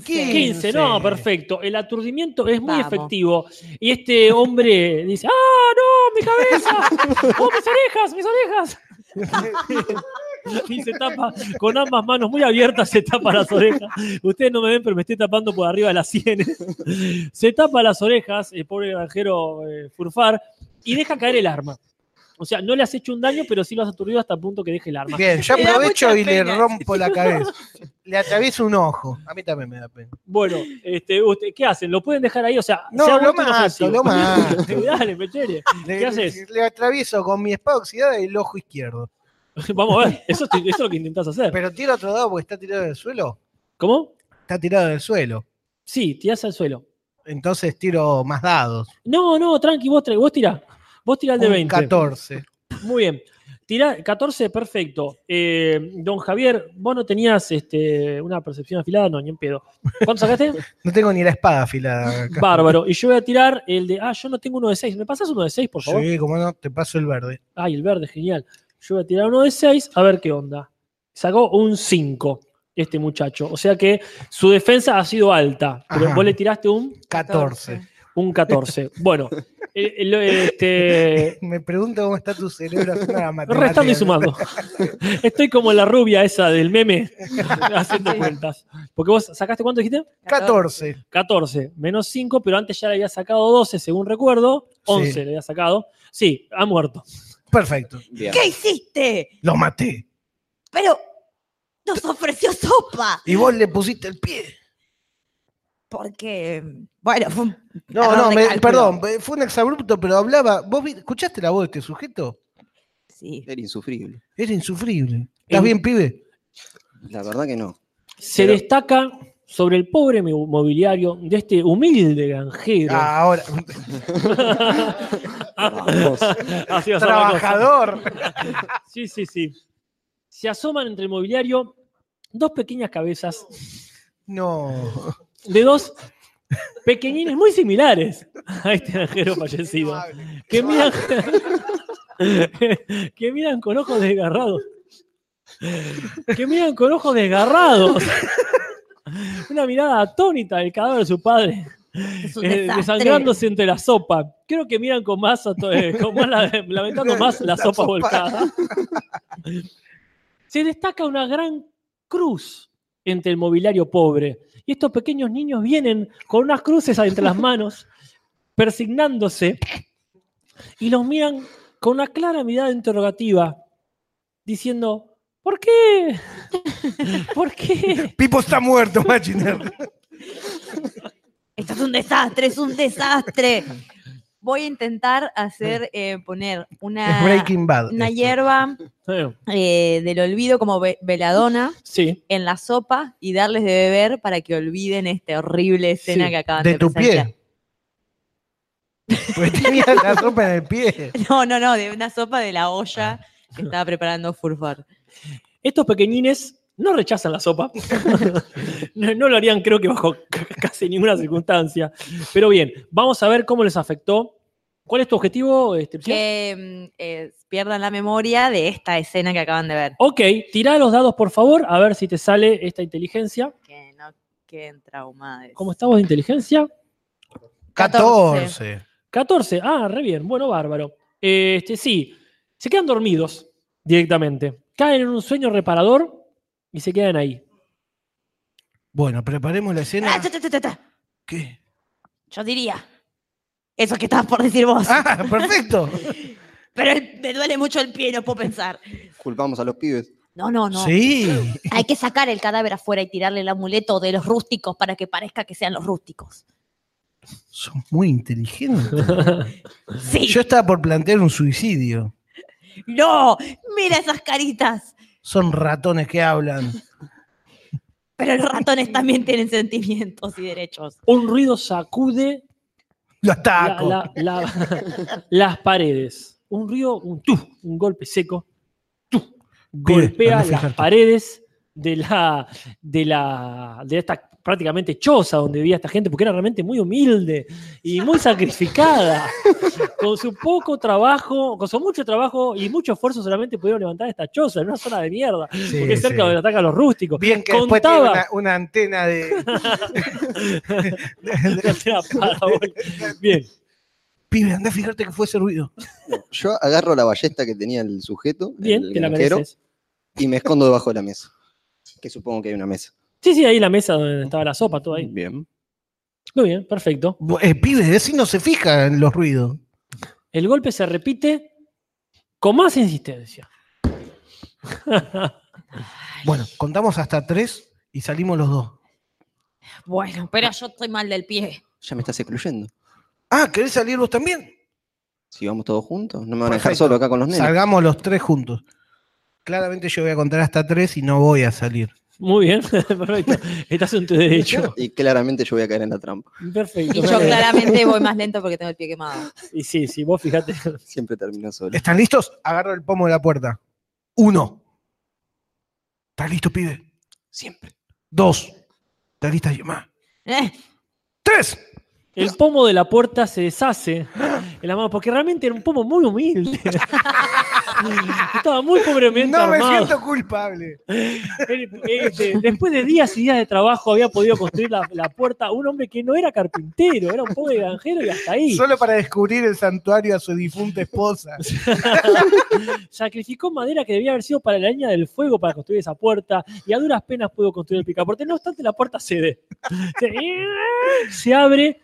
Speaker 3: 15.
Speaker 2: 15, no, perfecto. El aturdimiento es muy
Speaker 3: Vamos.
Speaker 2: efectivo. Y este hombre dice, ¡ah, no, mi cabeza! ¡Oh, mis orejas, mis orejas! Y se tapa con ambas manos muy abiertas, se tapa las orejas. Ustedes no me ven, pero me estoy tapando por arriba de las sienes. Se tapa las orejas, el pobre granjero eh, Furfar, y deja caer el arma. O sea, no le has hecho un daño, pero sí lo has aturdido hasta el punto que deje el arma.
Speaker 4: Bien, yo
Speaker 3: Me da
Speaker 4: aprovecho
Speaker 3: mucha
Speaker 4: y
Speaker 3: pena.
Speaker 4: le rompo la cabeza. Le atravieso un ojo. A mí también me da pena.
Speaker 2: Bueno, este, usted- ¿qué hacen? ¿Lo pueden dejar ahí? O sea,
Speaker 4: No,
Speaker 2: se ha
Speaker 4: lo
Speaker 2: vuelto
Speaker 4: mato,
Speaker 2: inofensivo.
Speaker 4: lo mato.
Speaker 2: Dale, metele.
Speaker 4: Le,
Speaker 2: ¿Qué haces?
Speaker 4: Le atravieso con mi espada oxidada el ojo izquierdo.
Speaker 2: Vamos a ver, eso, te- eso es lo que intentás hacer.
Speaker 4: Pero tiro otro dado porque está tirado del suelo.
Speaker 2: ¿Cómo?
Speaker 4: Está tirado del suelo.
Speaker 2: Sí, tirás al suelo.
Speaker 4: Entonces tiro más dados.
Speaker 2: No, no, tranqui, vos, tra- vos tirá. Vos tirá el de
Speaker 4: Un
Speaker 2: 20.
Speaker 4: 14.
Speaker 2: Muy bien. Tirá 14, perfecto. Eh, don Javier, vos no tenías este, una percepción afilada, no, ni en pedo. ¿Cuánto sacaste?
Speaker 4: No tengo ni la espada afilada acá.
Speaker 2: Bárbaro. Y yo voy a tirar el de. Ah, yo no tengo uno de 6. ¿Me pasás uno de 6, por favor?
Speaker 4: Sí, como no, te paso el verde.
Speaker 2: Ay, el verde, genial. Yo voy a tirar uno de 6, a ver qué onda. Sacó un 5 este muchacho. O sea que su defensa ha sido alta. Pero
Speaker 4: Ajá.
Speaker 2: vos le tiraste un,
Speaker 4: 14.
Speaker 2: un 14. Bueno, eh, eh, lo- este,
Speaker 4: Me pregunto cómo está tu cerebro haciendo la matemática.
Speaker 2: restando y sumando. Estoy como la rubia esa del meme haciendo cuentas. Porque vos sacaste cuánto dijiste?
Speaker 4: 14.
Speaker 2: 14 menos 5, pero antes ya le había sacado 12, según recuerdo. 11
Speaker 4: Sí.
Speaker 2: le había sacado. Sí, ha muerto.
Speaker 4: Perfecto.
Speaker 5: Bien.
Speaker 10: ¿Qué hiciste?
Speaker 4: Lo maté.
Speaker 10: Pero nos ofreció sopa.
Speaker 4: Y vos le pusiste el pie.
Speaker 10: Porque, bueno, fue un-
Speaker 4: No,
Speaker 10: Error
Speaker 4: no,
Speaker 10: de
Speaker 4: me-
Speaker 10: cálculo.
Speaker 4: perdón, eh, fue un exabrupto, pero hablaba. ¿Vos vi- escuchaste la voz de este sujeto?
Speaker 10: sí.
Speaker 5: Era insufrible.
Speaker 4: Era insufrible. ¿Estás
Speaker 2: En-
Speaker 4: bien, pibe?
Speaker 5: La verdad que no.
Speaker 2: se
Speaker 5: Pero-
Speaker 2: destaca sobre el pobre mo- mobiliario de este humilde granjero.
Speaker 4: Ah, Ahora,
Speaker 5: Vamos.
Speaker 2: Así va a ser la cosa.
Speaker 4: trabajador.
Speaker 2: Sí, sí, sí. Se asoman entre el mobiliario dos pequeñas cabezas
Speaker 4: No.
Speaker 2: de dos pequeñines muy similares a este granjero fallecido. Que miran, que miran con ojos desgarrados. Que miran con ojos desgarrados. Una mirada atónita del cadáver de su padre.
Speaker 3: este
Speaker 10: Es un
Speaker 2: Eh,
Speaker 10: desastre.
Speaker 2: desangrándose entre la sopa. Creo que miran con más, ato- eh, con más la- lamentando más la,
Speaker 4: La
Speaker 2: sopa,
Speaker 4: sopa.
Speaker 2: volcada. Se destaca una gran cruz entre el mobiliario pobre. Y estos pequeños niños vienen con unas cruces entre las manos, persignándose, y los miran con una clara mirada interrogativa, diciendo, ¿por qué? ¿Por qué?
Speaker 4: Pipo está muerto, Machiner.
Speaker 10: Esto es un desastre, es un desastre.
Speaker 3: voy a intentar hacer, eh, poner
Speaker 4: Es
Speaker 3: una,
Speaker 4: Breaking Bad.
Speaker 3: una
Speaker 4: esto.
Speaker 3: hierba eh, del olvido como ve- veladona
Speaker 2: Sí.
Speaker 3: en la sopa y darles de beber para que olviden esta horrible escena
Speaker 2: Sí,
Speaker 3: que acaban de,
Speaker 4: De tu
Speaker 3: presenciar.
Speaker 4: pie. Pues tenía la sopa en el pie.
Speaker 3: No, no, no, de una sopa de la olla
Speaker 4: Ah.
Speaker 3: que estaba preparando Furfar.
Speaker 2: Estos pequeñines no rechazan la sopa. no, no lo harían, creo que bajo ca- casi ninguna circunstancia. Pero bien, vamos a ver cómo les afectó. ¿Cuál es tu objetivo? Este, Lucía?
Speaker 3: Que mm, eh, pierdan la memoria de esta escena que acaban de ver.
Speaker 2: Ok, tirá los dados, por favor, a ver si te sale esta inteligencia.
Speaker 3: Que no queden traumados.
Speaker 2: ¿Cómo estamos de inteligencia?
Speaker 4: 14.
Speaker 2: 14. Ah, re bien. Bueno, bárbaro. Este, sí, se quedan dormidos directamente. Caen en un sueño reparador y se quedan ahí.
Speaker 4: Bueno, preparemos la escena.
Speaker 10: Ah, ta, ta, ta, ta, ta.
Speaker 4: ¿Qué?
Speaker 10: Yo diría.
Speaker 3: Eso que estabas por decir vos.
Speaker 4: Ah, perfecto.
Speaker 10: Pero el- me duele mucho el pie, no puedo pensar.
Speaker 5: Culpamos a los pibes.
Speaker 10: No, no, no.
Speaker 4: Sí.
Speaker 10: Hay que sacar el cadáver afuera y tirarle el amuleto de los rústicos para que parezca que sean los rústicos.
Speaker 4: Son muy inteligentes.
Speaker 10: Sí.
Speaker 4: Yo estaba por plantear un suicidio.
Speaker 10: No, mira esas caritas.
Speaker 4: Son ratones que hablan.
Speaker 10: Pero los ratones también tienen sentimientos y derechos.
Speaker 2: Un ruido sacude
Speaker 4: Lo
Speaker 2: la-
Speaker 4: ataco.
Speaker 2: la- la- las paredes. Un ruido, un, tuf, un golpe seco. tuf,
Speaker 4: Bien,
Speaker 2: golpea
Speaker 4: anda a
Speaker 2: las
Speaker 4: fijarte.
Speaker 2: paredes de la, de la, de esta prácticamente choza donde vivía esta gente, porque era realmente muy humilde y muy sacrificada. Con su poco trabajo, con su mucho trabajo y mucho esfuerzo solamente pudieron levantar esta choza en una zona de mierda,
Speaker 4: Sí,
Speaker 2: porque es cerca
Speaker 4: sí.
Speaker 2: donde atacan los rústicos.
Speaker 4: Bien que después tiene
Speaker 2: contaba,
Speaker 4: una, una antena de.
Speaker 2: Era parabólica. Bien.
Speaker 4: Pibe, anda a fijarte que fue ese ruido.
Speaker 5: Yo agarro la ballesta que tenía el sujeto,
Speaker 2: Bien,
Speaker 5: el
Speaker 2: te la
Speaker 5: granjero,
Speaker 2: mereces.
Speaker 5: y me escondo debajo de la mesa. Que supongo que hay una mesa.
Speaker 2: Sí, sí, ahí la mesa donde estaba la sopa, todo ahí.
Speaker 5: Bien.
Speaker 2: Muy bien, perfecto.
Speaker 4: Bu- eh, pibe, así no se fija en los ruidos.
Speaker 2: El golpe se repite con más insistencia.
Speaker 4: Bueno, contamos hasta tres y salimos los dos.
Speaker 10: Bueno, pero yo estoy mal del pie.
Speaker 5: Ya me estás excluyendo.
Speaker 4: Ah, ¿querés salir vos también?
Speaker 5: Si vamos todos juntos, no me van a dejar
Speaker 4: Perfecto.
Speaker 5: solo acá con los nenes.
Speaker 4: Salgamos los tres juntos. Claramente yo voy a contar hasta tres y no voy a salir.
Speaker 2: Muy bien, perfecto. Estás en tu derecho.
Speaker 5: Y claramente yo voy a caer en la trampa.
Speaker 2: Perfecto.
Speaker 3: Y yo claramente voy más lento porque tengo el pie quemado.
Speaker 2: Y sí, sí, vos fijate.
Speaker 5: Siempre termino solo.
Speaker 4: ¿Están listos? Agarro el pomo de la puerta. Uno. ¿Estás listo, pibe?
Speaker 5: Siempre.
Speaker 4: Dos. ¿Estás lista, Yemá?
Speaker 3: Eh,
Speaker 4: Tres.
Speaker 2: El pomo de la puerta se deshace en la mano, porque realmente era un pomo muy humilde. Estaba muy pobremente
Speaker 4: No me
Speaker 2: armado.
Speaker 4: siento culpable.
Speaker 2: Él, eh, de- después de días y días de trabajo había podido construir la, la puerta un hombre que no era carpintero, era un pobre granjero y hasta ahí.
Speaker 4: Solo para descubrir el santuario a su difunta esposa.
Speaker 2: Sacrificó madera que debía haber sido para la leña del fuego para construir esa puerta y a duras penas pudo construir el picaporte. No obstante, la puerta cede. Se, se abre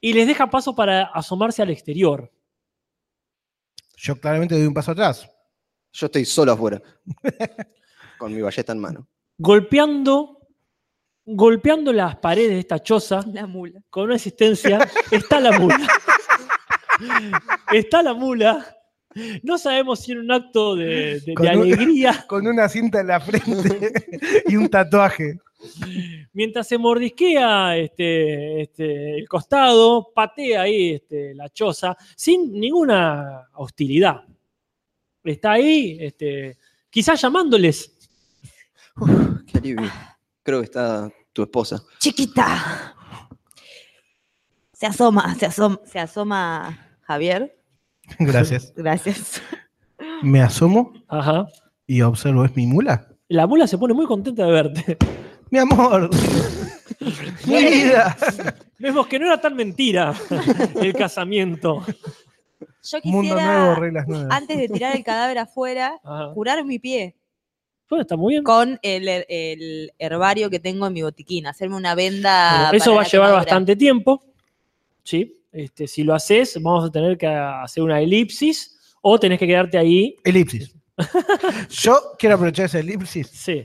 Speaker 2: y les deja paso para asomarse al exterior.
Speaker 4: Yo claramente doy un paso atrás.
Speaker 5: Yo estoy solo afuera. con mi ballesta en mano.
Speaker 2: Golpeando, golpeando las paredes de esta choza
Speaker 3: la mula.
Speaker 2: con una existencia, está la mula. Está la mula. No sabemos si en un acto de, de- de
Speaker 4: Con un-
Speaker 2: alegría,
Speaker 4: Con una cinta en la frente y un tatuaje.
Speaker 2: mientras se mordisquea este, este, el costado, patea ahí este, la choza, sin ninguna hostilidad. Está ahí, este, quizás llamándoles.
Speaker 5: Qué alivio. Creo que está tu esposa.
Speaker 3: Chiquita. Se asoma, se asoma, se asoma Javier.
Speaker 4: Gracias.
Speaker 3: Gracias.
Speaker 4: Me asomo
Speaker 2: Ajá.
Speaker 4: y observo. ¿Es mi mula?
Speaker 2: La mula se pone muy contenta de verte.
Speaker 4: Mi amor. mi vida.
Speaker 2: Vemos que no era tan mentira el casamiento.
Speaker 3: Yo
Speaker 4: Mundo nuevo,
Speaker 3: quisiera,
Speaker 4: reglas nuevas.
Speaker 3: antes de tirar el cadáver afuera,
Speaker 2: Ajá.
Speaker 3: curar mi pie.
Speaker 2: Bueno, está muy bien.
Speaker 3: con el, her- el herbario que tengo en mi botiquín, hacerme una venda.
Speaker 2: Bueno, eso
Speaker 3: para
Speaker 2: va a
Speaker 3: la
Speaker 2: llevar
Speaker 3: quemadura.
Speaker 2: bastante tiempo. ¿sí? Este, si lo haces, vamos a tener que hacer una elipsis o tenés que quedarte ahí.
Speaker 4: Elipsis. Yo quiero aprovechar esa elipsis.
Speaker 2: Sí.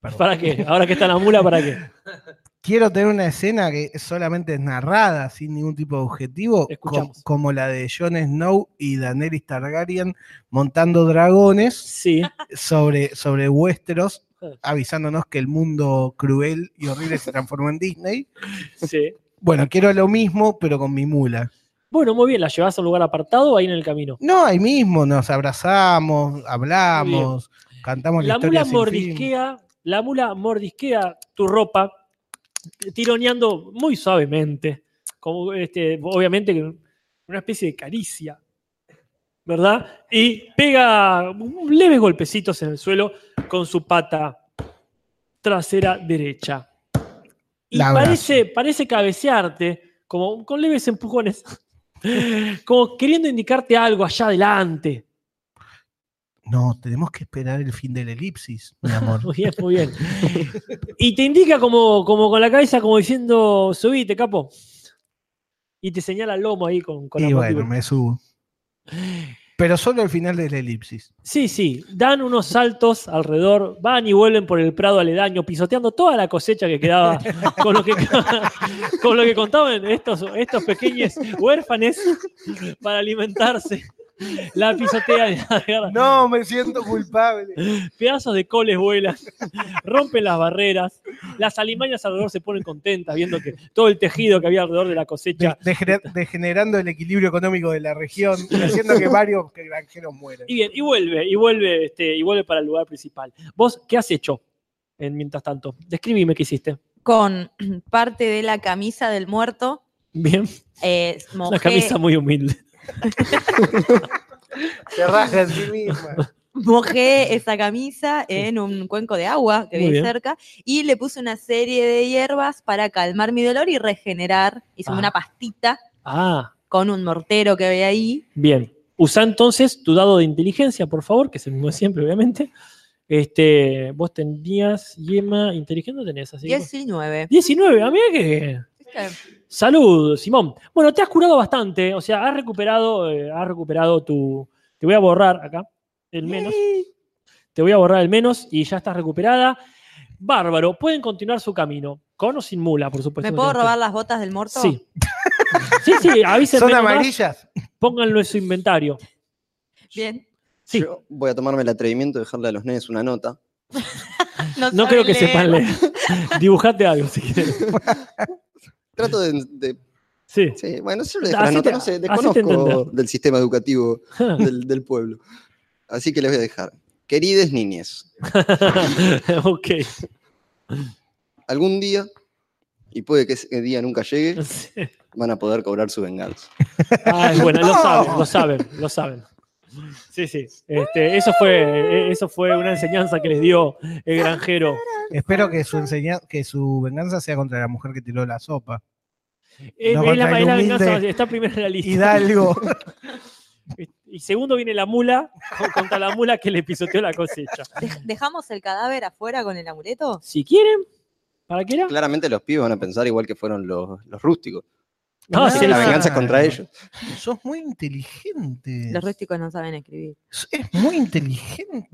Speaker 4: Perdón.
Speaker 2: ¿Para qué? Ahora que está la mula, ¿para qué?
Speaker 4: quiero tener una escena que solamente es narrada, sin ningún tipo de objetivo, co-
Speaker 2: Escuchamos.
Speaker 4: como la de Jon Snow y Daenerys Targaryen montando dragones
Speaker 2: Sí.
Speaker 4: sobre, sobre Westeros,
Speaker 2: Joder.
Speaker 4: avisándonos que el mundo cruel y horrible se transformó en Disney.
Speaker 2: sí.
Speaker 4: Bueno, quiero lo mismo, pero con mi mula.
Speaker 2: Bueno, muy bien, ¿la llevas a un lugar apartado o ahí en el camino?
Speaker 4: No, ahí mismo nos abrazamos, hablamos, cantamos
Speaker 2: La
Speaker 4: la, historia
Speaker 2: mula
Speaker 4: sin fin.
Speaker 2: mordisquea, la mula mordisquea tu ropa, tironeando muy suavemente, como este, obviamente que una especie de caricia, ¿verdad? Y pega leves golpecitos en el suelo con su pata trasera derecha. Y
Speaker 4: La abrazo.
Speaker 2: parece, parece cabecearte, como con leves empujones, como queriendo indicarte algo allá adelante.
Speaker 4: No, tenemos que esperar el fin del elipsis, mi amor.
Speaker 2: Muy bien, muy bien. Y te indica como, como con la cabeza, como diciendo, subite, capo. Y te señala el lomo ahí con, con la
Speaker 4: y bueno,
Speaker 2: mandíbula.
Speaker 4: me subo. Pero solo al final del elipsis.
Speaker 2: Sí, sí, dan unos saltos alrededor, van y vuelven por el prado aledaño, pisoteando toda la cosecha que quedaba con lo que, con lo que contaban estos, estos pequeños huérfanes para alimentarse. La pisotean, agarran
Speaker 4: No, me siento culpable.
Speaker 2: pedazos de coles vuelan, rompen las barreras, las alimañas alrededor se ponen contentas viendo que todo el tejido que había alrededor de la cosecha
Speaker 4: degenerando el equilibrio económico de la región, y haciendo que varios granjeros mueran.
Speaker 2: Y bien, y vuelve, y vuelve, este, y vuelve para el lugar principal. ¿Vos qué has hecho en, mientras tanto? Describime qué hiciste.
Speaker 3: Con parte de la camisa del muerto,
Speaker 2: Bien,
Speaker 3: eh,
Speaker 2: una
Speaker 3: mojé-
Speaker 2: camisa muy humilde.
Speaker 4: Se rasga en sí misma.
Speaker 3: mojé esa camisa en un cuenco de agua que
Speaker 2: Muy
Speaker 3: vi
Speaker 2: bien.
Speaker 3: cerca y le puse una serie de hierbas para calmar mi dolor y regenerar. Hice
Speaker 2: Ah.
Speaker 3: una pastita
Speaker 2: Ah,
Speaker 3: con un mortero que había ahí.
Speaker 2: bien. Usa entonces tu dado de inteligencia, por favor, que es el mismo de siempre, obviamente. Este, vos tenías yema inteligente, no tenés así. que-
Speaker 3: 19.
Speaker 2: 19, a mí que.
Speaker 3: ¿viste?
Speaker 2: Salud, Simón. Bueno, te has curado bastante, o sea, has recuperado, eh, has recuperado tu. Te voy a borrar acá el menos. Te voy a borrar el menos y ya estás recuperada. Bárbaro, pueden continuar su camino, con o sin mula, por supuesto.
Speaker 3: ¿Me
Speaker 2: no
Speaker 3: puedo
Speaker 2: tenemos
Speaker 3: robar las botas del muerto?
Speaker 2: Sí. Sí, sí, avísenme.
Speaker 4: ¿Son
Speaker 2: nomás,
Speaker 4: amarillas?
Speaker 2: pónganlo en su inventario.
Speaker 3: Bien.
Speaker 2: Sí.
Speaker 5: Yo voy a tomarme el atrevimiento de dejarle a los nenes una nota.
Speaker 2: No
Speaker 3: saben
Speaker 2: creo que
Speaker 3: leer.
Speaker 2: sepan leer. Dibujate algo si quieres.
Speaker 5: Trato de. de-
Speaker 2: Sí.
Speaker 5: sí, bueno, yo le dejo la
Speaker 2: Hacete-
Speaker 5: nota, no sé,
Speaker 2: hacete
Speaker 5: desconozco
Speaker 2: entender.
Speaker 5: del sistema educativo del, del pueblo. Así que les voy a dejar. Querides niñes,
Speaker 2: ok.
Speaker 5: algún día, y puede que ese día nunca llegue,
Speaker 2: Sí.
Speaker 5: van a poder cobrar su venganza.
Speaker 2: Ah, es buena, lo
Speaker 4: No.
Speaker 2: saben, lo saben, lo saben. Sí, sí. Este, eso, fue, eh, eso fue una enseñanza que les dio el granjero.
Speaker 4: Espero que su, enseña- que su venganza sea contra la mujer que tiró la sopa.
Speaker 2: Eh, Es,
Speaker 4: No,
Speaker 2: es la,
Speaker 4: contra el
Speaker 2: es la venganza,
Speaker 4: humilde.
Speaker 2: está primero en la lista.
Speaker 4: Hidalgo.
Speaker 2: Y segundo viene la mula, con- contra la mula que le pisoteó la cosecha.
Speaker 3: Dej- ¿Dejamos el cadáver afuera con el amuleto?
Speaker 2: Si quieren, ¿para qué era?
Speaker 5: Claramente los pibes van a pensar igual que fueron los, los rústicos.
Speaker 2: No,
Speaker 5: Así
Speaker 2: Ah, sí,
Speaker 5: que la
Speaker 2: sí.
Speaker 5: venganza es contra ellos.
Speaker 4: Sos muy inteligente.
Speaker 3: Los rústicos no saben escribir.
Speaker 4: Es muy inteligente.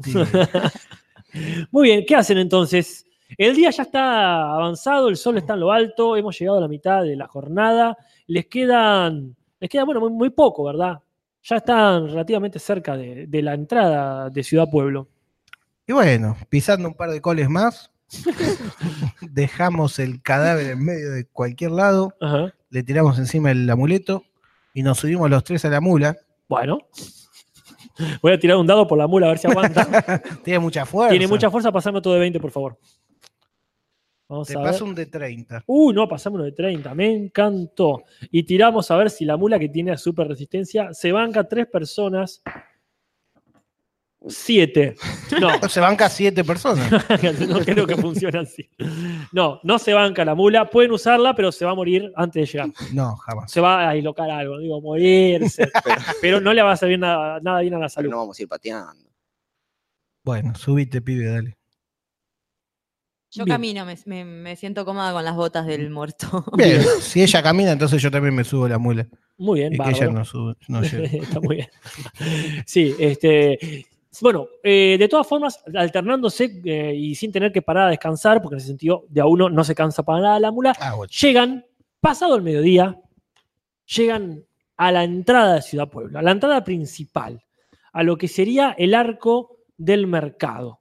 Speaker 2: Muy bien, ¿qué hacen entonces? El día ya está avanzado, el sol está en lo alto, hemos llegado a la mitad de la jornada, les quedan, les queda, bueno, muy, muy poco, ¿verdad? Ya están relativamente cerca de, de la entrada de Ciudad Pueblo.
Speaker 4: Y bueno, pisando un par de coles más, dejamos el cadáver en medio de cualquier lado,
Speaker 2: Ajá.
Speaker 4: le tiramos encima el amuleto y nos subimos los tres a la mula.
Speaker 2: Bueno, voy a tirar un dado por la mula a ver si aguanta.
Speaker 4: Tiene mucha fuerza.
Speaker 2: Tiene mucha fuerza, pasame otro de 20, por favor. Vamos
Speaker 4: Te
Speaker 2: a ver.
Speaker 4: paso un de 30.
Speaker 2: Uh, no, pasamos uno de 30, me encantó. Y tiramos a ver si la mula que tiene super resistencia se banca tres personas. Siete. No,
Speaker 4: Se banca siete personas.
Speaker 2: no creo que funcione así. No, no se banca la mula. Pueden usarla, pero se va a morir antes de llegar.
Speaker 4: No, jamás.
Speaker 2: Se va a dislocar algo, no digo, morirse. Pero no le va a servir nada, nada bien a la
Speaker 5: Pero
Speaker 2: salud.
Speaker 5: no vamos a ir pateando.
Speaker 4: Bueno, subite, pibe, dale.
Speaker 3: Yo
Speaker 2: Bien.
Speaker 3: camino, me, me- me siento cómoda con las botas del muerto.
Speaker 4: Bien, si ella camina, entonces yo también me subo a la mula.
Speaker 2: Muy bien,
Speaker 4: Es que ella
Speaker 2: bárbaro.
Speaker 4: no sube, no llega.
Speaker 2: Está muy bien. Sí, este. Bueno, eh, de todas formas, alternándose eh, y sin tener que parar a descansar, porque en ese sentido de a uno no se cansa para nada la mula,
Speaker 4: Ah, bueno.
Speaker 2: llegan, pasado el mediodía, llegan a la entrada de Ciudad Puebla, a la entrada principal, a lo que sería el arco del mercado.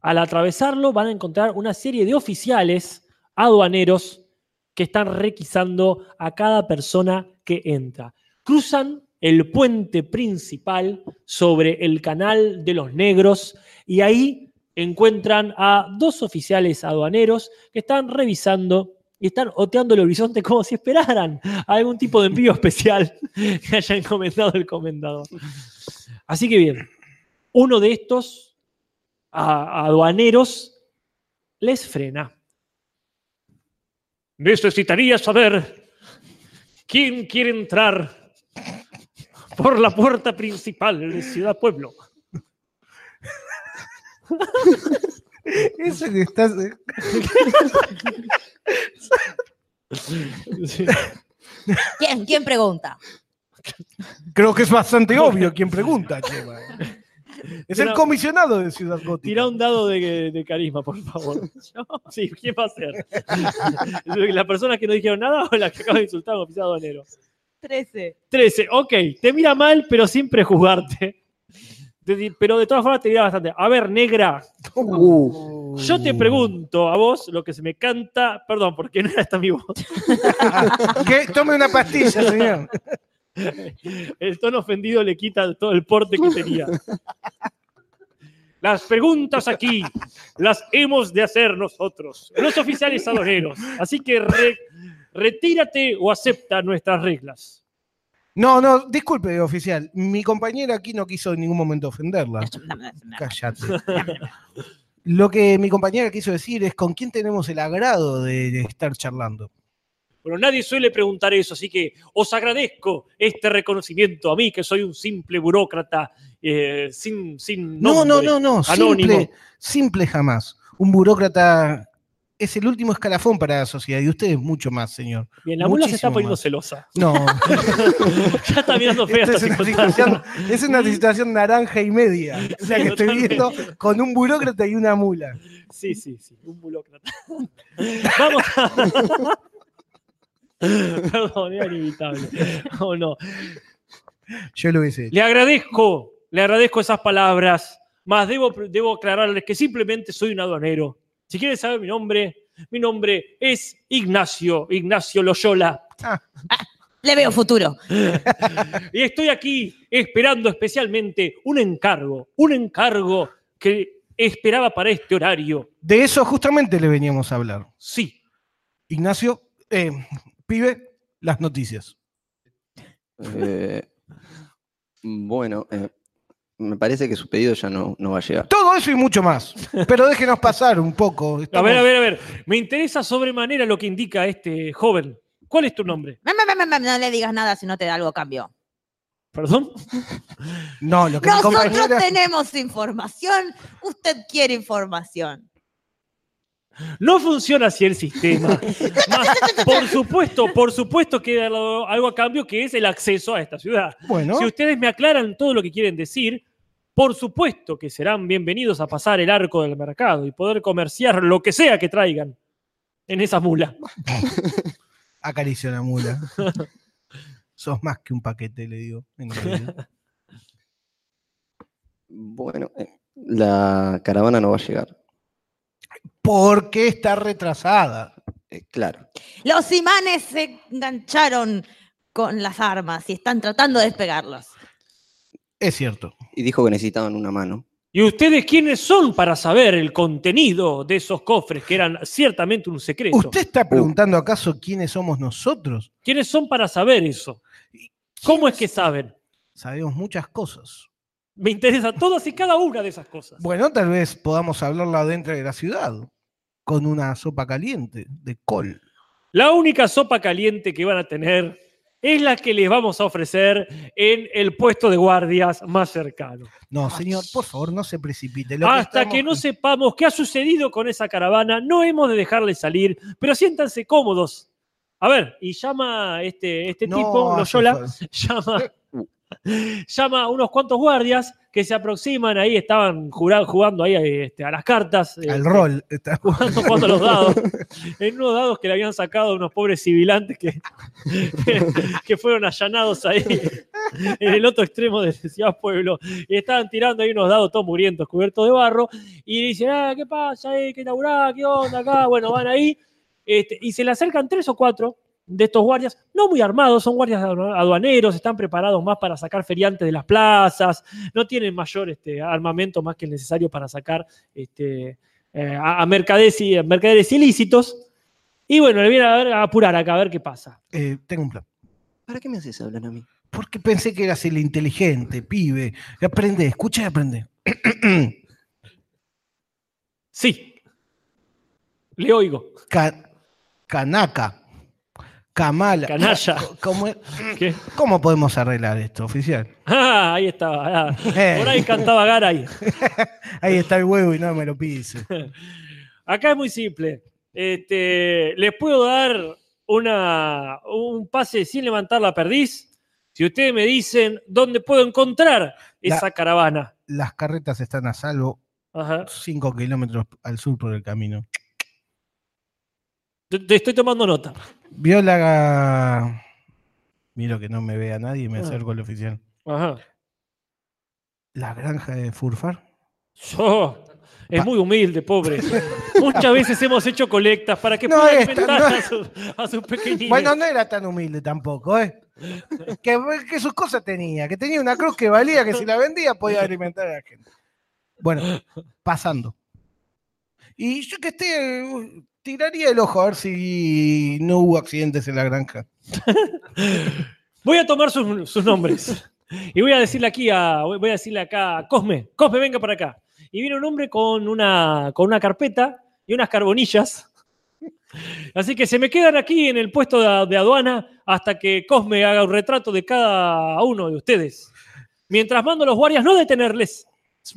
Speaker 2: Al atravesarlo van a encontrar una serie de oficiales aduaneros que están requisando a cada persona que entra. Cruzan el puente principal sobre el canal de los negros y ahí encuentran a dos oficiales aduaneros que están revisando y están oteando el horizonte como si esperaran algún tipo de envío especial que haya encomendado el comendador. Así que bien, uno de estos a- aduaneros les frena. Necesitaría saber quién quiere entrar por la puerta principal de Ciudad Pueblo.
Speaker 4: Eso que estás. eh,
Speaker 2: Sí.
Speaker 10: ¿Quién, quién pregunta?
Speaker 4: Creo que es bastante obvio quien pregunta, Chema. Es el
Speaker 2: Tira-
Speaker 4: comisionado de Ciudad Gótica.
Speaker 2: Tira un dado de, de carisma, por favor. Sí, ¿quién va a ser? ¿Las personas que no dijeron nada o las que acaban de insultar a un oficial aduanero?
Speaker 3: 13.
Speaker 2: 13, ok, te mira mal, pero sin prejuzgarte. Te di- Pero de todas formas te mira bastante. A ver, negra, yo te pregunto a vos lo que se me canta. Perdón, porque no era esta mi voz.
Speaker 4: ¿Qué? Tome una pastilla, señor.
Speaker 2: El tono ofendido le quita todo el porte que tenía. Las preguntas aquí las hemos de hacer nosotros, los oficiales adoreros. Así que re- retírate o acepta nuestras reglas.
Speaker 4: No, no, disculpe, oficial. Mi compañera aquí no quiso en ningún momento ofenderla. Cállate. Lo que mi compañera quiso decir es con quién tenemos el agrado de estar charlando.
Speaker 2: Pero nadie suele preguntar eso, así que os agradezco este reconocimiento a mí, que soy un simple burócrata eh, sin, sin
Speaker 4: No, no,
Speaker 2: nombre.
Speaker 4: no, no.
Speaker 2: Anónimo.
Speaker 4: Simple, simple jamás. Un burócrata es el último escalafón para la sociedad y usted es mucho más, señor.
Speaker 2: Bien, la mula se está
Speaker 4: Muchísimo
Speaker 2: poniendo
Speaker 4: más.
Speaker 2: celosa.
Speaker 4: No.
Speaker 2: ya está mirando fea
Speaker 4: Esta
Speaker 2: esta
Speaker 4: es, una
Speaker 2: circunstancia.
Speaker 4: situación, es una situación naranja y media. La que estoy
Speaker 2: totalmente.
Speaker 4: viendo con un burócrata y una mula.
Speaker 2: Sí, sí, sí, un burócrata. Vamos a... Perdón, era inevitable. Oh, no.
Speaker 4: Yo lo hubiese hecho.
Speaker 2: Le agradezco, le agradezco esas palabras, mas debo, debo aclararles que simplemente soy un aduanero. Si quieren saber mi nombre, mi nombre es Ignacio, Ignacio Loyola.
Speaker 10: Le veo futuro.
Speaker 2: Y estoy aquí esperando especialmente un encargo, un encargo que esperaba para este horario.
Speaker 4: De eso justamente le veníamos a hablar.
Speaker 2: Sí,
Speaker 4: Ignacio, eh, pibe, las noticias.
Speaker 5: Eh, bueno, eh, me parece que su pedido ya no, no va a llegar.
Speaker 4: Todo eso y mucho más. Pero déjenos pasar un poco.
Speaker 2: a
Speaker 4: Estamos-
Speaker 2: ver, a ver, a ver. Me interesa sobremanera lo que indica este joven. ¿Cuál es tu nombre?
Speaker 10: Mam, mam, mam, mam, No le digas nada si no te da algo a cambio.
Speaker 2: Perdón.
Speaker 4: No, lo que mi
Speaker 10: Nosotros
Speaker 4: compañera-
Speaker 10: tenemos información. Usted quiere información.
Speaker 2: No funciona así el sistema. Mas, por supuesto, por supuesto que hay algo algo a cambio que es el acceso a esta ciudad.
Speaker 4: Bueno,
Speaker 2: Si ustedes me aclaran todo lo que quieren decir, por supuesto que serán bienvenidos a pasar el arco del mercado y poder comerciar lo que sea que traigan en esa mula.
Speaker 4: acaricio la mula. Sos más que un paquete, le digo. en serio.
Speaker 5: Bueno, eh, la caravana no va a llegar.
Speaker 4: ¿Por qué está retrasada?
Speaker 5: Eh, claro.
Speaker 10: Los imanes se engancharon con las armas y están tratando de despegarlos.
Speaker 4: Es cierto.
Speaker 5: Y dijo que necesitaban una mano.
Speaker 2: ¿Y ustedes quiénes son para saber el contenido de esos cofres que eran ciertamente un secreto?
Speaker 4: ¿Usted está preguntando acaso quiénes somos nosotros?
Speaker 2: ¿Quiénes son para saber eso? ¿Cómo es que saben?
Speaker 4: Sabemos muchas cosas.
Speaker 2: Me interesa todas y cada una de esas cosas.
Speaker 4: Bueno, tal vez podamos hablarla dentro de la ciudad, con una sopa caliente de col.
Speaker 2: La única sopa caliente que van a tener es la que les vamos a ofrecer en el puesto de guardias más cercano.
Speaker 4: No, señor, por favor, no se precipite. Lo
Speaker 2: Hasta que, no
Speaker 4: estamos-
Speaker 2: sepamos qué ha sucedido con esa caravana, no hemos de dejarles salir, pero siéntanse cómodos. A ver, y llama este, este
Speaker 4: No
Speaker 2: tipo,
Speaker 4: hace
Speaker 2: Loyola,
Speaker 4: falta.
Speaker 2: llama,
Speaker 5: Uh,
Speaker 2: Llama a unos cuantos guardias que se aproximan ahí, estaban jura- jugando ahí este, a las cartas.
Speaker 4: Al
Speaker 2: este,
Speaker 4: rol. está jugando.
Speaker 2: jugando, jugando a los dados. En unos dados que le habían sacado unos pobres civilantes que, que fueron allanados ahí en el otro extremo de Ciudad Pueblo. Y estaban tirando ahí unos dados todos murientos, cubiertos de barro. Y dicen, ah, ¿qué pasa? ahí? ¿Qué laburá? ¿Qué onda acá? Bueno, van ahí. Este, y se le acercan tres o cuatro de estos guardias, no muy armados, son guardias adu- aduaneros, están preparados más para sacar feriantes de las plazas, no tienen mayor este, armamento más que el necesario para sacar este, eh, a, a mercaderes, y- a mercaderes ilícitos. Y bueno, le viene a, ver- a apurar acá a ver qué pasa.
Speaker 4: Eh, tengo un plan.
Speaker 5: ¿Para qué me haces hablar a mí?
Speaker 4: Porque pensé que eras el inteligente, pibe. Aprende, escucha y aprende.
Speaker 2: Sí. Le oigo.
Speaker 4: Ca- Canaca. Kamala.
Speaker 2: Canalla.
Speaker 4: ¿Cómo, es?
Speaker 2: ¿Qué?
Speaker 4: ¿Cómo podemos arreglar esto, oficial?
Speaker 2: Ah, ahí estaba. ah.
Speaker 4: Eh.
Speaker 2: Por ahí cantaba Garay.
Speaker 4: Ahí está el huevo y no me lo pise.
Speaker 2: Acá es muy simple. Este, les puedo dar una, un pase sin levantar la perdiz. Si ustedes me dicen dónde puedo encontrar esa caravana.
Speaker 4: Las carretas están a salvo
Speaker 2: Ajá.
Speaker 4: 5 kilómetros al sur por el camino.
Speaker 2: Te, te estoy tomando nota.
Speaker 4: Viola. Miro que no me vea nadie y me
Speaker 2: Ah.
Speaker 4: acerco al oficial.
Speaker 2: Ajá.
Speaker 4: La granja de Furfar.
Speaker 2: Yo, es muy humilde, pobre. Muchas veces hemos hecho colectas para que
Speaker 4: No,
Speaker 2: puedan
Speaker 4: esta,
Speaker 2: alimentar
Speaker 4: no.
Speaker 2: a, sus, a sus pequeñines.
Speaker 4: Bueno, no era tan humilde tampoco, ¿eh? Que, que sus cosas tenía, que tenía una cruz que valía, que si la vendía podía alimentar a la gente. Bueno, pasando. Y yo que esté, eh, tiraría el ojo a ver si no hubo accidentes en la granja.
Speaker 2: Voy a tomar sus, sus nombres. Y voy a decirle aquí a. Voy a decirle acá a Cosme. Cosme, venga para acá. Y viene un hombre con una, con una carpeta y unas carbonillas. Así que se me quedan aquí en el puesto de, de aduana hasta que Cosme haga un retrato de cada uno de ustedes. Mientras mando a los guardias no detenerles,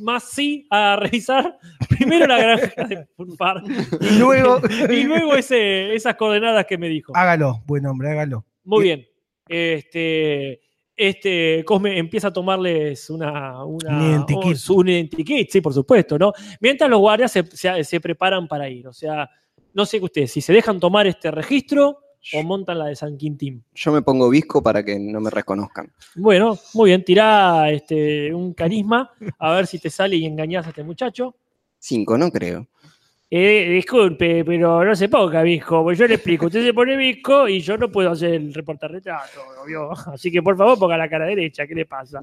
Speaker 2: más sí a revisar primero la granja de Pulpar
Speaker 4: Y luego,
Speaker 2: y luego ese- esas coordenadas que me dijo.
Speaker 4: hágalo, buen hombre, hágalo.
Speaker 2: Muy bien. Este, este Cosme empieza a tomarles una, una,
Speaker 4: Un identikit.
Speaker 2: un- su- un identikit, sí, por supuesto, ¿no? Mientras los guardias se, se- se preparan para ir. O sea, no sé qué ustedes, si se dejan tomar este registro o montan la de San Quintín.
Speaker 5: Yo me pongo visco para que no me reconozcan.
Speaker 2: Bueno, muy bien, tirá este, un carisma a ver si te sale y engañás a este muchacho.
Speaker 5: Cinco, no creo.
Speaker 2: Eh, disculpe, pero no se ponga visco, porque yo le explico. Usted se pone visco y yo no puedo hacer el reportarretrato, obvio. Así que por favor ponga la cara derecha, ¿qué le pasa?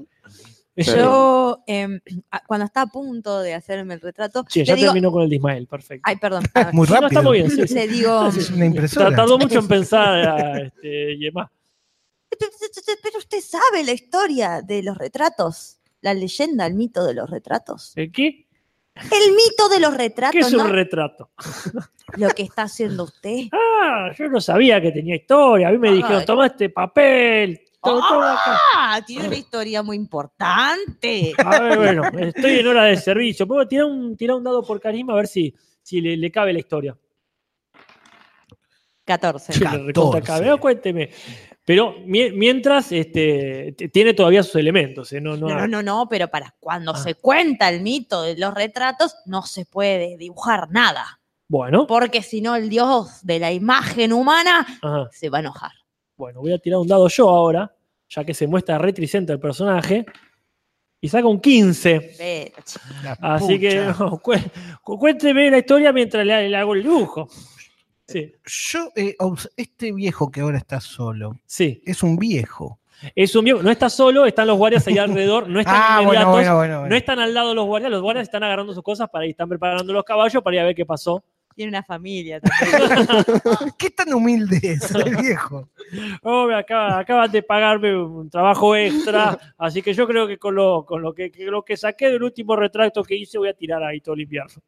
Speaker 3: Yo, em, a- cuando está a punto de hacerme el retrato,
Speaker 2: Sí,
Speaker 3: le
Speaker 2: ya
Speaker 3: digo,
Speaker 2: terminó con el de Ismael, perfecto.
Speaker 3: ay, perdón, a ver,
Speaker 4: Muy
Speaker 2: Sí, Ah, no,
Speaker 4: rápido.
Speaker 2: está muy bien, sí, sí.
Speaker 3: le digo,
Speaker 4: Es una
Speaker 2: Ta-
Speaker 4: impresora.
Speaker 2: Tardó mucho en pensar a, este, y demás.
Speaker 10: Pero usted sabe la historia de los retratos. La leyenda, el mito de los retratos.
Speaker 2: ¿Eh, ¿Qué?
Speaker 10: El mito de los
Speaker 2: ¿Qué
Speaker 10: retratos,
Speaker 2: es un
Speaker 10: ¿no?
Speaker 2: retrato?
Speaker 10: Lo que está haciendo usted.
Speaker 2: Ah, yo no sabía que tenía historia. A mí
Speaker 3: Ah,
Speaker 2: me dijeron,
Speaker 3: eh.
Speaker 10: Ay.
Speaker 2: toma este papel. to- toma acá".
Speaker 10: Ah, tiene una historia muy importante.
Speaker 2: A ver, bueno, estoy en hora de servicio. ¿Puedo tirar un, tirar un dado por carisma a ver si, si le, le cabe la historia?
Speaker 3: 14.
Speaker 2: Sí, le recontra
Speaker 4: 14.
Speaker 2: cabe. No, cuénteme. Pero mi- mientras este, t- tiene todavía sus elementos. ¿eh? No, no,
Speaker 10: No, no, no, no, pero para
Speaker 4: Ah.
Speaker 10: cuando se cuenta el mito de los retratos, no se puede dibujar nada.
Speaker 2: Bueno,
Speaker 10: Porque si no, el dios de la imagen humana
Speaker 2: ajá.
Speaker 10: se va a enojar.
Speaker 2: Bueno, voy a tirar un dado yo ahora, ya que se muestra retricente el personaje. Y saca un 15.
Speaker 10: Pero, ch-
Speaker 4: La
Speaker 2: Ah, Así que
Speaker 4: pucha.
Speaker 2: no, cué- cu- cuénteme la historia mientras le, le hago el dibujo. Sí,
Speaker 4: Yo, eh, obs- este viejo que ahora está solo,
Speaker 2: sí.
Speaker 4: es un viejo.
Speaker 2: Es un viejo. No está solo, están los guardias ahí alrededor. No están
Speaker 4: Ah, bueno,
Speaker 2: inmediatos,
Speaker 4: bueno, bueno, bueno.
Speaker 2: No están al lado los guardias. Los guardias están agarrando sus cosas para ir, están preparando los caballos para ir a ver qué pasó.
Speaker 3: Tiene una familia también.
Speaker 4: ¿Qué tan humilde es el viejo?
Speaker 2: Oh, me acaba- acabas de pagarme un trabajo extra. Así que yo creo que con lo, con lo que, que lo que saqué del último retracto que hice, voy a tirar ahí todo el invierno.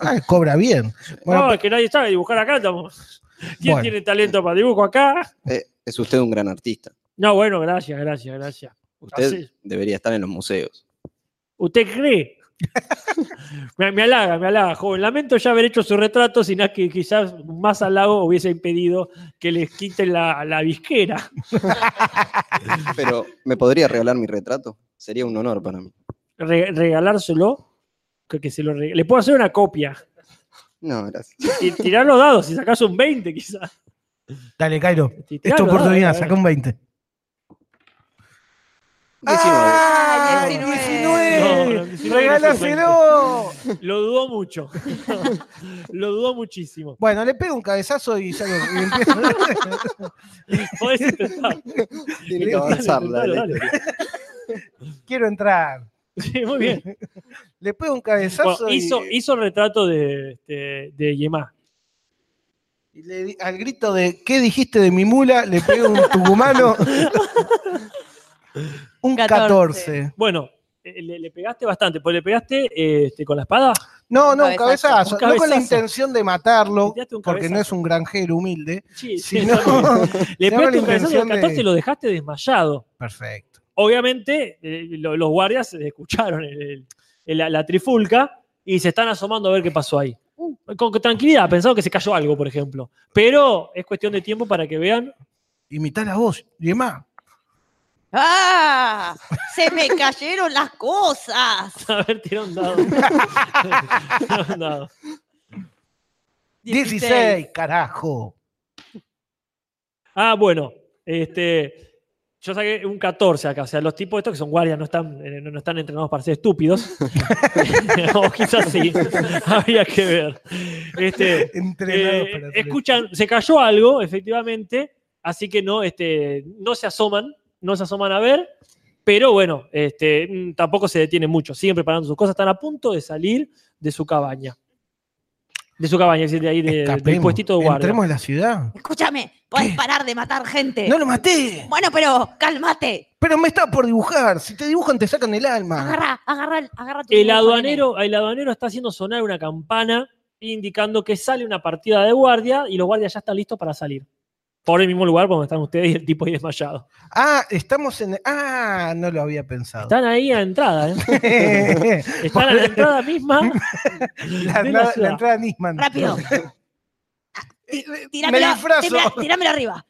Speaker 4: Ah, cobra bien. Bueno,
Speaker 2: no, es que nadie sabe dibujar acá, estamos. ¿Quién
Speaker 4: Bueno.
Speaker 2: tiene talento para dibujo acá?
Speaker 5: Eh, es usted un gran artista.
Speaker 2: No, bueno, gracias, gracias, gracias.
Speaker 5: Usted
Speaker 2: Así.
Speaker 5: debería estar en los museos.
Speaker 2: ¿Usted cree? Me, me halaga, me halaga, joven. Lamento ya haber hecho su retrato, sino que quizás más halago hubiese impedido que les quiten la, la visquera.
Speaker 5: Pero me podría regalar mi retrato. Sería un honor para mí.
Speaker 2: Re- regalárselo, que, que se lo reg- Le puedo hacer una copia.
Speaker 5: No, gracias.
Speaker 2: Y tirar los dados, si sacás un 20 quizás.
Speaker 4: Dale, Cairo.
Speaker 2: Si
Speaker 4: Es
Speaker 2: tirás
Speaker 4: tu
Speaker 2: los dados,
Speaker 4: oportunidad,
Speaker 2: a ver.
Speaker 4: saca un 20.
Speaker 5: 19.
Speaker 4: ¡Ah,
Speaker 3: 19.
Speaker 2: No, no, 19
Speaker 4: ¡Regálaselo!
Speaker 2: eh. Lo dudó mucho. lo dudó muchísimo.
Speaker 4: Bueno, le pego un cabezazo y salgo. y empiezo-
Speaker 2: Podés intentar.
Speaker 5: Tiene que avanzarla.
Speaker 2: Dale,
Speaker 5: la
Speaker 2: dale.
Speaker 4: Quiero entrar.
Speaker 2: Sí, muy bien.
Speaker 4: Le pego un cabezazo
Speaker 2: Bueno, hizo,
Speaker 4: y,
Speaker 2: hizo retrato de, este, de Yemá.
Speaker 4: y le di- al grito de ¿qué dijiste de mi mula? Le pego un tucumano. un
Speaker 3: 14.
Speaker 4: 14.
Speaker 2: Bueno, eh, le, le pegaste bastante, pues le pegaste eh, este, con la espada.
Speaker 4: No,
Speaker 3: Un
Speaker 4: no, un
Speaker 3: cabezazo.
Speaker 4: cabezazo.
Speaker 2: Un
Speaker 4: No con la
Speaker 2: cabezazo.
Speaker 4: intención de matarlo,
Speaker 2: Tiraste un
Speaker 4: porque
Speaker 2: cabezazo.
Speaker 4: no es un granjero humilde,
Speaker 2: Sí, sí,
Speaker 4: sino...
Speaker 2: le
Speaker 4: tengo la
Speaker 2: pegaste un cabezazo
Speaker 4: intención
Speaker 2: al 14
Speaker 4: de-
Speaker 2: y lo dejaste desmayado.
Speaker 4: Perfecto.
Speaker 2: Obviamente, eh, lo- los guardias escucharon el- el- el- la, la trifulca y se están asomando a ver qué pasó ahí. Con con tranquilidad, pensado que se cayó algo, por ejemplo. Pero es cuestión de tiempo para que vean
Speaker 4: Imitar la voz. Y demás.
Speaker 10: ¡Ah! ¡Se me cayeron las cosas!
Speaker 2: A ver, tira un dado. Tira un dado.
Speaker 4: 16, carajo.
Speaker 2: Ah, bueno. Este, yo saqué un 14 acá. O sea, los tipos estos que son guardias no están, eh, no no están entrenados para ser estúpidos. o quizás sí. Habría que ver. Este, eh,
Speaker 4: Entrenados para hacer
Speaker 2: escuchan, se cayó algo, efectivamente. Así que no, este, no se asoman, no se asoman a ver. Pero bueno, este, mm, tampoco se detienen mucho. Siguen preparando sus cosas. Están a punto de salir de su cabaña. De su cabaña, es decir, de ahí de- eh, del
Speaker 4: Escapemos.
Speaker 2: puestito de guardia.
Speaker 4: Entremos a la ciudad.
Speaker 10: Escúchame, podés parar de matar gente.
Speaker 4: No lo maté,
Speaker 10: Bueno, pero cálmate.
Speaker 4: pero me está por dibujar. Si te dibujan te sacan el alma.
Speaker 10: Agarra, agarra, el- agarra tu
Speaker 2: El
Speaker 10: dibujo,
Speaker 2: aduanero, el aduanero está haciendo sonar una campana indicando que sale una partida de guardia y los guardias ya están listos para salir. Por el mismo lugar por donde están ustedes y el tipo ahí desmayado.
Speaker 4: Ah, estamos en... Ah, no lo había pensado.
Speaker 2: Están ahí a la entrada, ¿eh? Están a la entrada misma.
Speaker 4: la,
Speaker 2: de la
Speaker 4: entrada- la
Speaker 2: ciudad.
Speaker 4: entrada Nisman.
Speaker 10: Rápido.
Speaker 4: Eh, eh, Me
Speaker 10: Tíramelo,
Speaker 4: disfrazo.
Speaker 10: tíramela- tíramelo arriba.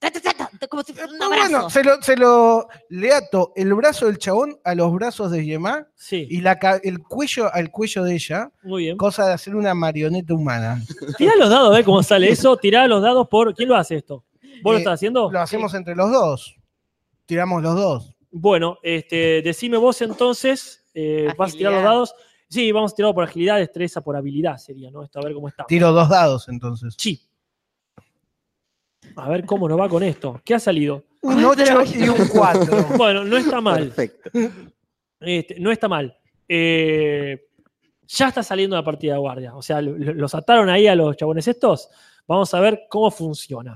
Speaker 10: Ta, ta, ta, ta, Como si fuera un abrazo.
Speaker 4: Ah, Bueno, se lo, se lo le ato el brazo del chabón a los brazos de Yemá
Speaker 2: Sí,
Speaker 4: y la, ca- el cuello al cuello de ella,
Speaker 2: muy bien.
Speaker 4: cosa de hacer una marioneta humana.
Speaker 2: Tirá los dados, a ver cómo sale eso. Tirá los dados por. ¿Quién lo hace esto? ¿Vos lo
Speaker 4: Eh,
Speaker 2: estás haciendo?
Speaker 4: Lo hacemos entre los dos. Tiramos los dos.
Speaker 2: Bueno, este, decime vos entonces. eh, ¿Vas a tirar los
Speaker 3: Agilidad.
Speaker 2: dados? Sí, vamos a tirar por agilidad, destreza, por habilidad sería, ¿no? Esto, a ver cómo está.
Speaker 4: Tiro dos dados entonces.
Speaker 2: Sí. A ver cómo nos va con esto. ¿Qué ha salido?
Speaker 4: Un 8 y un 4.
Speaker 2: Bueno, no está mal.
Speaker 5: Perfecto.
Speaker 2: Este, no está mal. Eh, ya está saliendo la partida de guardia. O sea, lo- lo- los ataron ahí a los chabones estos. Vamos a ver cómo funciona.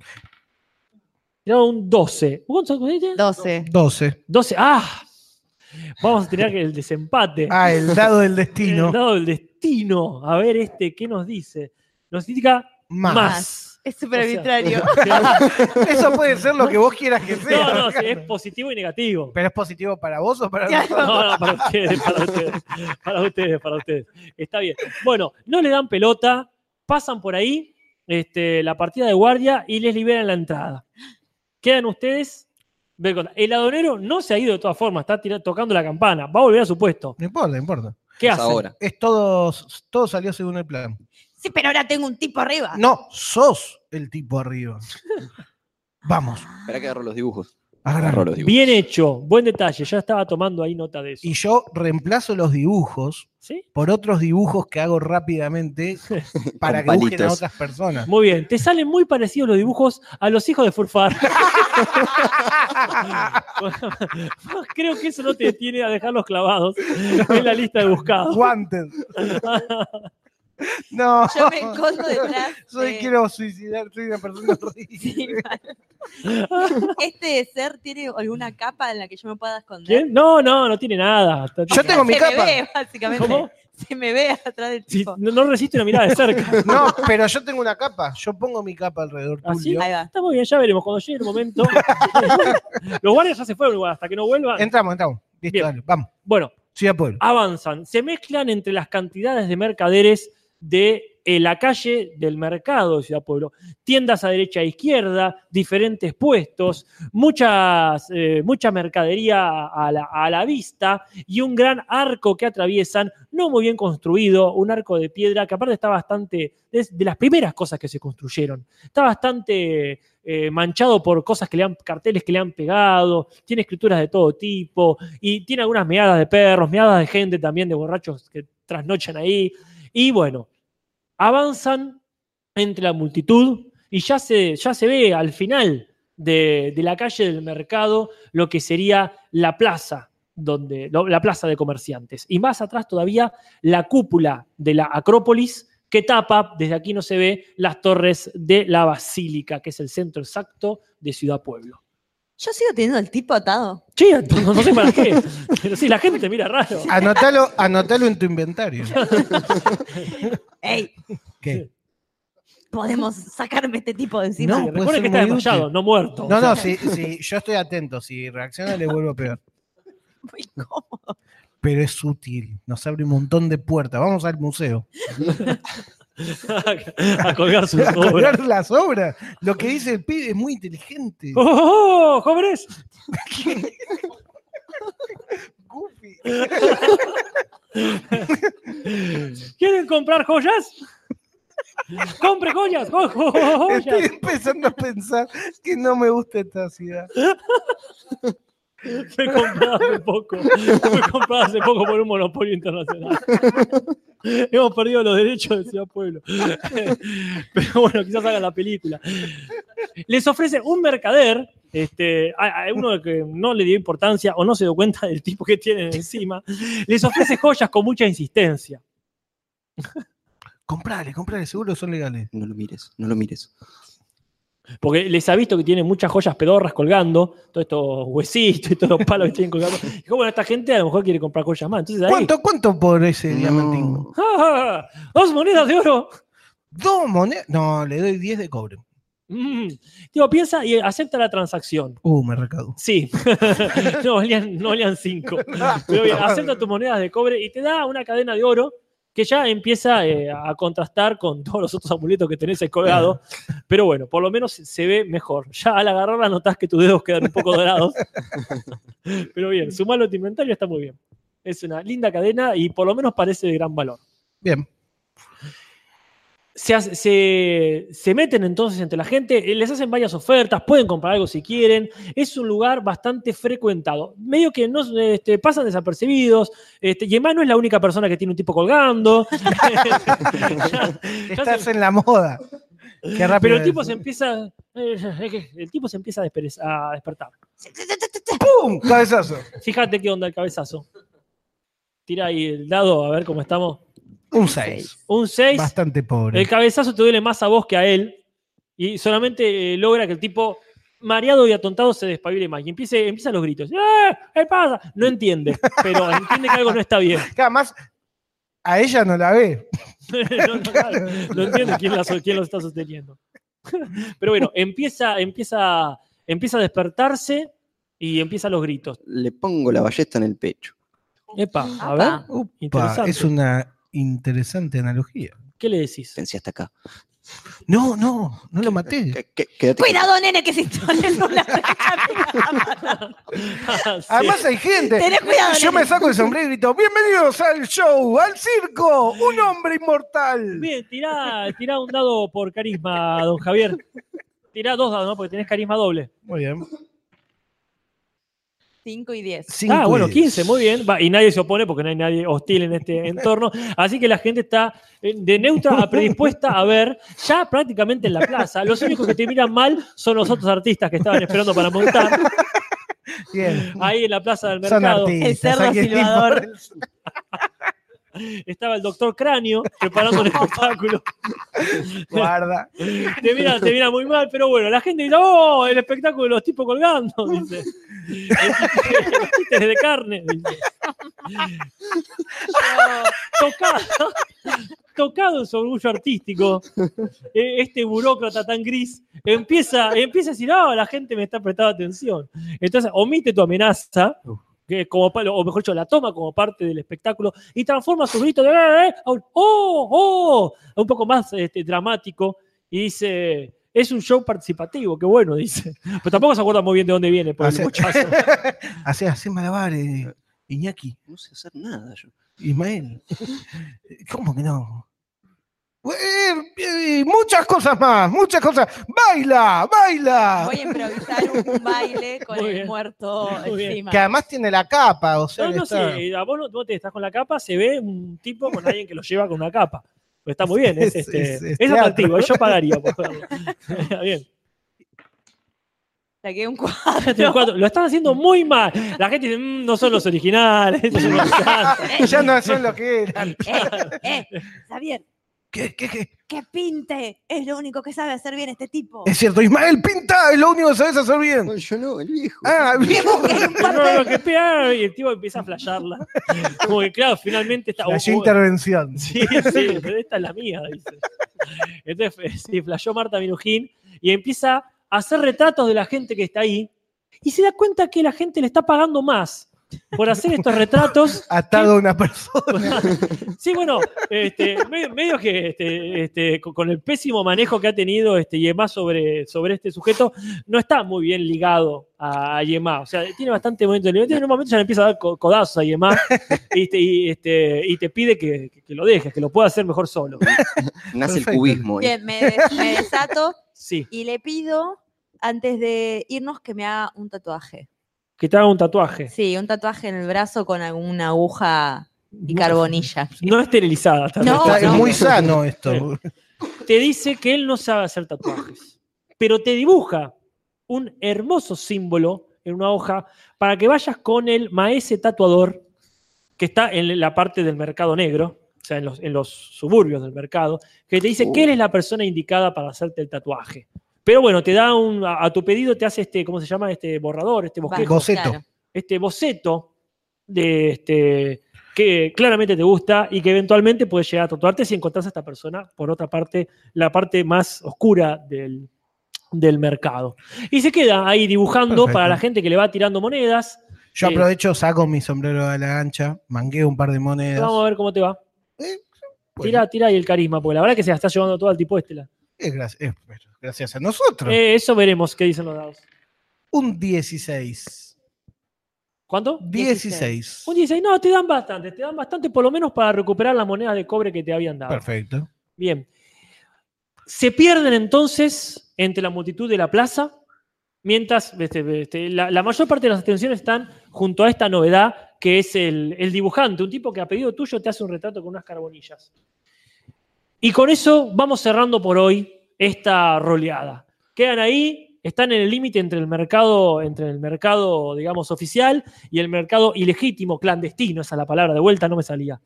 Speaker 2: Tiraron un 12. ¿Cuánto dijiste?
Speaker 3: 12.
Speaker 4: 12.
Speaker 2: 12. ¡Ah! Vamos a tirar el desempate.
Speaker 4: Ah, el dado del
Speaker 2: el
Speaker 4: destino.
Speaker 2: dado del destino. A ver, este, ¿qué nos dice? Nos indica
Speaker 4: Más.
Speaker 2: más.
Speaker 3: Es súper
Speaker 2: O sea,
Speaker 3: arbitrario.
Speaker 4: Eso puede ser lo que vos quieras que sea.
Speaker 2: No, no, sí, es positivo y negativo.
Speaker 4: Pero es positivo para vos o para
Speaker 3: Claro.
Speaker 4: nosotros.
Speaker 2: No, no, para ustedes, para ustedes, para ustedes, para ustedes. Está bien. Bueno, no le dan pelota, pasan por ahí este, la partida de guardia y les liberan la entrada. Quedan ustedes. ver con- El adonero no se ha ido de todas formas, está tira- tocando la campana, va a volver a su puesto.
Speaker 4: No importa, no importa.
Speaker 2: ¿Qué
Speaker 5: Es
Speaker 2: hace?
Speaker 5: ahora.
Speaker 4: Es todo, todo salió según el plan.
Speaker 10: Sí, pero ahora tengo un tipo arriba.
Speaker 4: No, sos el tipo arriba. Vamos,
Speaker 5: Espera que agarro los dibujos. Agarro
Speaker 4: agarralo.
Speaker 5: los dibujos.
Speaker 2: Bien hecho, buen detalle, ya estaba tomando ahí nota de eso.
Speaker 4: Y yo reemplazo los dibujos
Speaker 2: ¿Sí?
Speaker 4: por otros dibujos que hago rápidamente para que
Speaker 5: Con
Speaker 4: busquen a
Speaker 5: palitos.
Speaker 4: otras personas.
Speaker 2: Muy bien, te salen muy parecidos los dibujos a los hijos de Furfar. Creo que eso no te detiene a dejarlos clavados en la lista de buscados.
Speaker 4: Guantes. No,
Speaker 3: Yo me escondo detrás.
Speaker 4: soy,
Speaker 3: de-
Speaker 4: quiero suicidar, soy una persona horrible.
Speaker 3: Sí, ¿Este ser tiene alguna capa en la que yo me pueda esconder?
Speaker 2: ¿Quién? No, no, no tiene nada. Está-
Speaker 4: Yo tengo mi
Speaker 3: se me
Speaker 4: capa.
Speaker 3: ve, básicamente.
Speaker 2: ¿Cómo?
Speaker 3: Se me ve atrás del
Speaker 2: Si-
Speaker 3: tipo.
Speaker 2: no, no resiste una mirada de cerca.
Speaker 4: No, pero yo tengo una capa. Yo pongo mi capa alrededor
Speaker 2: ¿Ah, sí?
Speaker 4: tuyo.
Speaker 3: Ahí va.
Speaker 2: Está muy bien, ya veremos. Cuando llegue el momento. los guardias ya se fueron igual, hasta que no vuelvan.
Speaker 4: Entramos, entramos. Listo,
Speaker 2: Bien.
Speaker 4: dale, vamos.
Speaker 2: Bueno,
Speaker 4: Ciudad Pueblo.
Speaker 3: Ah,
Speaker 2: avanzan, se mezclan entre las cantidades de mercaderes de eh, la calle del mercado de Ciudad Pueblo. Tiendas a derecha e izquierda, diferentes puestos, muchas, eh, mucha mercadería a la, a la vista y un gran arco que atraviesan, no muy bien construido, un arco de piedra que aparte está bastante, es de las primeras cosas que se construyeron, está bastante eh, manchado por cosas que le han, carteles que le han pegado, tiene escrituras de todo tipo, y tiene algunas meadas de perros, meadas de gente también, de borrachos que trasnochan ahí. Y bueno, avanzan entre la multitud y ya se, ya se ve al final de, de la calle del mercado lo que sería la plaza. Donde, lo- la plaza de comerciantes. Y más atrás todavía la cúpula de la Acrópolis que tapa, desde aquí no se ve, las torres de la Basílica, que es el centro exacto de Ciudad Pueblo.
Speaker 10: Yo sigo teniendo el tipo atado.
Speaker 2: Sí, no, no sé para qué. Pero sí, la gente te mira raro.
Speaker 4: Anotalo, anotalo en tu inventario.
Speaker 10: ¡Ey!
Speaker 4: ¿Qué?
Speaker 10: Podemos sacarme este tipo de encima.
Speaker 4: No, puede
Speaker 2: Recuerden
Speaker 4: ser
Speaker 2: que está
Speaker 4: muy
Speaker 2: desmayado,
Speaker 4: útil.
Speaker 2: no muerto.
Speaker 4: No,
Speaker 2: O sea,
Speaker 4: no, si, si yo estoy atento, si reacciona le vuelvo peor.
Speaker 10: Muy cómodo.
Speaker 4: Pero es útil, nos abre un montón de puertas. Vamos al museo.
Speaker 2: a colgar sus
Speaker 4: A colgar
Speaker 2: obras.
Speaker 4: las obras. Lo que dice el pibe es muy inteligente.
Speaker 2: ¡Oh, oh, oh, jóvenes!
Speaker 4: Goofy.
Speaker 2: ¿Quieren comprar joyas? ¡Compre joyas! ¡Oh, ¡Jo- jo- jo-
Speaker 4: Estoy
Speaker 2: joyas!
Speaker 4: empezando a pensar que no me gusta esta ciudad.
Speaker 2: Fue comprado hace poco. Fue comprado hace poco por un monopolio internacional. Hemos perdido los derechos de Ciudad Pueblo. Pero bueno, quizás hagan la película. Les ofrece un mercader, este, a, a uno que no le dio importancia o no se dio cuenta del tipo que tienen encima, les ofrece joyas con mucha insistencia.
Speaker 4: Comprale, comprale, seguro son legales.
Speaker 5: No lo mires, no lo mires.
Speaker 2: Porque les ha visto que tienen muchas joyas pedorras colgando, todos estos huesitos y todos los palos que tienen colgando. Dijo, bueno, esta gente a lo mejor quiere comprar joyas más. Entonces ahí,
Speaker 4: ¿Cuánto, cuánto por ese diamantín?
Speaker 5: No.
Speaker 2: ¡Ja, ja, ja! ¡Dos monedas de oro!
Speaker 4: Dos monedas. No, le doy 10 de cobre.
Speaker 2: Mm. Digo, piensa y acepta la transacción.
Speaker 4: Uh, me recaudo.
Speaker 2: Sí, no olían, no olían cinco. Pero bien, acepta tus monedas de cobre y te da una cadena de oro que ya empieza eh, a contrastar con todos los otros amuletos que tenés ahí colgados. Pero bueno, por lo menos se ve mejor. Ya al agarrarla notás que tus dedos quedan un poco dorados. Pero bien, sumarlo a tu inventario está muy bien. Es una linda cadena y por lo menos parece de gran valor
Speaker 4: Bien.
Speaker 2: se, hace- se- se meten entonces entre la gente, eh, les hacen varias ofertas, pueden comprar algo si quieren. Es un lugar bastante frecuentado. Medio que no, este, pasan desapercibidos. Este, y además no es la única persona que tiene un tipo colgando. Ya- ya
Speaker 4: Estás
Speaker 2: se-
Speaker 4: en la moda. Qué rápido.
Speaker 2: pero el
Speaker 4: es.
Speaker 2: tipo se empieza. eh, es que el tipo se empieza a, desperez- a despertar.
Speaker 4: ¡Pum! Cabezazo.
Speaker 2: Fíjate qué onda el cabezazo. Tira ahí el dado a ver cómo estamos.
Speaker 4: Un 6.
Speaker 2: Un 6.
Speaker 4: Bastante pobre.
Speaker 2: El cabezazo te duele más a vos que a él. Y solamente eh, logra que el tipo, mareado y atontado, se despabile más. Y empiece, empieza los gritos. ¡Eh! ¿Qué pasa? No entiende, pero entiende que algo no está bien.
Speaker 4: Además, a ella no la ve.
Speaker 2: no, no, claro, no entiende quién, la so- quién lo está sosteniendo. pero bueno, empieza, empieza, empieza a despertarse y empieza los gritos.
Speaker 5: Le pongo la ballesta en el pecho.
Speaker 2: Epa, a ver,
Speaker 4: Upa,
Speaker 2: Interesante.
Speaker 4: es una interesante analogía.
Speaker 2: ¿qué le decís?
Speaker 5: Pensé hasta acá.
Speaker 4: No, no, no lo maté.
Speaker 5: Qu- qu- Quédate
Speaker 10: Cuidado, nene, que se instale en una
Speaker 2: Sí.
Speaker 4: Además hay gente.
Speaker 10: Tenés cuidado,
Speaker 4: Yo
Speaker 10: nene.
Speaker 4: me saco el sombrero y grito, bienvenidos al show, al circo, un hombre inmortal.
Speaker 2: Bien, tirá, tirá un dado por carisma, don Javier. Tirá dos dados, ¿no? Porque tenés carisma doble.
Speaker 4: Muy bien.
Speaker 10: 5 y 10.
Speaker 4: Cinco
Speaker 2: ah,
Speaker 4: y
Speaker 2: bueno,
Speaker 4: diez.
Speaker 2: 15, muy bien. Va, y nadie se opone porque no hay nadie hostil en este entorno. Así que la gente está eh, de neutra a predispuesta a ver, ya prácticamente en la plaza. Los únicos que te miran mal son los otros artistas que estaban esperando para montar
Speaker 4: Bien.
Speaker 2: ahí en la plaza del
Speaker 4: Son
Speaker 2: mercado.
Speaker 4: artistas.
Speaker 10: El cerdo
Speaker 4: hay que
Speaker 10: silbador.
Speaker 4: tipo-
Speaker 2: Estaba el doctor Cráneo preparando el espectáculo.
Speaker 4: Guarda.
Speaker 2: Te mira, te mira muy mal, pero bueno, la gente dice, oh, el espectáculo de los tipos colgando, dice. Los títeres de carne, dice. tocado, tocado en su orgullo artístico, eh, este burócrata tan gris empieza, empieza a decir, ah, la gente me está prestando atención. Entonces, omite tu amenaza, que como, pa- o mejor dicho, la toma como parte del espectáculo y transforma su grito de "Eh", a un ¡oh, oh! a un poco más este, dramático y dice, es un show participativo, qué bueno, dice. Pero tampoco se acuerda muy bien de dónde viene, por el
Speaker 4: Hace-
Speaker 2: muchacho.
Speaker 4: Hacé, hacé malabares, Iñaki,
Speaker 5: No sé hacer nada yo.
Speaker 4: Ismael. ¿Cómo que no? Eh, eh, muchas cosas más, muchas cosas. ¡Baila! ¡Baila!
Speaker 10: Voy a improvisar un baile con
Speaker 2: Muy
Speaker 10: el
Speaker 2: bien.
Speaker 10: muerto
Speaker 2: Muy bien.
Speaker 10: encima.
Speaker 4: Que además tiene la capa, o sea,
Speaker 2: No, no,
Speaker 4: está-
Speaker 2: sí, a vos, no- vos te estás con la capa, se ve un tipo con alguien que lo lleva con una capa. Pues está muy bien, es,
Speaker 4: Es-
Speaker 2: este,
Speaker 4: es-
Speaker 2: es,
Speaker 4: es
Speaker 2: atractivo, yo
Speaker 4: teatro.
Speaker 2: pagaría por verlo. Está bien.
Speaker 10: Saqué un cuadro.
Speaker 2: Este cuadro, Lo están haciendo muy mal. La gente dice, "Mm, no son los originales. estos son los que hacen".
Speaker 4: Ah, ya no son lo que eran.
Speaker 10: Eh, Javier,
Speaker 4: ¿Qué, qué, qué?
Speaker 10: que pinte. Es lo único que sabe hacer bien este tipo.
Speaker 4: Es cierto, Ismael pinta, es lo único que sabes hacer bien.
Speaker 5: No, yo no, el viejo.
Speaker 4: Ah, bien.
Speaker 2: No, no, que pega, y el tipo empieza a flashearla. Como que, claro, finalmente está.
Speaker 4: Flasheó
Speaker 2: o- o-
Speaker 4: intervención.
Speaker 2: Sí, sí, pero esta es la mía, dice. Entonces, eh, sí, flasheó Marta Minujín y empieza a hacer retratos de la gente que está ahí y se da cuenta que la gente le está pagando más por hacer estos retratos.
Speaker 4: Atado a una persona.
Speaker 2: Sí, bueno, este, me- medio que este, este, co- con el pésimo manejo que ha tenido este, Yemá sobre, sobre este sujeto, no está muy bien ligado a, a Yemá. O sea, tiene bastante momento de libertad. En un momento ya le empieza a dar co- codazos a Yemá y, te- y, este, y te pide que, que- que lo dejes, que lo pueda hacer mejor solo.
Speaker 5: Nace
Speaker 4: Perfecto.
Speaker 5: el cubismo. ¿eh?
Speaker 10: Bien, me, des- me desato
Speaker 2: Sí,
Speaker 10: y le pido, antes de irnos, que me haga un tatuaje.
Speaker 2: que te haga un tatuaje.
Speaker 10: Sí, un tatuaje en el brazo con alguna aguja y carbonilla.
Speaker 2: No esterilizada. tal vez.
Speaker 10: No,
Speaker 4: Está-
Speaker 10: no.
Speaker 4: Es muy sano esto.
Speaker 2: Te dice que él no sabe hacer tatuajes, pero te dibuja un hermoso símbolo en una hoja para que vayas con el maese tatuador que está en la parte del mercado negro, o sea, en los, en los suburbios del mercado, que te dice que él es la persona indicada para hacerte el tatuaje. Pero bueno, te da un, a, a tu pedido te hace este, ¿cómo se llama? Este borrador, este
Speaker 10: Va,
Speaker 2: bosquejo
Speaker 4: boceto.
Speaker 10: claro.
Speaker 2: este boceto de este que claramente te gusta y que eventualmente puedes llegar a tatuarte si encontrás a esta persona, por otra parte, la parte más oscura del, del mercado. Y se queda ahí dibujando
Speaker 4: Perfecto.
Speaker 2: para la gente que le va tirando monedas.
Speaker 4: Yo
Speaker 2: Sí.
Speaker 4: aprovecho, saco mi sombrero de la gancha, mangueo un par de monedas.
Speaker 2: Vamos a ver cómo te va.
Speaker 4: Bueno,
Speaker 2: Tira, tira ahí el carisma, porque la verdad es que se la está llevando todo al tipo este. la-
Speaker 4: es gracias, es- pero gracias a nosotros.
Speaker 2: Eh, eso veremos qué dicen los dados.
Speaker 4: Un 16.
Speaker 2: ¿Cuánto?
Speaker 4: 16.
Speaker 2: Un 16. No, te dan bastante, te dan bastante por lo menos para recuperar las monedas de cobre que te habían dado.
Speaker 4: Perfecto.
Speaker 2: Bien. Se pierden entonces entre la multitud de la plaza, mientras este, este, la, la mayor parte de las atenciones están junto a esta novedad que es el, el dibujante, un tipo que a pedido tuyo te hace un retrato con unas carbonillas. Y con eso vamos cerrando por hoy esta roleada. Quedan ahí, están en el límite entre el mercado, entre el mercado, digamos, oficial y el mercado ilegítimo, clandestino, esa es la palabra, de vuelta no me salía.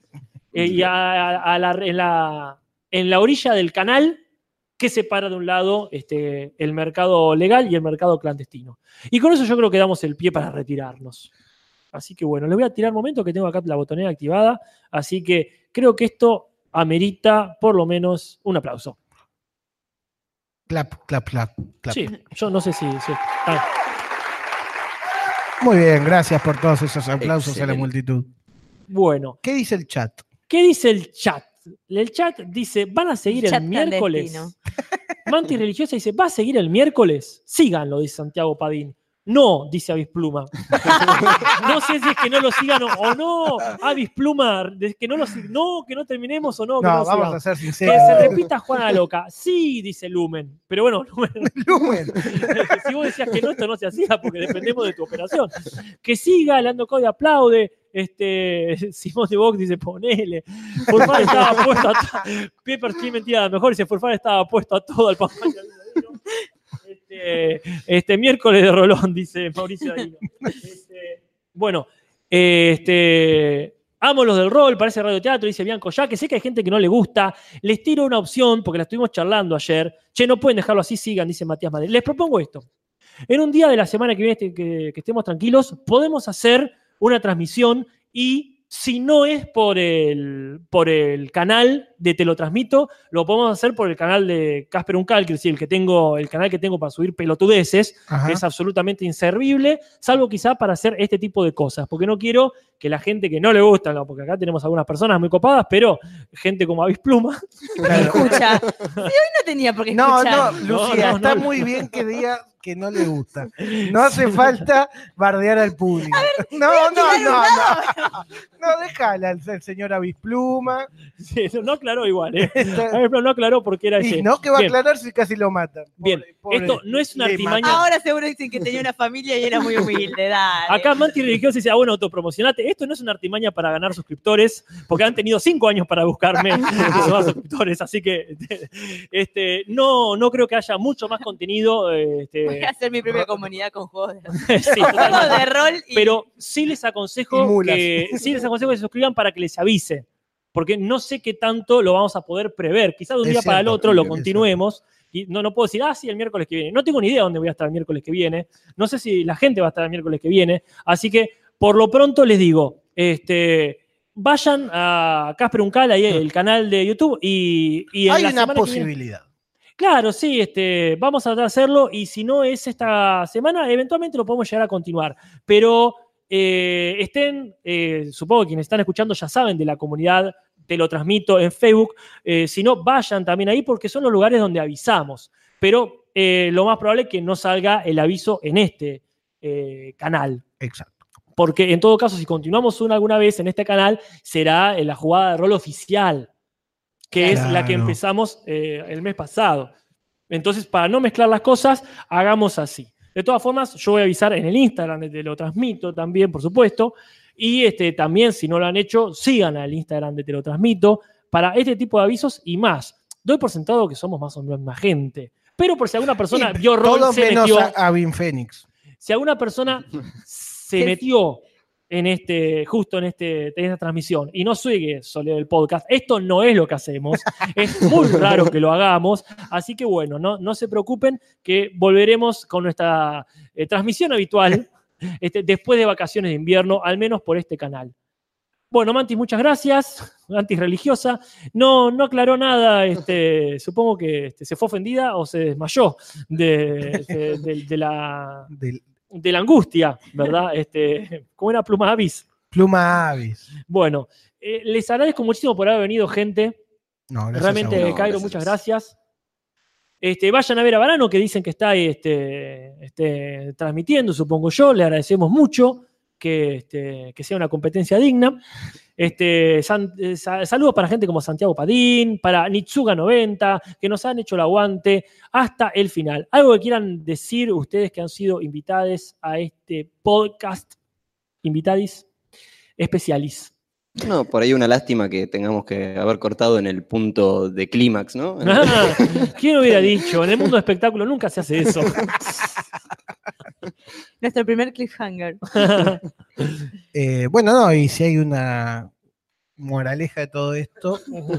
Speaker 2: Eh, y a- a- a la- en, la, en la orilla del canal que separa de un lado este, el mercado legal y el mercado clandestino. Y con eso yo creo que damos el pie para retirarnos. Así que bueno, les voy a tirar un momento que tengo acá la botonera activada, así que creo que esto amerita por lo menos un aplauso.
Speaker 4: Clap, clap, clap, clap.
Speaker 2: Sí, yo no sé si... si- ah,
Speaker 4: Muy bien, gracias por todos esos aplausos a la
Speaker 5: Excelente.
Speaker 4: multitud.
Speaker 2: bueno,
Speaker 4: ¿Qué dice el chat?
Speaker 2: ¿qué dice el chat? El chat dice, ¿van a seguir el
Speaker 10: Chat
Speaker 2: miércoles?
Speaker 10: clandestino.
Speaker 2: Mantis Religiosa dice, ¿va a seguir el miércoles? Síganlo, dice Santiago Padín. No, dice Avis Pluma. No sé si es que no lo sigan o, o no. Avis Pluma, de- que no lo sig- No, que no terminemos o no.
Speaker 4: No,
Speaker 2: que no lo
Speaker 4: vamos
Speaker 2: sigamos.
Speaker 4: a ser
Speaker 2: Que se
Speaker 4: sinceros.
Speaker 2: repita Juana Loca. Sí, dice Lumen. Pero bueno, Lumen,
Speaker 4: Lumen.
Speaker 2: si vos decías que no, esto no se hacía porque dependemos de tu operación. Que siga, Lando Cody aplaude. Este, Simón de Vox dice, ponele. Furfán estaba puesto a to- Pepper Chill, mentira, la mejor dice, Furfán estaba puesto a todo al papá. Este, este miércoles de Rolón, dice Mauricio Darino. Este, bueno, eh, este. Amo los del rol, parece radioteatro, dice Bianco ya, que sé que hay gente que no le gusta. Les tiro una opción, porque la estuvimos charlando ayer. Che, no pueden dejarlo así, sigan, dice Matías Madrid. Les propongo esto. En un día de la semana que viene, este, que, que estemos tranquilos, podemos hacer una transmisión y si no es por el, por el canal de Te lo transmito, lo podemos hacer por el canal de Casper Uncal, que es decir, el, que tengo, el canal que tengo para subir pelotudeces,
Speaker 4: Ajá.
Speaker 2: que es absolutamente inservible, salvo quizá para hacer este tipo de cosas, porque no quiero que la gente que no le gusta, no, porque acá tenemos algunas personas muy copadas, pero gente como Avis Pluma,
Speaker 10: Escucha. Si hoy no tenía por qué
Speaker 4: No, no,
Speaker 10: escuchar.
Speaker 4: Lucía,
Speaker 2: No, no,
Speaker 4: está
Speaker 2: no.
Speaker 4: muy bien que diga que no le gusta. No hace falta bardear al público. no, no, no, no. No, déjala al al señor Avispluma.
Speaker 2: Sí, no- no aclaró igual, ¿eh? Avis Pluma no aclaró por qué era ese.
Speaker 4: Y no, que va
Speaker 2: Bien.
Speaker 4: a aclarar si casi lo matan.
Speaker 2: Bien,
Speaker 4: Pobre- pobre
Speaker 2: esto no es una
Speaker 4: Lema.
Speaker 2: artimaña.
Speaker 10: Ahora seguro dicen que tenía una familia y era muy humilde, dale.
Speaker 2: Acá Manti Religiosa dice, ah, bueno, autopromocionate. Esto no es una artimaña para ganar suscriptores, porque han tenido cinco años para buscarme esos más suscriptores. Así que este, no, no creo que haya mucho más contenido.
Speaker 10: Voy a
Speaker 2: Este,
Speaker 10: hacer mi propia comunidad con juegos de,
Speaker 2: sí,
Speaker 10: juegos
Speaker 2: totalmente.
Speaker 10: de rol y
Speaker 2: pero sí les
Speaker 4: Y
Speaker 2: aconsejo
Speaker 4: mulas.
Speaker 2: que, sí les aconsejo que se suscriban para que les avise. Porque no sé qué tanto lo vamos a poder prever. Quizás de un
Speaker 4: Es
Speaker 2: día para el
Speaker 4: cierto,
Speaker 2: otro lo
Speaker 4: es
Speaker 2: continuemos. Y no, no puedo decir, ah, sí, el miércoles que viene. No tengo ni idea dónde voy a estar el miércoles que viene. No sé si la gente va a estar el miércoles que viene. Así que, por lo pronto, les digo, este, vayan a Casper Uncal, ahí el canal de YouTube, y, y en
Speaker 4: Ah. Hay
Speaker 2: la
Speaker 4: una
Speaker 2: semana que viene-
Speaker 4: posibilidad.
Speaker 2: Claro, sí, este, vamos a tratar de hacerlo y si no es esta semana, eventualmente lo podemos llegar a continuar. Pero eh, estén, eh, supongo que quienes están escuchando ya saben de la comunidad, te lo transmito en Facebook, eh, si no, vayan también ahí porque son los lugares donde avisamos. Pero eh, lo más probable es que no salga el aviso en este eh, canal.
Speaker 4: Exacto.
Speaker 2: Porque en todo caso, si continuamos una alguna vez en este canal, será en la jugada de rol oficial, que es la que
Speaker 4: Claro.
Speaker 2: empezamos eh, el mes pasado. Entonces, para no mezclar las cosas, hagamos así. De todas formas, yo voy a avisar en el Instagram, donde te lo transmito también, por supuesto. Y este, también, si no lo han hecho, sigan al Instagram de Te lo transmito para este tipo de avisos y más. Doy por sentado que somos más o menos más gente. Pero por si alguna persona
Speaker 4: Y
Speaker 2: vio rol,
Speaker 4: todos
Speaker 2: se
Speaker 4: menos
Speaker 2: metió
Speaker 4: a, a Vin Fénix.
Speaker 2: si alguna persona se metió en este, justo en, este, en esta transmisión y no sigue Soledad el podcast, esto no es lo que hacemos, es muy raro que lo hagamos, así que bueno, no, no se preocupen que volveremos con nuestra eh, transmisión habitual este, después de vacaciones de invierno, al menos por este canal. Bueno, Mantis, muchas gracias. Mantis religiosa. No, no aclaró nada. Este, supongo que este, se fue ofendida o se desmayó de- de- de- de la
Speaker 4: Del
Speaker 2: de la angustia, ¿verdad? Este, como era pluma avis.
Speaker 4: Pluma Avis.
Speaker 2: Bueno, eh, les agradezco muchísimo por haber venido, gente.
Speaker 4: No, gracias a
Speaker 2: Realmente,
Speaker 4: vos.
Speaker 5: No,
Speaker 2: Cairo,
Speaker 5: gracias
Speaker 2: muchas
Speaker 5: a vos.
Speaker 2: gracias. Este, vayan a ver a Barano, que dicen que está este, este, transmitiendo, supongo yo. Le agradecemos mucho que, este, que sea una competencia digna. Este, san- eh, sa- saludos para gente como Santiago Padín, para Nitsuga90, que nos han hecho el aguante hasta el final. ¿Algo que quieran decir ustedes que han sido invitades a este podcast? Invitadis especialis.
Speaker 5: No, por ahí una lástima que tengamos que haber cortado en el punto de clímax, ¿no?
Speaker 2: Ah, ¿Quién hubiera dicho? En el mundo del espectáculo nunca se hace eso.
Speaker 10: nuestro primer cliffhanger.
Speaker 4: Eh, bueno, no, y si hay una moraleja de todo esto,
Speaker 10: Siempre,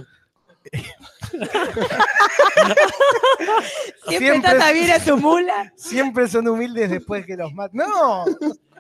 Speaker 4: Siempre-
Speaker 10: trata bien a su mula.
Speaker 4: siempre son humildes después que los matan. No,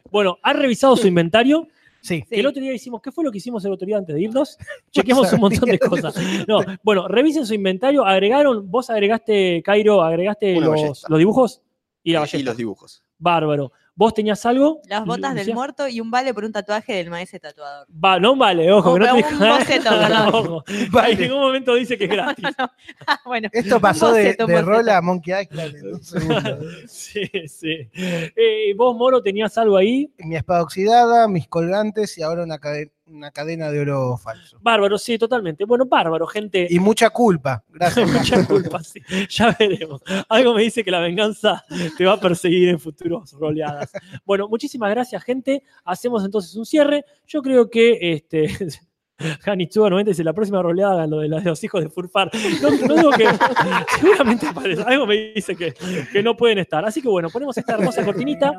Speaker 2: Bueno, ¿ha revisado su inventario?
Speaker 4: sí,
Speaker 2: Que El otro día hicimos, ¿qué fue lo que hicimos el otro día antes de irnos? Chequeamos un montón de
Speaker 4: sabía.
Speaker 2: cosas. No, bueno, revisen su inventario. Agregaron, vos agregaste, Cairo, agregaste
Speaker 5: Una
Speaker 2: los,
Speaker 5: ballesta.
Speaker 2: los dibujos y la
Speaker 5: y
Speaker 2: ballesta.
Speaker 5: los dibujos.
Speaker 2: Bárbaro. ¿Vos tenías algo?
Speaker 10: Las botas del
Speaker 2: Lucía?
Speaker 10: muerto y un vale por un tatuaje del maese tatuador.
Speaker 2: Va, no vale, ojo, que no te
Speaker 10: Como un boceto, ¿verdad?
Speaker 2: Ojo, En
Speaker 4: vale.
Speaker 2: ningún momento dice que es gratis.
Speaker 10: Ah, bueno.
Speaker 4: Esto pasó de,
Speaker 10: boceto, un
Speaker 4: de
Speaker 10: boceto.
Speaker 4: rol a Monkey Island en un segundo.
Speaker 2: Sí, sí. Eh, ¿Vos, Moro, tenías algo ahí?
Speaker 4: Mi espada oxidada, mis colgantes y ahora una, cade- una cadena de oro falso.
Speaker 2: Bárbaro, sí, totalmente. Bueno, bárbaro, gente.
Speaker 4: Y mucha culpa, gracias.
Speaker 2: Mucha culpa, sí. Ya veremos. Algo me dice que la venganza te va a perseguir en futuros roleadas. Bueno, muchísimas gracias, gente. Hacemos entonces un cierre. Yo creo que este. Hanitsuga 90 dice la próxima roleada lo de, la de los hijos de Furfar. No, no digo que seguramente aparece. Algo me dice que, que no pueden estar. Así que bueno, ponemos esta hermosa cortinita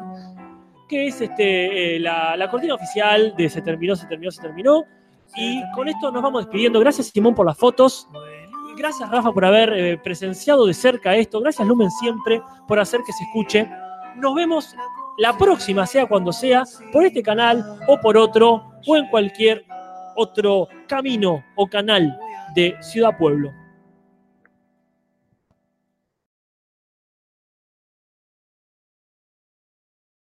Speaker 2: que es este, eh, la, la cortina oficial de Se terminó, se terminó, se terminó. Y con esto nos vamos despidiendo. Gracias Simón por las fotos. Gracias Rafa por haber eh, presenciado de cerca esto. Gracias Lumen siempre por hacer que se escuche. Nos vemos la próxima, sea cuando sea, por este canal o por otro o en cualquier otro camino o canal de Ciudad Pueblo.